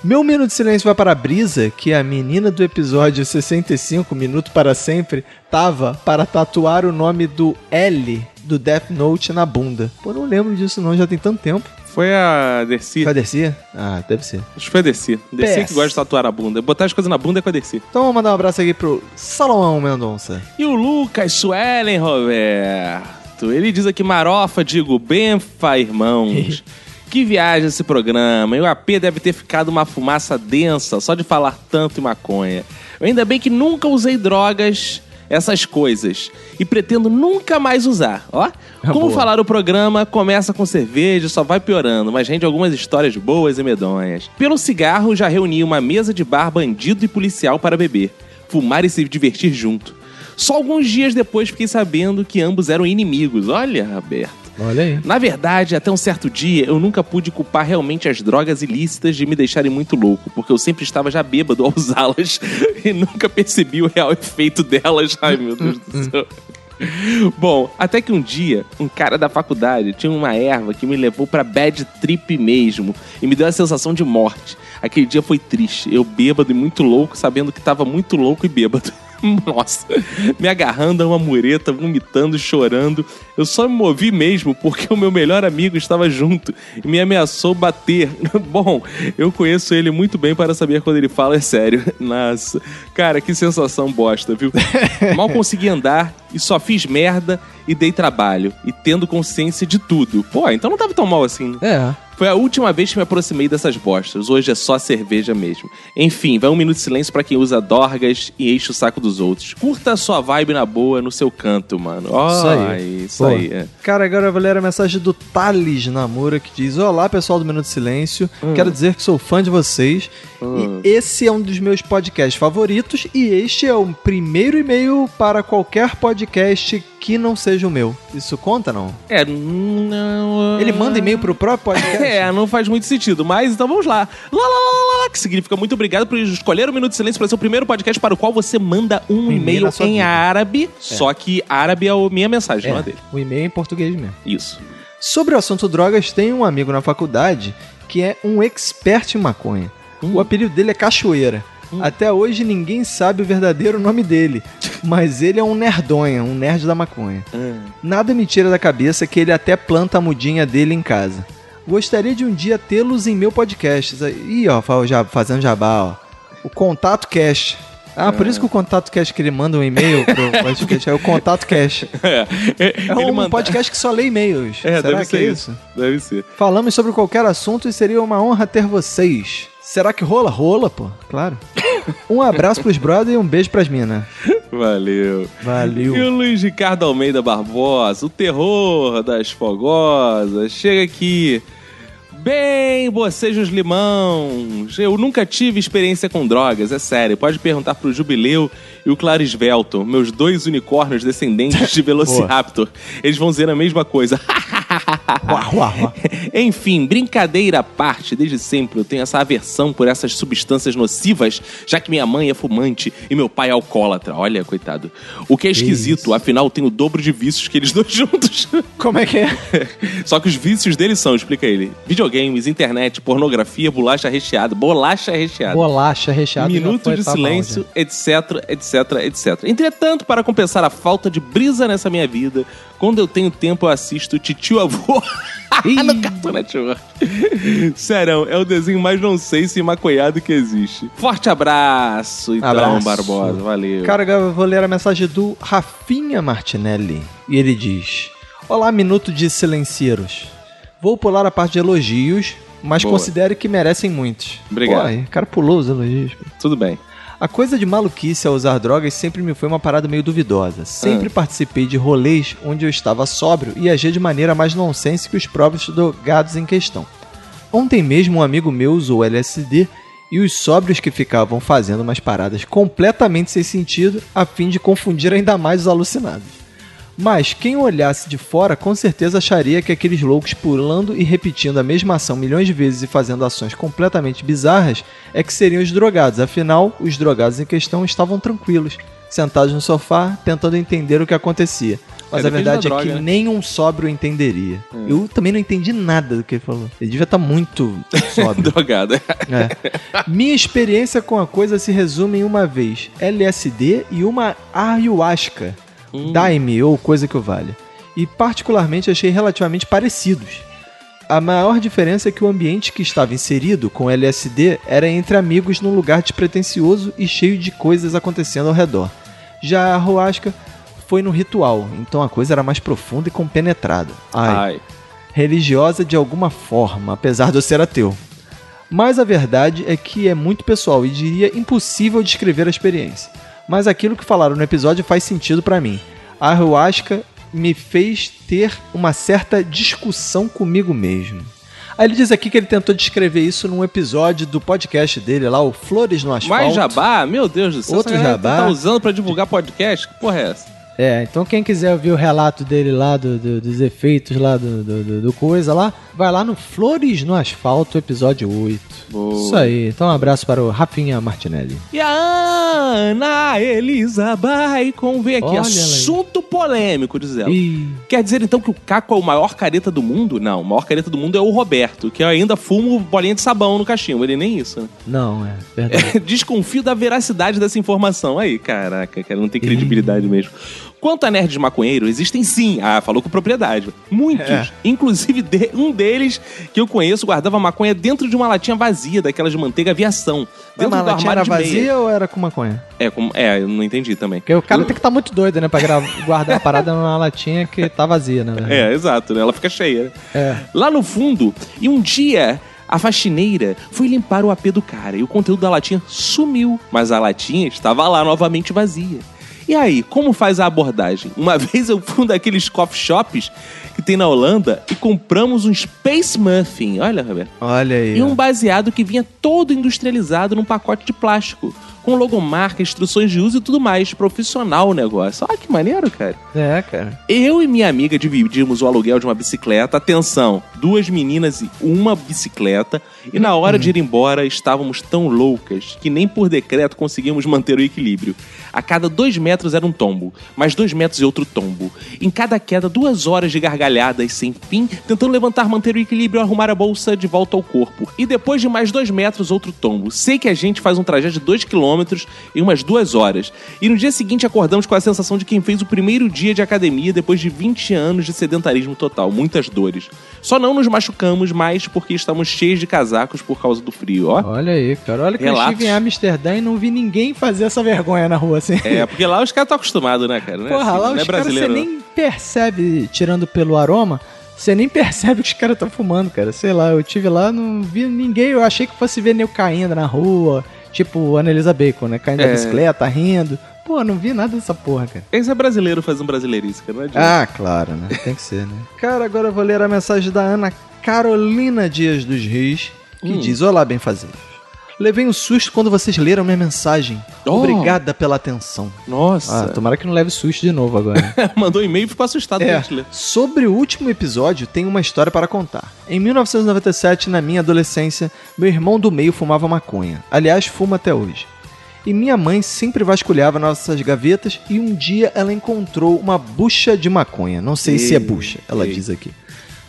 S8: Meu minuto de silêncio vai para a Brisa, que a menina do episódio 65, Minuto para Sempre, tava para tatuar o nome do L do Death Note na bunda. Pô, não lembro disso não, já tem tanto tempo.
S1: Foi a Dercy.
S8: Vai descer? Ah, deve ser.
S1: Acho que foi a Dercy. Dercy
S8: Peça.
S1: que gosta de tatuar a bunda. Botar as coisas na bunda é com a Dercy.
S8: Então vamos mandar um abraço aqui pro Salomão Mendonça.
S1: E o Lucas Suelen Roberto, ele diz aqui, marofa, digo, benfa, irmãos. Que viagem esse programa. E o AP deve ter ficado uma fumaça densa só de falar tanto em maconha. Eu ainda bem que nunca usei drogas, essas coisas. E pretendo nunca mais usar, ó. Como
S8: boa.
S1: falar o programa, começa com cerveja, só vai piorando, mas rende algumas histórias boas e medonhas. Pelo cigarro, já reuni uma mesa de bar bandido e policial para beber, fumar e se divertir junto. Só alguns dias depois fiquei sabendo que ambos eram inimigos. Olha, Roberto.
S8: Olha aí.
S1: Na verdade, até um certo dia, eu nunca pude culpar realmente as drogas ilícitas de me deixarem muito louco, porque eu sempre estava já bêbado ao usá-las e nunca percebi o real efeito delas. Ai, meu Deus
S8: Hum,
S1: do céu. Bom, até que um dia, um cara da faculdade tinha uma erva que me levou pra bad trip mesmo e me deu a sensação de morte. Aquele dia foi triste, eu bêbado e muito louco, sabendo que tava muito louco e bêbado. Nossa, me agarrando a uma mureta, vomitando, chorando. Eu só me movi mesmo porque o meu melhor amigo estava junto e me ameaçou bater. Bom, eu conheço ele muito bem para saber quando ele fala é sério. Nossa, cara, que sensação bosta, viu? Mal consegui andar e só fiz merda e dei trabalho. E tendo consciência de tudo. Pô, então não tava tão mal assim.
S8: É.
S1: Foi a última vez que me aproximei dessas bostas. Hoje é só cerveja mesmo. Enfim, vai um minuto de silêncio pra quem usa dorgas e enche o saco dos outros. Curta a sua vibe na boa no seu canto, mano. Ó,
S8: Isso aí.
S1: Isso
S8: Boa.
S1: aí. é.
S8: Cara, agora eu vou ler a mensagem do Thales Namura que diz: Olá, pessoal do Minuto de Silêncio. Quero dizer que sou fã de vocês. E esse é um dos meus podcasts favoritos. E este é o primeiro e-mail para qualquer podcast que não seja o meu. Isso conta, não?
S1: É, não. ah,
S8: Ele manda e-mail pro próprio podcast?
S1: É, não faz muito sentido, mas então vamos lá. Lá, lá, lá, lá, lá, que significa muito obrigado por escolher o Minuto de Silêncio para ser o primeiro podcast para o qual você manda um
S8: Um e-mail
S1: e-mail
S8: na sua
S1: em
S8: vida.
S1: árabe, só que árabe é a minha mensagem, não é
S8: É,
S1: dele.
S8: o e-mail é em português mesmo.
S1: Isso.
S8: Sobre o assunto drogas, tem um amigo na faculdade que é um expert em maconha.
S1: Hum.
S8: O apelido dele é Cachoeira. Até hoje ninguém sabe o verdadeiro nome dele, mas ele é um nerdonha, um nerd da maconha.
S1: Ah.
S8: Nada me tira da cabeça que ele até planta a mudinha dele em casa. Gostaria de um dia tê-los em meu podcast. Ih, ó, fa- já- fazendo jabá, ó. O Contato Cash. Ah, por isso que o Contato Cash que ele manda um e-mail pro podcast é o Contato Cash. É um podcast que só lê e-mails.
S1: É,
S8: Será
S1: deve
S8: que
S1: ser
S8: é
S1: isso. Deve ser.
S8: Falamos sobre qualquer assunto e seria uma honra ter vocês. Será que rola? Rola, pô. Claro. Um abraço pros brothers e um beijo pras minas.
S1: Valeu. E
S8: Valeu.
S1: o Luiz Ricardo Almeida Barbosa, o terror das fogosas, chega aqui. Bem, bocejos limãos. Eu nunca tive experiência com drogas, é sério. Pode perguntar pro Jubileu e o Clarisvelto, meus dois unicórnios descendentes de Velociraptor. Eles vão dizer a mesma coisa.
S8: Uá, uá, uá.
S1: Enfim, brincadeira à parte, desde sempre eu tenho essa aversão por essas substâncias nocivas, já que minha mãe é fumante e meu pai é alcoólatra. Olha, coitado. O que é esquisito, afinal eu tenho o dobro de vícios que eles dois juntos.
S8: Como é que é?
S1: Só que os vícios deles são, explica ele: videogames, internet, pornografia, bolacha recheada, bolacha recheada.
S8: Bolacha recheada. já
S1: Minuto
S8: foi tá
S1: de
S8: etapa
S1: silêncio,
S8: onde?
S1: etc, etc, etc. Entretanto, para compensar a falta de brisa nessa minha vida, quando eu tenho tempo eu assisto Titio Avô no Cartoon Network. Serão, é o desenho mais não sei se maconhado que existe. Forte abraço, então,
S8: Abraço.
S1: Barbosa. Valeu.
S8: Cara, agora eu vou ler a mensagem do Rafinha Martinelli. E ele diz: Olá, Minuto de Silenceiros. Vou pular a parte de elogios, mas
S1: Boa.
S8: considere que merecem muitos.
S1: Obrigado.
S8: Pô, aí, o cara pulou os elogios.
S1: Tudo bem.
S8: A coisa de maluquice ao usar drogas sempre me foi uma parada meio duvidosa. Sempre participei de rolês onde eu estava sóbrio e agia de maneira mais nonsense que os próprios drogados em questão. Ontem mesmo um amigo meu usou LSD e os sóbrios que ficavam fazendo umas paradas completamente sem sentido a fim de confundir ainda mais os alucinados. Mas quem olhasse de fora com certeza acharia que aqueles loucos pulando e repetindo a mesma ação milhões de vezes e fazendo ações completamente bizarras é que seriam os drogados. Afinal, os drogados em questão estavam tranquilos, sentados no sofá, tentando entender o que acontecia. Mas
S1: É,
S8: a
S1: depende
S8: verdade
S1: da
S8: é que
S1: droga, né? Hum.
S8: nenhum sóbrio entenderia. Eu também não entendi nada do que ele falou. Ele devia estar muito sóbrio.
S1: Drogada.
S8: É. Minha experiência com a coisa se resume em uma vez: LSD e uma ayahuasca. Daime ou coisa que o valha. E particularmente achei relativamente parecidos. A maior diferença é que o ambiente que estava inserido com LSD era entre amigos num lugar despretensioso e cheio de coisas acontecendo ao redor. Já a ayahuasca foi no ritual, então a coisa era mais profunda e compenetrada. Ai
S1: Ai.
S8: religiosa de alguma forma, apesar de eu ser ateu. Mas a verdade é que é muito pessoal e diria impossível descrever a experiência. Mas aquilo que falaram no episódio faz sentido pra mim. A ayahuasca me fez ter uma certa discussão comigo mesmo. Aí ele diz aqui que ele tentou descrever isso num episódio do podcast dele lá, o Flores no Asfalto.
S1: Mais jabá? Meu Deus do céu.
S8: Outro
S1: essa galera
S8: jabá.
S1: Tá usando pra divulgar podcast? Que porra é essa?
S10: É, então quem quiser ouvir o relato dele lá, do- do- dos efeitos lá, do, do- do- do coisa lá, vai lá no Flores no Asfalto, episódio 8. Isso aí. Então um abraço para o Rafinha Martinelli.
S1: E a Ana Elisa Baicon vem aqui.
S10: Olha ela aí.
S1: Assunto polêmico, diz ela.
S10: Ih,
S1: Quer dizer então que o Caco é o maior careta do mundo? Não, o maior careta do mundo é o Roberto, que ainda fuma bolinha de sabão no cachimbo. Ele nem isso, né?
S10: não, é verdade.
S1: Desconfio da veracidade dessa informação. Aí, caraca, cara, não tem credibilidade mesmo. Quanto a nerds maconheiro, existem sim. Ah, falou com propriedade. Muitos.
S8: É.
S1: Inclusive, de- um deles que eu conheço guardava maconha dentro de uma latinha vazia, daquelas de manteiga aviação. Dentro
S8: Mas
S1: do
S8: a
S1: armário
S8: latinha era
S1: de meia.
S8: vazia ou era com maconha?
S1: É, como- é, eu não entendi também.
S10: Porque o cara tem que estar muito doido, né? Pra gra- guardar a parada numa latinha que tá vazia, né? velho?
S1: É, exato, né? Ela fica cheia. né?
S10: É.
S1: Lá no fundo, e um dia a faxineira foi limpar o AP do cara e o conteúdo da latinha sumiu, mas a latinha estava lá novamente vazia. E aí, como faz a abordagem? Uma vez eu fui um daqueles coffee shops que tem na Holanda e compramos um Space Muffin. Olha, Roberto.
S8: Olha aí.
S1: E
S8: ó.
S1: um baseado que vinha todo industrializado num pacote de plástico, com logomarca, instruções de uso e tudo mais. Profissional o negócio. Olha que maneiro, cara.
S10: É, cara.
S1: Eu e minha amiga dividimos o aluguel de uma bicicleta. Atenção, duas meninas e uma bicicleta. E na hora de ir embora, estávamos tão loucas que nem por decreto conseguimos manter o equilíbrio. A cada dois metros era um tombo, mais dois metros e outro tombo. Em cada queda, duas horas de gargalhadas sem fim, tentando levantar, manter o equilíbrio, arrumar a bolsa de volta ao corpo. E depois de mais dois metros, outro tombo. Sei que a gente faz um trajeto de dois quilômetros em umas duas horas. E no dia seguinte acordamos com a sensação de quem fez o primeiro dia de academia depois de 20 anos de sedentarismo total. Muitas dores. Só não nos machucamos mais porque estamos cheios de casacos por causa do frio, ó.
S10: Olha aí, cara. Olha que eu
S1: Relatos.
S10: estive em Amsterdã e não vi ninguém fazer essa vergonha na rua assim.
S1: É, porque lá os caras estão acostumados, né, cara? Não é
S10: Porra,
S1: assim,
S10: lá
S1: não é
S10: os caras você
S1: brasileiro. não.
S10: nem percebe, tirando pelo aroma, você nem percebe que os caras estão fumando, cara. Sei lá, eu tive lá, não vi ninguém, eu achei que fosse ver nego caindo na rua, tipo Annalisa Bacon, né? Caindo da
S1: É.
S10: bicicleta, rindo. Pô, não vi nada dessa porra, cara.
S1: Esse é brasileiro fazendo brasileirice, cara. Não adianta.
S10: Ah, claro, né? Tem que ser, né?
S8: Cara, agora eu vou ler a mensagem da Ana Carolina Dias dos Reis, que
S1: Hum.
S8: diz: Olá, bem fazer. Levei um susto quando vocês leram minha mensagem.
S1: Oh.
S8: Obrigada pela atenção.
S10: Ah,
S1: Nossa.
S10: tomara que não leve susto de novo agora.
S1: Mandou um e-mail e ficou assustado
S8: Ah. É.
S1: com a gente ler.
S8: Sobre o último episódio, tenho uma história para contar. Em 1997, na minha adolescência, meu irmão do meio fumava maconha. Aliás, fuma até hoje. E minha mãe sempre vasculhava nossas gavetas e um dia ela encontrou uma bucha de maconha. Não sei se é bucha, ela diz aqui.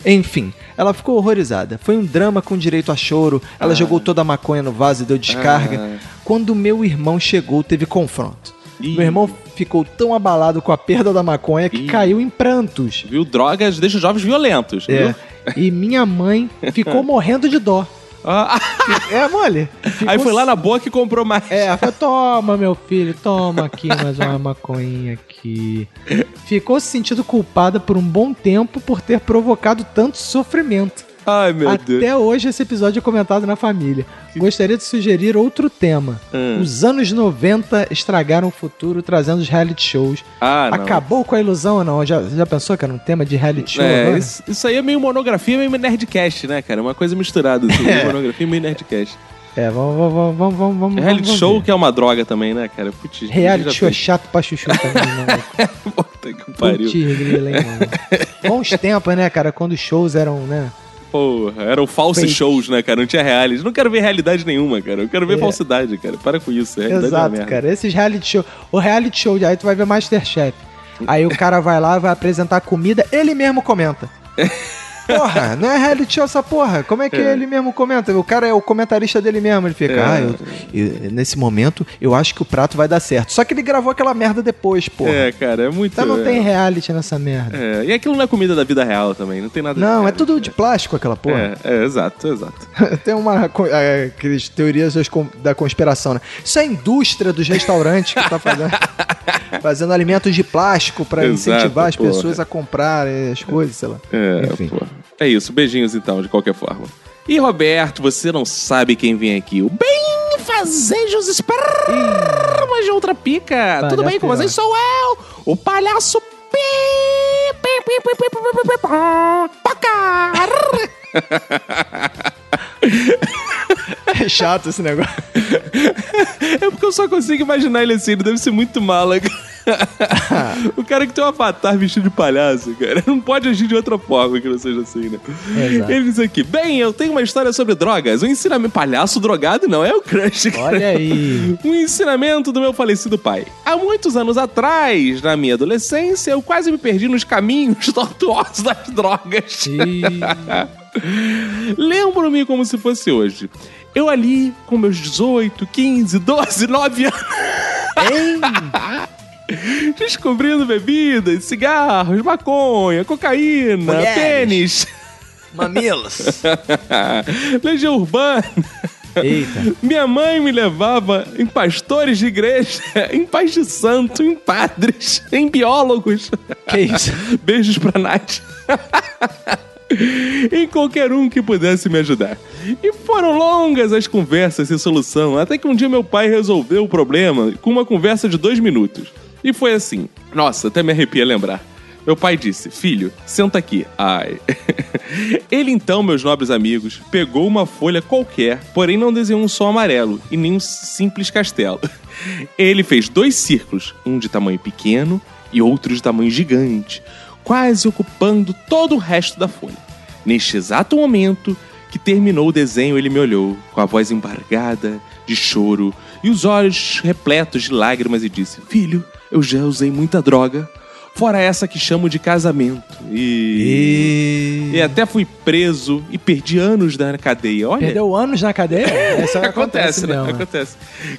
S8: Enfim, ela ficou horrorizada. Foi um drama com direito a choro. Ela jogou toda a maconha no vaso e deu descarga. Quando meu irmão chegou, teve confronto.
S1: Ih.
S8: Meu irmão ficou tão abalado com a perda da maconha que
S1: Ih.
S8: caiu em prantos.
S1: Viu? Drogas deixa os jovens violentos,
S8: É.
S1: viu?
S8: E minha mãe
S10: Ficou morrendo de dó.
S1: Ah,
S8: é mole.
S1: Aí foi lá na boca e comprou mais.
S10: assim. É, ela falou, toma, meu filho, toma aqui mais uma maconhinha aqui. Ficou se sentindo culpada por um bom tempo por ter provocado tanto sofrimento.
S1: Ai, meu
S10: Até
S1: Deus.
S10: hoje esse episódio é comentado na família. Gostaria de sugerir outro tema.
S1: Hum.
S10: Os anos 90 estragaram o futuro trazendo os reality shows.
S1: Ah, não.
S10: Acabou com a ilusão ou não? Já, já pensou que era um tema de reality show?
S1: É,
S10: agora?
S1: isso, isso aí é meio monografia, meio nerdcast, né, cara? É Uma coisa misturada, assim, meio monografia, meio nerdcast.
S10: é vamos, vamos, vamos, vamos, vamos.
S1: reality
S10: vamos
S1: show
S10: ver.
S1: que é uma droga também, né, cara? Putz,
S10: Reality
S1: já
S10: show é
S1: fez.
S10: chato pra chuchu também, né?
S1: Puta que
S10: Putz,
S1: pariu.
S10: grila, hein, mano. Bons tempos, né, cara? Quando os shows eram, né?
S1: Porra, eram falsos
S10: Fake.
S1: shows, né, cara? Não tinha reality. Não quero ver realidade nenhuma, cara. Eu quero
S10: É.
S1: ver falsidade, cara. Para com isso. Realidade é uma
S10: Exato,
S1: merda.
S10: cara. Esses reality show. O reality show, aí tu vai ver Masterchef.
S8: Aí o cara vai lá, vai apresentar a comida, ele mesmo comenta. Porra, não é reality show essa porra. Como é que ele mesmo comenta? O cara é o comentarista dele mesmo. Ele
S1: É.
S8: fica, ah, eu, eu- nesse momento eu acho que o prato vai dar certo. Só que ele gravou aquela merda depois, porra.
S1: É, cara, é muito.
S10: Tá,
S8: Então não tem reality nessa merda.
S1: É, e aquilo não é comida da vida real também, não tem nada
S8: Não, é tudo de plástico aquela porra.
S1: É, é, exato, exato.
S8: Tem uma co- é, aqueles teorias das con- da conspiração, né? Isso é a indústria dos restaurantes que tá fazendo, fazendo alimentos de plástico pra
S1: Exato,
S8: incentivar as
S1: porra.
S8: pessoas a comprarem as coisas, sei lá.
S1: É,
S8: Enfim.
S1: pô. É isso, beijinhos então, de qualquer forma. E Roberto, você não sabe quem vem aqui. O bem fazejos espermas de outra pica. Tudo bem com
S8: piroca.
S1: vocês? Sou eu, o palhaço pi, pi, pi, pi, pi, pi, pi, pi, pi, Poca.
S8: É chato esse negócio.
S1: É porque eu só consigo imaginar ele assim, ele deve ser muito mala. cara. o cara que tem um avatar vestido de palhaço, cara, não pode agir de outra forma que não seja assim, né?
S8: Exato.
S1: Ele diz aqui, bem, eu tenho uma história sobre drogas. O ensinamento... Palhaço drogado não é o crush, cara.
S8: Olha aí.
S1: Um ensinamento do meu falecido pai. Há muitos anos atrás, na minha adolescência, eu quase me perdi nos caminhos tortuosos das drogas. Lembro-me como se fosse hoje. Eu ali, com meus 18, 15, 12, 9 anos. Descobrindo bebidas, cigarros, maconha, cocaína, pênis. Mamilos. Legião Urbana.
S8: Eita.
S1: Minha mãe me levava em pastores de igreja, em pais de santo, em padres, em biólogos.
S8: Que isso?
S1: Beijos pra Nath. em qualquer um que pudesse me ajudar. E foram longas as conversas sem solução, até que um dia meu pai resolveu o problema com uma conversa de dois minutos. E foi assim. Nossa, até me arrepia lembrar. Meu pai disse: Filho, senta aqui. Ai. Ele então, meus nobres amigos, pegou uma folha qualquer, porém não desenhou um sol amarelo e nem um simples castelo. Ele fez dois círculos, um de tamanho pequeno e outro de tamanho gigante, quase ocupando todo o resto da folha. Neste exato momento que terminou o desenho, ele me olhou com a voz embargada de choro e os olhos repletos de lágrimas e disse: Filho, eu já usei muita droga, fora essa que chamo de casamento. E. E, até fui preso e perdi anos na cadeia. Olha.
S8: Perdeu anos na cadeia? É, só
S1: Acontece, né?
S8: mesmo.
S1: Acontece.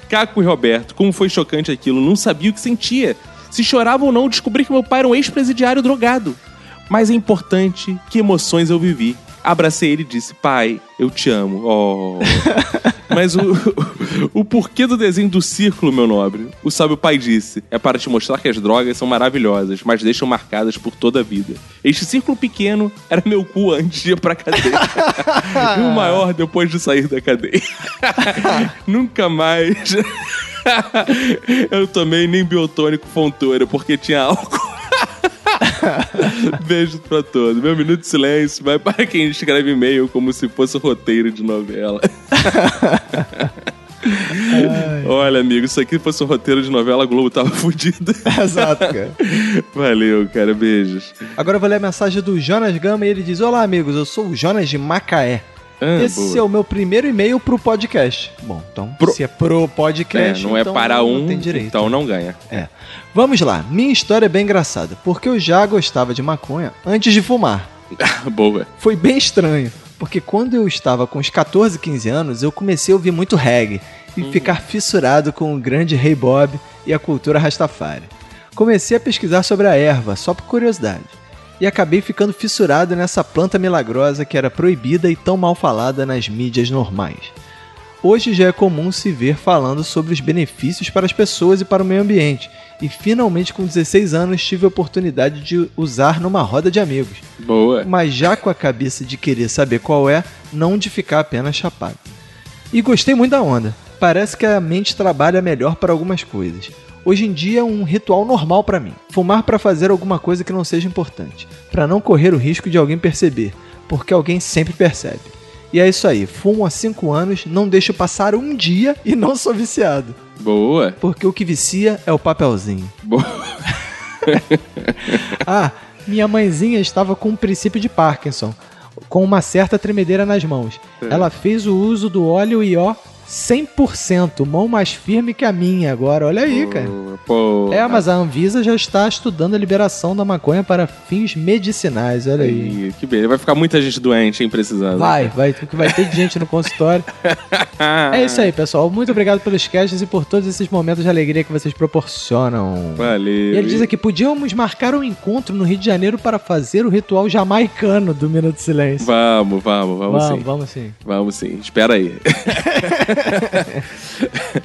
S1: Caco e Roberto, como foi chocante aquilo, não sabia o que sentia. Se chorava ou não, descobri que meu pai era um ex-presidiário drogado. Mas é importante que emoções eu vivi. Abracei ele e disse: Pai, eu te amo. Oh. Mas o, o porquê do desenho do círculo, meu nobre? O sábio pai disse: é para te mostrar que as drogas são maravilhosas, mas deixam marcadas por toda a vida. Este círculo pequeno era meu cu antes de ir pra cadeia. e o maior depois de sair da cadeia. Nunca mais eu tomei nem biotônico fontura, porque tinha álcool. Beijo pra todos. Meu minuto de silêncio vai para quem escreve e-mail como se fosse roteiro de novela. Olha, amigo, isso aqui fosse um roteiro de novela, a Globo tava fudida.
S8: Exato, cara.
S1: Valeu, cara, beijos.
S8: Agora eu vou ler a mensagem do Jonas Gama e ele diz: Olá, amigos, eu sou o Jonas de Macaé.
S1: Ah,
S8: Esse
S1: boa.
S8: é o meu primeiro e-mail pro podcast. Bom, então,
S1: Pro-
S8: se é pro
S1: É,
S8: podcast,
S1: não é
S8: então
S1: para
S8: não
S1: um,
S8: tem direito.
S1: então não ganha.
S8: É. Vamos lá, minha história é bem engraçada, porque eu já gostava de maconha antes de fumar.
S1: Boa.
S8: Foi bem estranho, porque quando eu estava com uns 14, 15 anos, eu comecei a ouvir muito reggae e ficar fissurado com o grande Rei Bob e a cultura Rastafari. Comecei a pesquisar sobre a erva, só por curiosidade, e acabei ficando fissurado nessa planta milagrosa que era proibida e tão mal falada nas mídias normais. Hoje já é comum se ver falando sobre os benefícios para as pessoas e para o meio ambiente, e finalmente com 16 anos tive a oportunidade de usar numa roda de amigos
S1: Boa.
S8: mas já com a cabeça de querer saber qual é, não de ficar apenas chapado. E gostei muito da onda. Parece que a mente trabalha melhor para algumas coisas. Hoje em dia é um ritual normal para mim. Fumar para fazer alguma coisa que não seja importante, para não correr o risco de alguém perceber, porque alguém sempre percebe. E é isso aí, fumo há 5 anos, não deixo passar um dia e não sou viciado,
S1: Boa.
S8: porque o que vicia é o papelzinho.
S1: Boa.
S8: Ah, minha mãezinha estava com um princípio de Parkinson, com uma certa tremedeira nas mãos. Ela fez o uso do óleo e ó, 100%, mão mais firme que a minha agora. Olha aí, cara.
S1: Pô.
S8: É, mas a Anvisa já está estudando a liberação da maconha para fins medicinais, olha aí.
S1: Ih, Que beleza. Vai ficar muita gente doente, hein, precisando.
S8: Vai, vai, porque vai ter gente no consultório. É isso aí, pessoal. Muito obrigado pelos casts e por todos esses momentos de alegria que vocês proporcionam.
S1: Valeu.
S8: E ele diz aqui: podíamos marcar um encontro no Rio de Janeiro para fazer o ritual jamaicano do Minuto de Silêncio.
S1: Vamos, vamos, vamos, sim.
S8: vamos sim.
S1: Vamos sim, espera aí.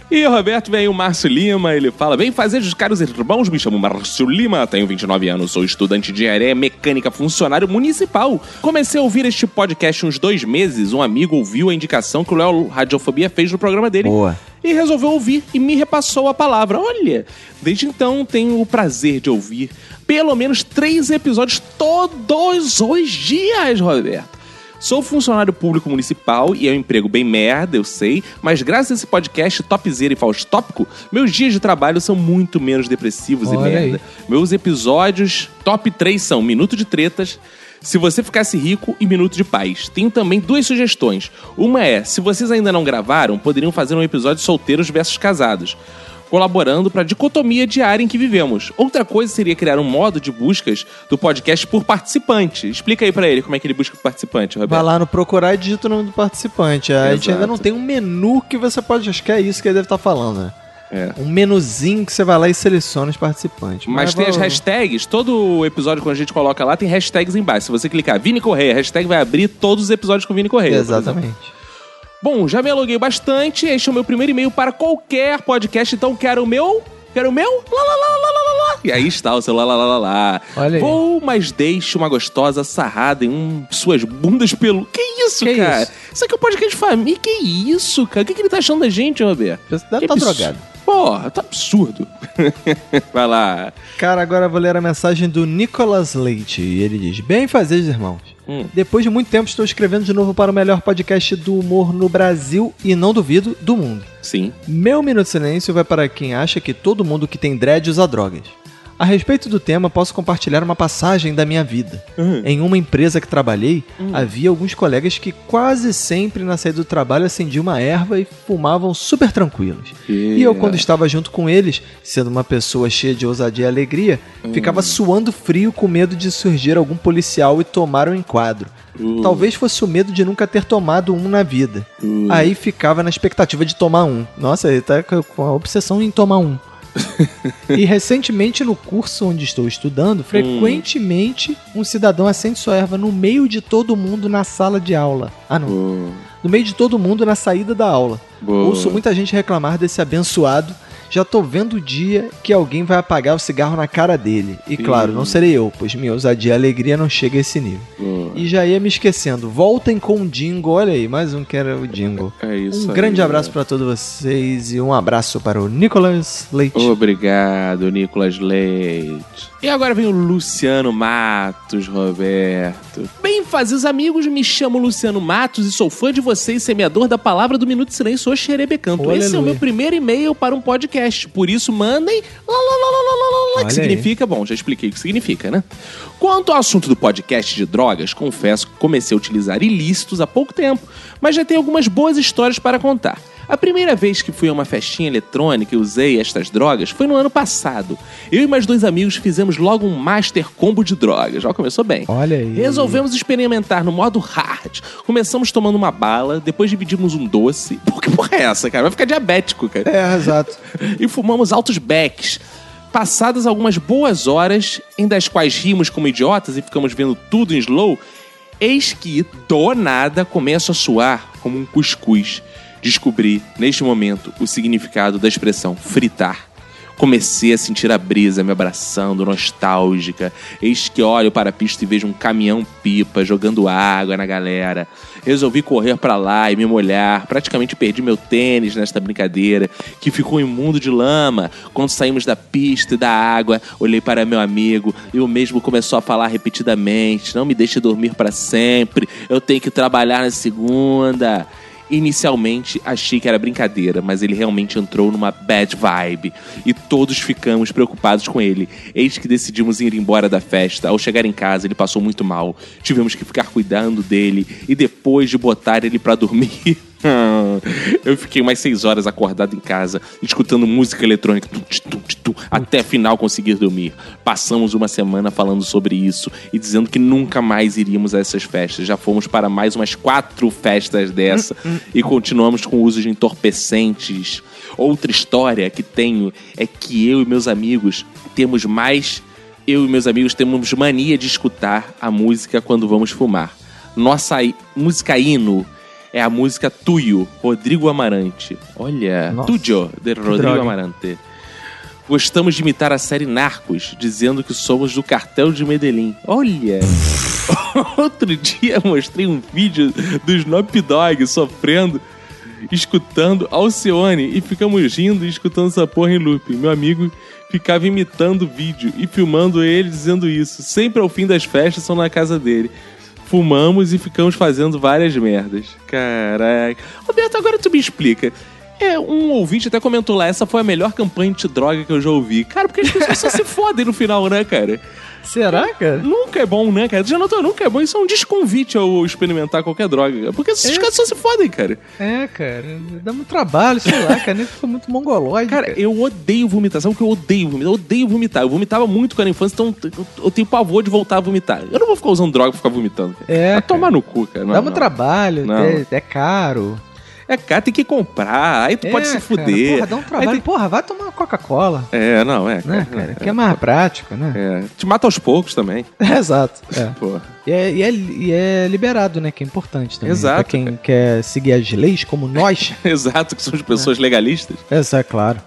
S1: e Roberto vem o Márcio Lima, ele fala: Bem, fazer os caros irmãos, me chamo Márcio Lima, tenho 29 anos, sou estudante de engenharia mecânica funcionário municipal. Comecei a ouvir este podcast uns dois meses, um amigo ouviu a indicação que o Léo Radiofobia fez no programa dele.
S8: Boa.
S1: E resolveu ouvir e me repassou a palavra. Olha, desde então tenho o prazer de ouvir pelo menos três episódios todos os dias, Roberto. Sou funcionário público municipal e é um emprego bem merda, eu sei, mas graças a esse podcast topzera e faustópico, meus dias de trabalho são muito menos depressivos e
S8: Olha
S1: merda. Meus episódios top 3 são Minuto de Tretas, Se Você Ficasse Rico e Minuto de Paz. Tenho também duas sugestões. Uma é, se vocês ainda não gravaram, poderiam fazer um episódio solteiros versus casados. Colaborando para a dicotomia diária em que vivemos. Outra coisa seria criar um modo de buscas do podcast por participante. Explica aí pra ele como é que ele busca o participante, Roberto.
S8: Vai lá no procurar e digita o nome do participante. A gente
S1: Exato.
S8: ainda não tem um menu que você pode. Acho que é isso que ele deve estar falando, né?
S1: É.
S8: Um menuzinho que você vai lá e seleciona os participantes.
S1: Mas tem as
S8: vamos-
S1: hashtags, todo episódio quando a gente coloca lá tem hashtags embaixo. Se você clicar Vini Correia, hashtag vai abrir todos os episódios com Vini Correia. por exemplo.
S8: Exatamente.
S1: Bom, já me aluguei bastante, este é o meu primeiro e-mail para qualquer podcast, então quero o meu. Quero o meu? Lá, lá, lá, lá, lá, lá, lá. E aí está o seu lá, lá, lá, lá, lá.
S8: Olha aí.
S1: Vou, mas deixe uma gostosa sarrada em um, suas bundas pelo. Que isso,
S8: Que
S1: cara?
S8: isso?
S1: Isso? aqui é um podcast de família? Que isso, cara? O que, que ele tá achando da gente, Roberto?
S8: Você deve
S1: Que
S8: estar
S1: absurdo.
S8: drogado.
S1: Porra, tá absurdo. vai lá.
S8: Cara, agora eu vou ler a mensagem do Nicolas Leite. E ele diz: Bem fazer, irmãos.
S1: Hum.
S8: Depois de muito tempo, estou escrevendo de novo para o melhor podcast do humor no Brasil e, não duvido, do mundo.
S1: Sim.
S8: Meu minuto de silêncio vai para quem acha que todo mundo que tem dread usa drogas. A respeito do tema, posso compartilhar uma passagem da minha vida. Em uma empresa que trabalhei, havia alguns colegas que quase sempre na saída do trabalho acendiam uma erva e fumavam super tranquilos. E eu, quando estava junto com eles, sendo uma pessoa cheia de ousadia e alegria, ficava suando frio com medo de surgir algum policial e tomar um enquadro. Talvez fosse o medo de nunca ter tomado um na vida. Aí ficava na expectativa de tomar um. Nossa, ele tá com a obsessão em tomar um. e recentemente, no curso onde estou estudando, frequentemente um cidadão acende sua erva no meio de todo mundo na sala de aula. Ah, não. No meio de todo mundo na saída da aula. Ouço muita gente reclamar desse abençoado. Já tô vendo o dia que alguém vai apagar o cigarro na cara dele. E claro, não serei eu, pois minha ousadia e alegria não chega a esse nível. E já ia me esquecendo. Voltem com o Dingo. Olha aí, mais um que era o Dingo.
S1: É isso
S8: Um
S1: aí,
S8: grande
S1: né?
S8: abraço pra todos vocês e um abraço para o Nicolas Leite.
S1: Obrigado, Nicolas Leite. E agora vem o Luciano Matos, Roberto. Bem, fazes amigos, me chamo Luciano Matos e sou fã de vocês, semeador da palavra do Minuto de Silêncio, o Xerebecanto. Esse é
S8: Aleluia.
S1: o meu primeiro e-mail para um podcast, por isso mandem lá, lá, lá, lá, lá, lá, lá,
S8: Olha
S1: que significa, bom, já expliquei o que significa, né? Quanto ao assunto do podcast de drogas, confesso que comecei a utilizar ilícitos há pouco tempo, mas já tenho algumas boas histórias para contar. A primeira vez que fui a uma festinha eletrônica e usei estas drogas foi no ano passado. Eu e mais dois amigos fizemos logo um master combo de drogas. Já começou bem.
S8: Olha aí.
S1: Resolvemos experimentar no modo hard. Começamos tomando uma bala, depois dividimos um doce. Por que porra é essa, cara? Vai ficar diabético, cara
S8: É, exato.
S1: e fumamos altos becks. Passadas algumas boas horas, em das quais rimos como idiotas e ficamos vendo tudo em slow, eis que, do nada, começo a suar como um cuscuz. Descobri, neste momento, o significado da expressão fritar. Comecei a sentir a brisa me abraçando, nostálgica. Eis que olho para a pista e vejo um caminhão pipa jogando água na galera. Resolvi correr para lá e me molhar. Praticamente perdi meu tênis nesta brincadeira, que ficou imundo de lama. Quando saímos da pista e da água, olhei para meu amigo e o mesmo começou a falar repetidamente: Não me deixe dormir para sempre, eu tenho que trabalhar na segunda. Inicialmente achei que era brincadeira, mas ele realmente entrou numa bad vibe e todos ficamos preocupados com ele. Eis que decidimos ir embora da festa. Ao chegar em casa, ele passou muito mal. Tivemos que ficar cuidando dele e depois de botar ele pra dormir, Eu fiquei mais seis horas acordado em casa, escutando música eletrônica, tum, tch, tum, tch, tum, até final conseguir dormir. Passamos uma semana falando sobre isso e dizendo que nunca mais iríamos a essas festas. Já fomos para mais umas quatro festas dessa e continuamos com o uso de entorpecentes. Outra história que tenho é que eu e meus amigos temos mais. Eu e meus amigos temos mania de escutar a música quando vamos fumar. Nossa i- música hino é a música Tuyo, Rodrigo Amarante. Olha,
S2: Nossa.
S1: Tuyo, de Rodrigo
S2: droga.
S1: Amarante. Gostamos de imitar a série Narcos, dizendo que somos do cartel de Medellín. Olha! Outro dia mostrei um vídeo do Snoop Dogg sofrendo, escutando Alcione e ficamos rindo e escutando essa porra em loop. Meu amigo ficava imitando o vídeo e filmando ele dizendo isso. Sempre ao fim das festas são na casa dele. Fumamos e ficamos fazendo várias merdas. Caraca. Roberto, agora tu me explica. É, um ouvinte até comentou lá, essa foi a melhor campanha anti-droga que eu já ouvi. Cara, porque as pessoas só se fodem no final, né, cara?
S10: Será, cara?
S1: Nunca é bom, né, cara? Tu já notou? Nunca é bom. Isso é um desconvite ao experimentar qualquer droga. cara. Porque esses caras só se fodem, cara.
S10: É, cara. Dá muito trabalho, sei lá, cara. Nem ficou muito mongoloide.
S1: Cara, eu odeio vomitar. Sabe o que eu odeio vomitar? Eu odeio vomitar. Eu vomitava muito quando era infância, então eu- eu tenho pavor de voltar a vomitar. Eu não vou ficar usando droga pra ficar vomitando. Cara.
S10: É,
S1: Vai
S10: cara.
S1: tomar no cu, cara. Não, é
S10: Dá muito
S1: não.
S10: trabalho,
S1: Não.
S10: É, é caro.
S1: É, cara, tem que comprar. Aí tu
S10: É,
S1: pode se
S10: cara,
S1: fuder.
S10: porra, dá um trabalho.
S1: Aí
S10: Porra, vai tomar uma Coca-Cola,
S1: tem- É, não, é.
S10: né, cara? Que é mais prático, né?
S1: É. Te mata aos poucos também.
S10: Exato. é.
S1: Porra.
S10: E é, e é- e é liberado, né? Que é importante também.
S1: Exato,
S10: Pra quem quer seguir as leis, como nós.
S1: Exato, que são as pessoas legalistas.
S10: Essa é claro.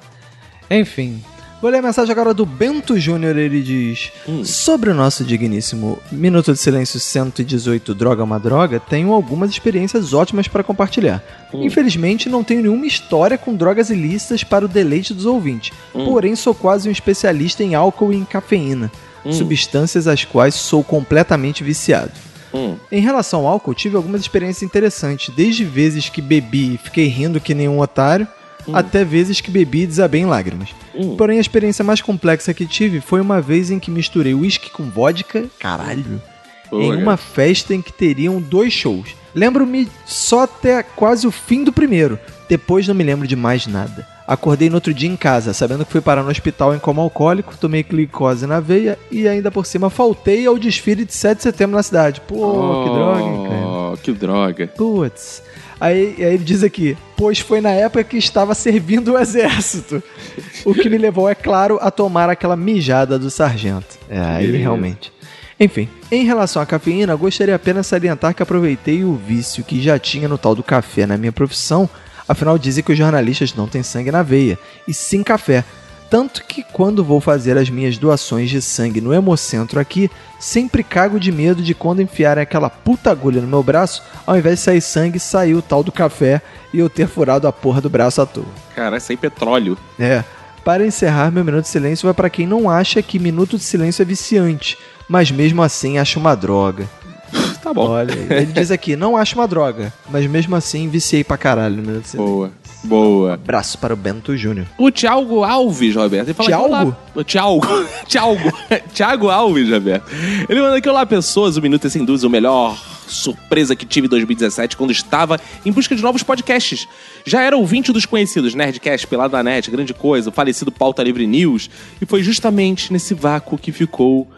S10: Enfim. Vou ler a mensagem agora do Bento Júnior, ele diz...
S1: Hum.
S8: Sobre o nosso digníssimo Minuto de Silêncio 118 Droga é uma Droga, tenho algumas experiências ótimas para compartilhar.
S1: Hum.
S8: Infelizmente, não tenho nenhuma história com drogas ilícitas para o deleite dos ouvintes,
S1: Hum.
S8: porém sou quase um especialista em álcool e em cafeína,
S1: Hum.
S8: substâncias às quais sou completamente viciado.
S1: Hum.
S8: Em relação ao álcool, tive algumas experiências interessantes, desde vezes que bebi e fiquei rindo que nenhum otário, até vezes que bebi e desabei em lágrimas.
S1: Hum.
S8: Porém, a experiência mais complexa que tive foi uma vez em que misturei uísque com vodka, caralho,
S1: Pô,
S8: em uma festa em que teriam dois shows. Lembro-me só até quase o fim do primeiro, depois não me lembro de mais nada. Acordei no outro dia em casa, sabendo que fui parar no hospital em coma alcoólico, tomei glicose na veia e ainda por cima faltei ao desfile de 7 de setembro na cidade. Pô, que droga, hein, cara.
S1: Oh, que droga.
S8: Putz. Aí, aí ele diz aqui, pois foi na época que estava servindo o exército. O que me levou, é claro, a tomar aquela mijada do sargento. É, aí realmente. Enfim, em relação à cafeína, gostaria apenas salientar que aproveitei o vício que já tinha no tal do café na minha profissão. Afinal, dizem que os jornalistas não têm sangue na veia, e sim café. Tanto que quando vou fazer as minhas doações de sangue no Hemocentro aqui, sempre cago de medo de quando enfiarem aquela puta agulha no meu braço, ao invés de sair sangue, sair o tal do café e eu ter furado a porra do braço à toa.
S1: Cara, isso aí é petróleo.
S8: É. Para encerrar, Ah, meu minuto de silêncio vai para quem não acha que minuto de silêncio é viciante, mas mesmo assim acha uma droga.
S1: Tá bom.
S8: Olha, ele diz aqui, não acho uma droga, mas mesmo assim viciei pra caralho no minuto de silêncio.
S1: Boa. Boa.
S8: Abraço para o Bento Júnior.
S1: O Thiago Alves, Roberto. Ele fala
S8: Thiago?
S1: que olá- O Thiago. Thiago. Thiago Alves, Roberto. Ele manda que olá, pessoas. O Minuto é sem dúvida o melhor surpresa que tive em 2017 quando estava em busca de novos podcasts. Já era ouvinte dos conhecidos Nerdcast, Pelado na Net, Grande Coisa, o falecido Pauta Livre News. E foi justamente nesse vácuo que ficou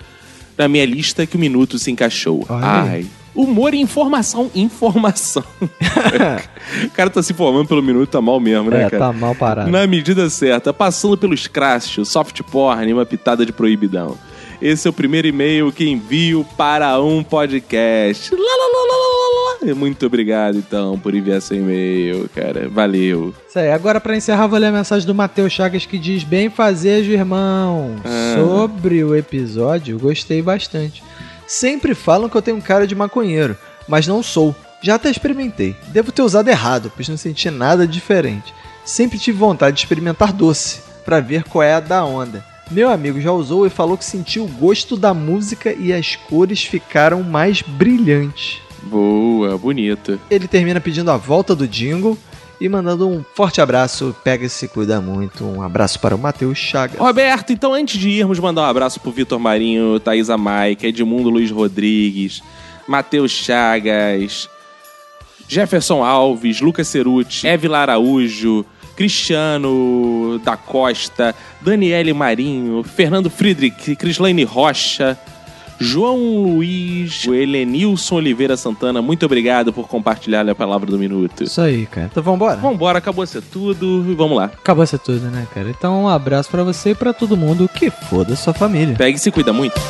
S1: na minha lista que o Minuto se encaixou. Ai. Humor e informação. Informação. o cara tá se formando pelo Minuto, tá mal mesmo, né,
S10: É,
S1: cara?
S10: tá mal parado.
S1: Na medida certa, passando pelo escracho, soft porn e uma pitada de proibidão. Esse é o primeiro e-mail que envio para um podcast. Lá, lá, lá, lá, lá, lá, lá. Muito obrigado, então, por enviar seu e-mail, cara. Valeu.
S10: Isso aí. Agora, pra encerrar, vou ler a mensagem do Matheus Chagas que diz: Bem fazejo, irmão.
S8: Sobre o episódio, gostei bastante. Sempre falam que eu tenho cara de maconheiro, mas não sou. Já até experimentei. Devo ter usado errado, pois não senti nada diferente. Sempre tive vontade de experimentar doce, pra ver qual é a da onda. Meu amigo já usou e falou que sentiu o gosto da música e as cores ficaram mais brilhantes.
S1: Boa, bonito.
S8: Ele termina pedindo a volta do jingle e mandando um forte abraço. Pega e se cuida muito. Um abraço para o Matheus Chagas.
S1: Roberto, então antes de irmos, mandar um abraço pro Vitor Marinho, Thaisa Maica, Edmundo Luiz Rodrigues, Matheus Chagas, Jefferson Alves, Lucas Ceruti, Évila Araújo, Cristiano da Costa, Daniele Marinho, Fernando Friedrich, Crislaine Rocha, João Luiz, o Helenilson Oliveira Santana, muito obrigado por compartilhar a palavra do minuto.
S10: Isso aí, cara. Então vambora?
S1: Vambora, acabou ser tudo e vamos lá.
S10: Acabou essa tudo, né, cara? Então um abraço pra você e pra todo mundo que foda sua família.
S1: Pega e se cuida muito.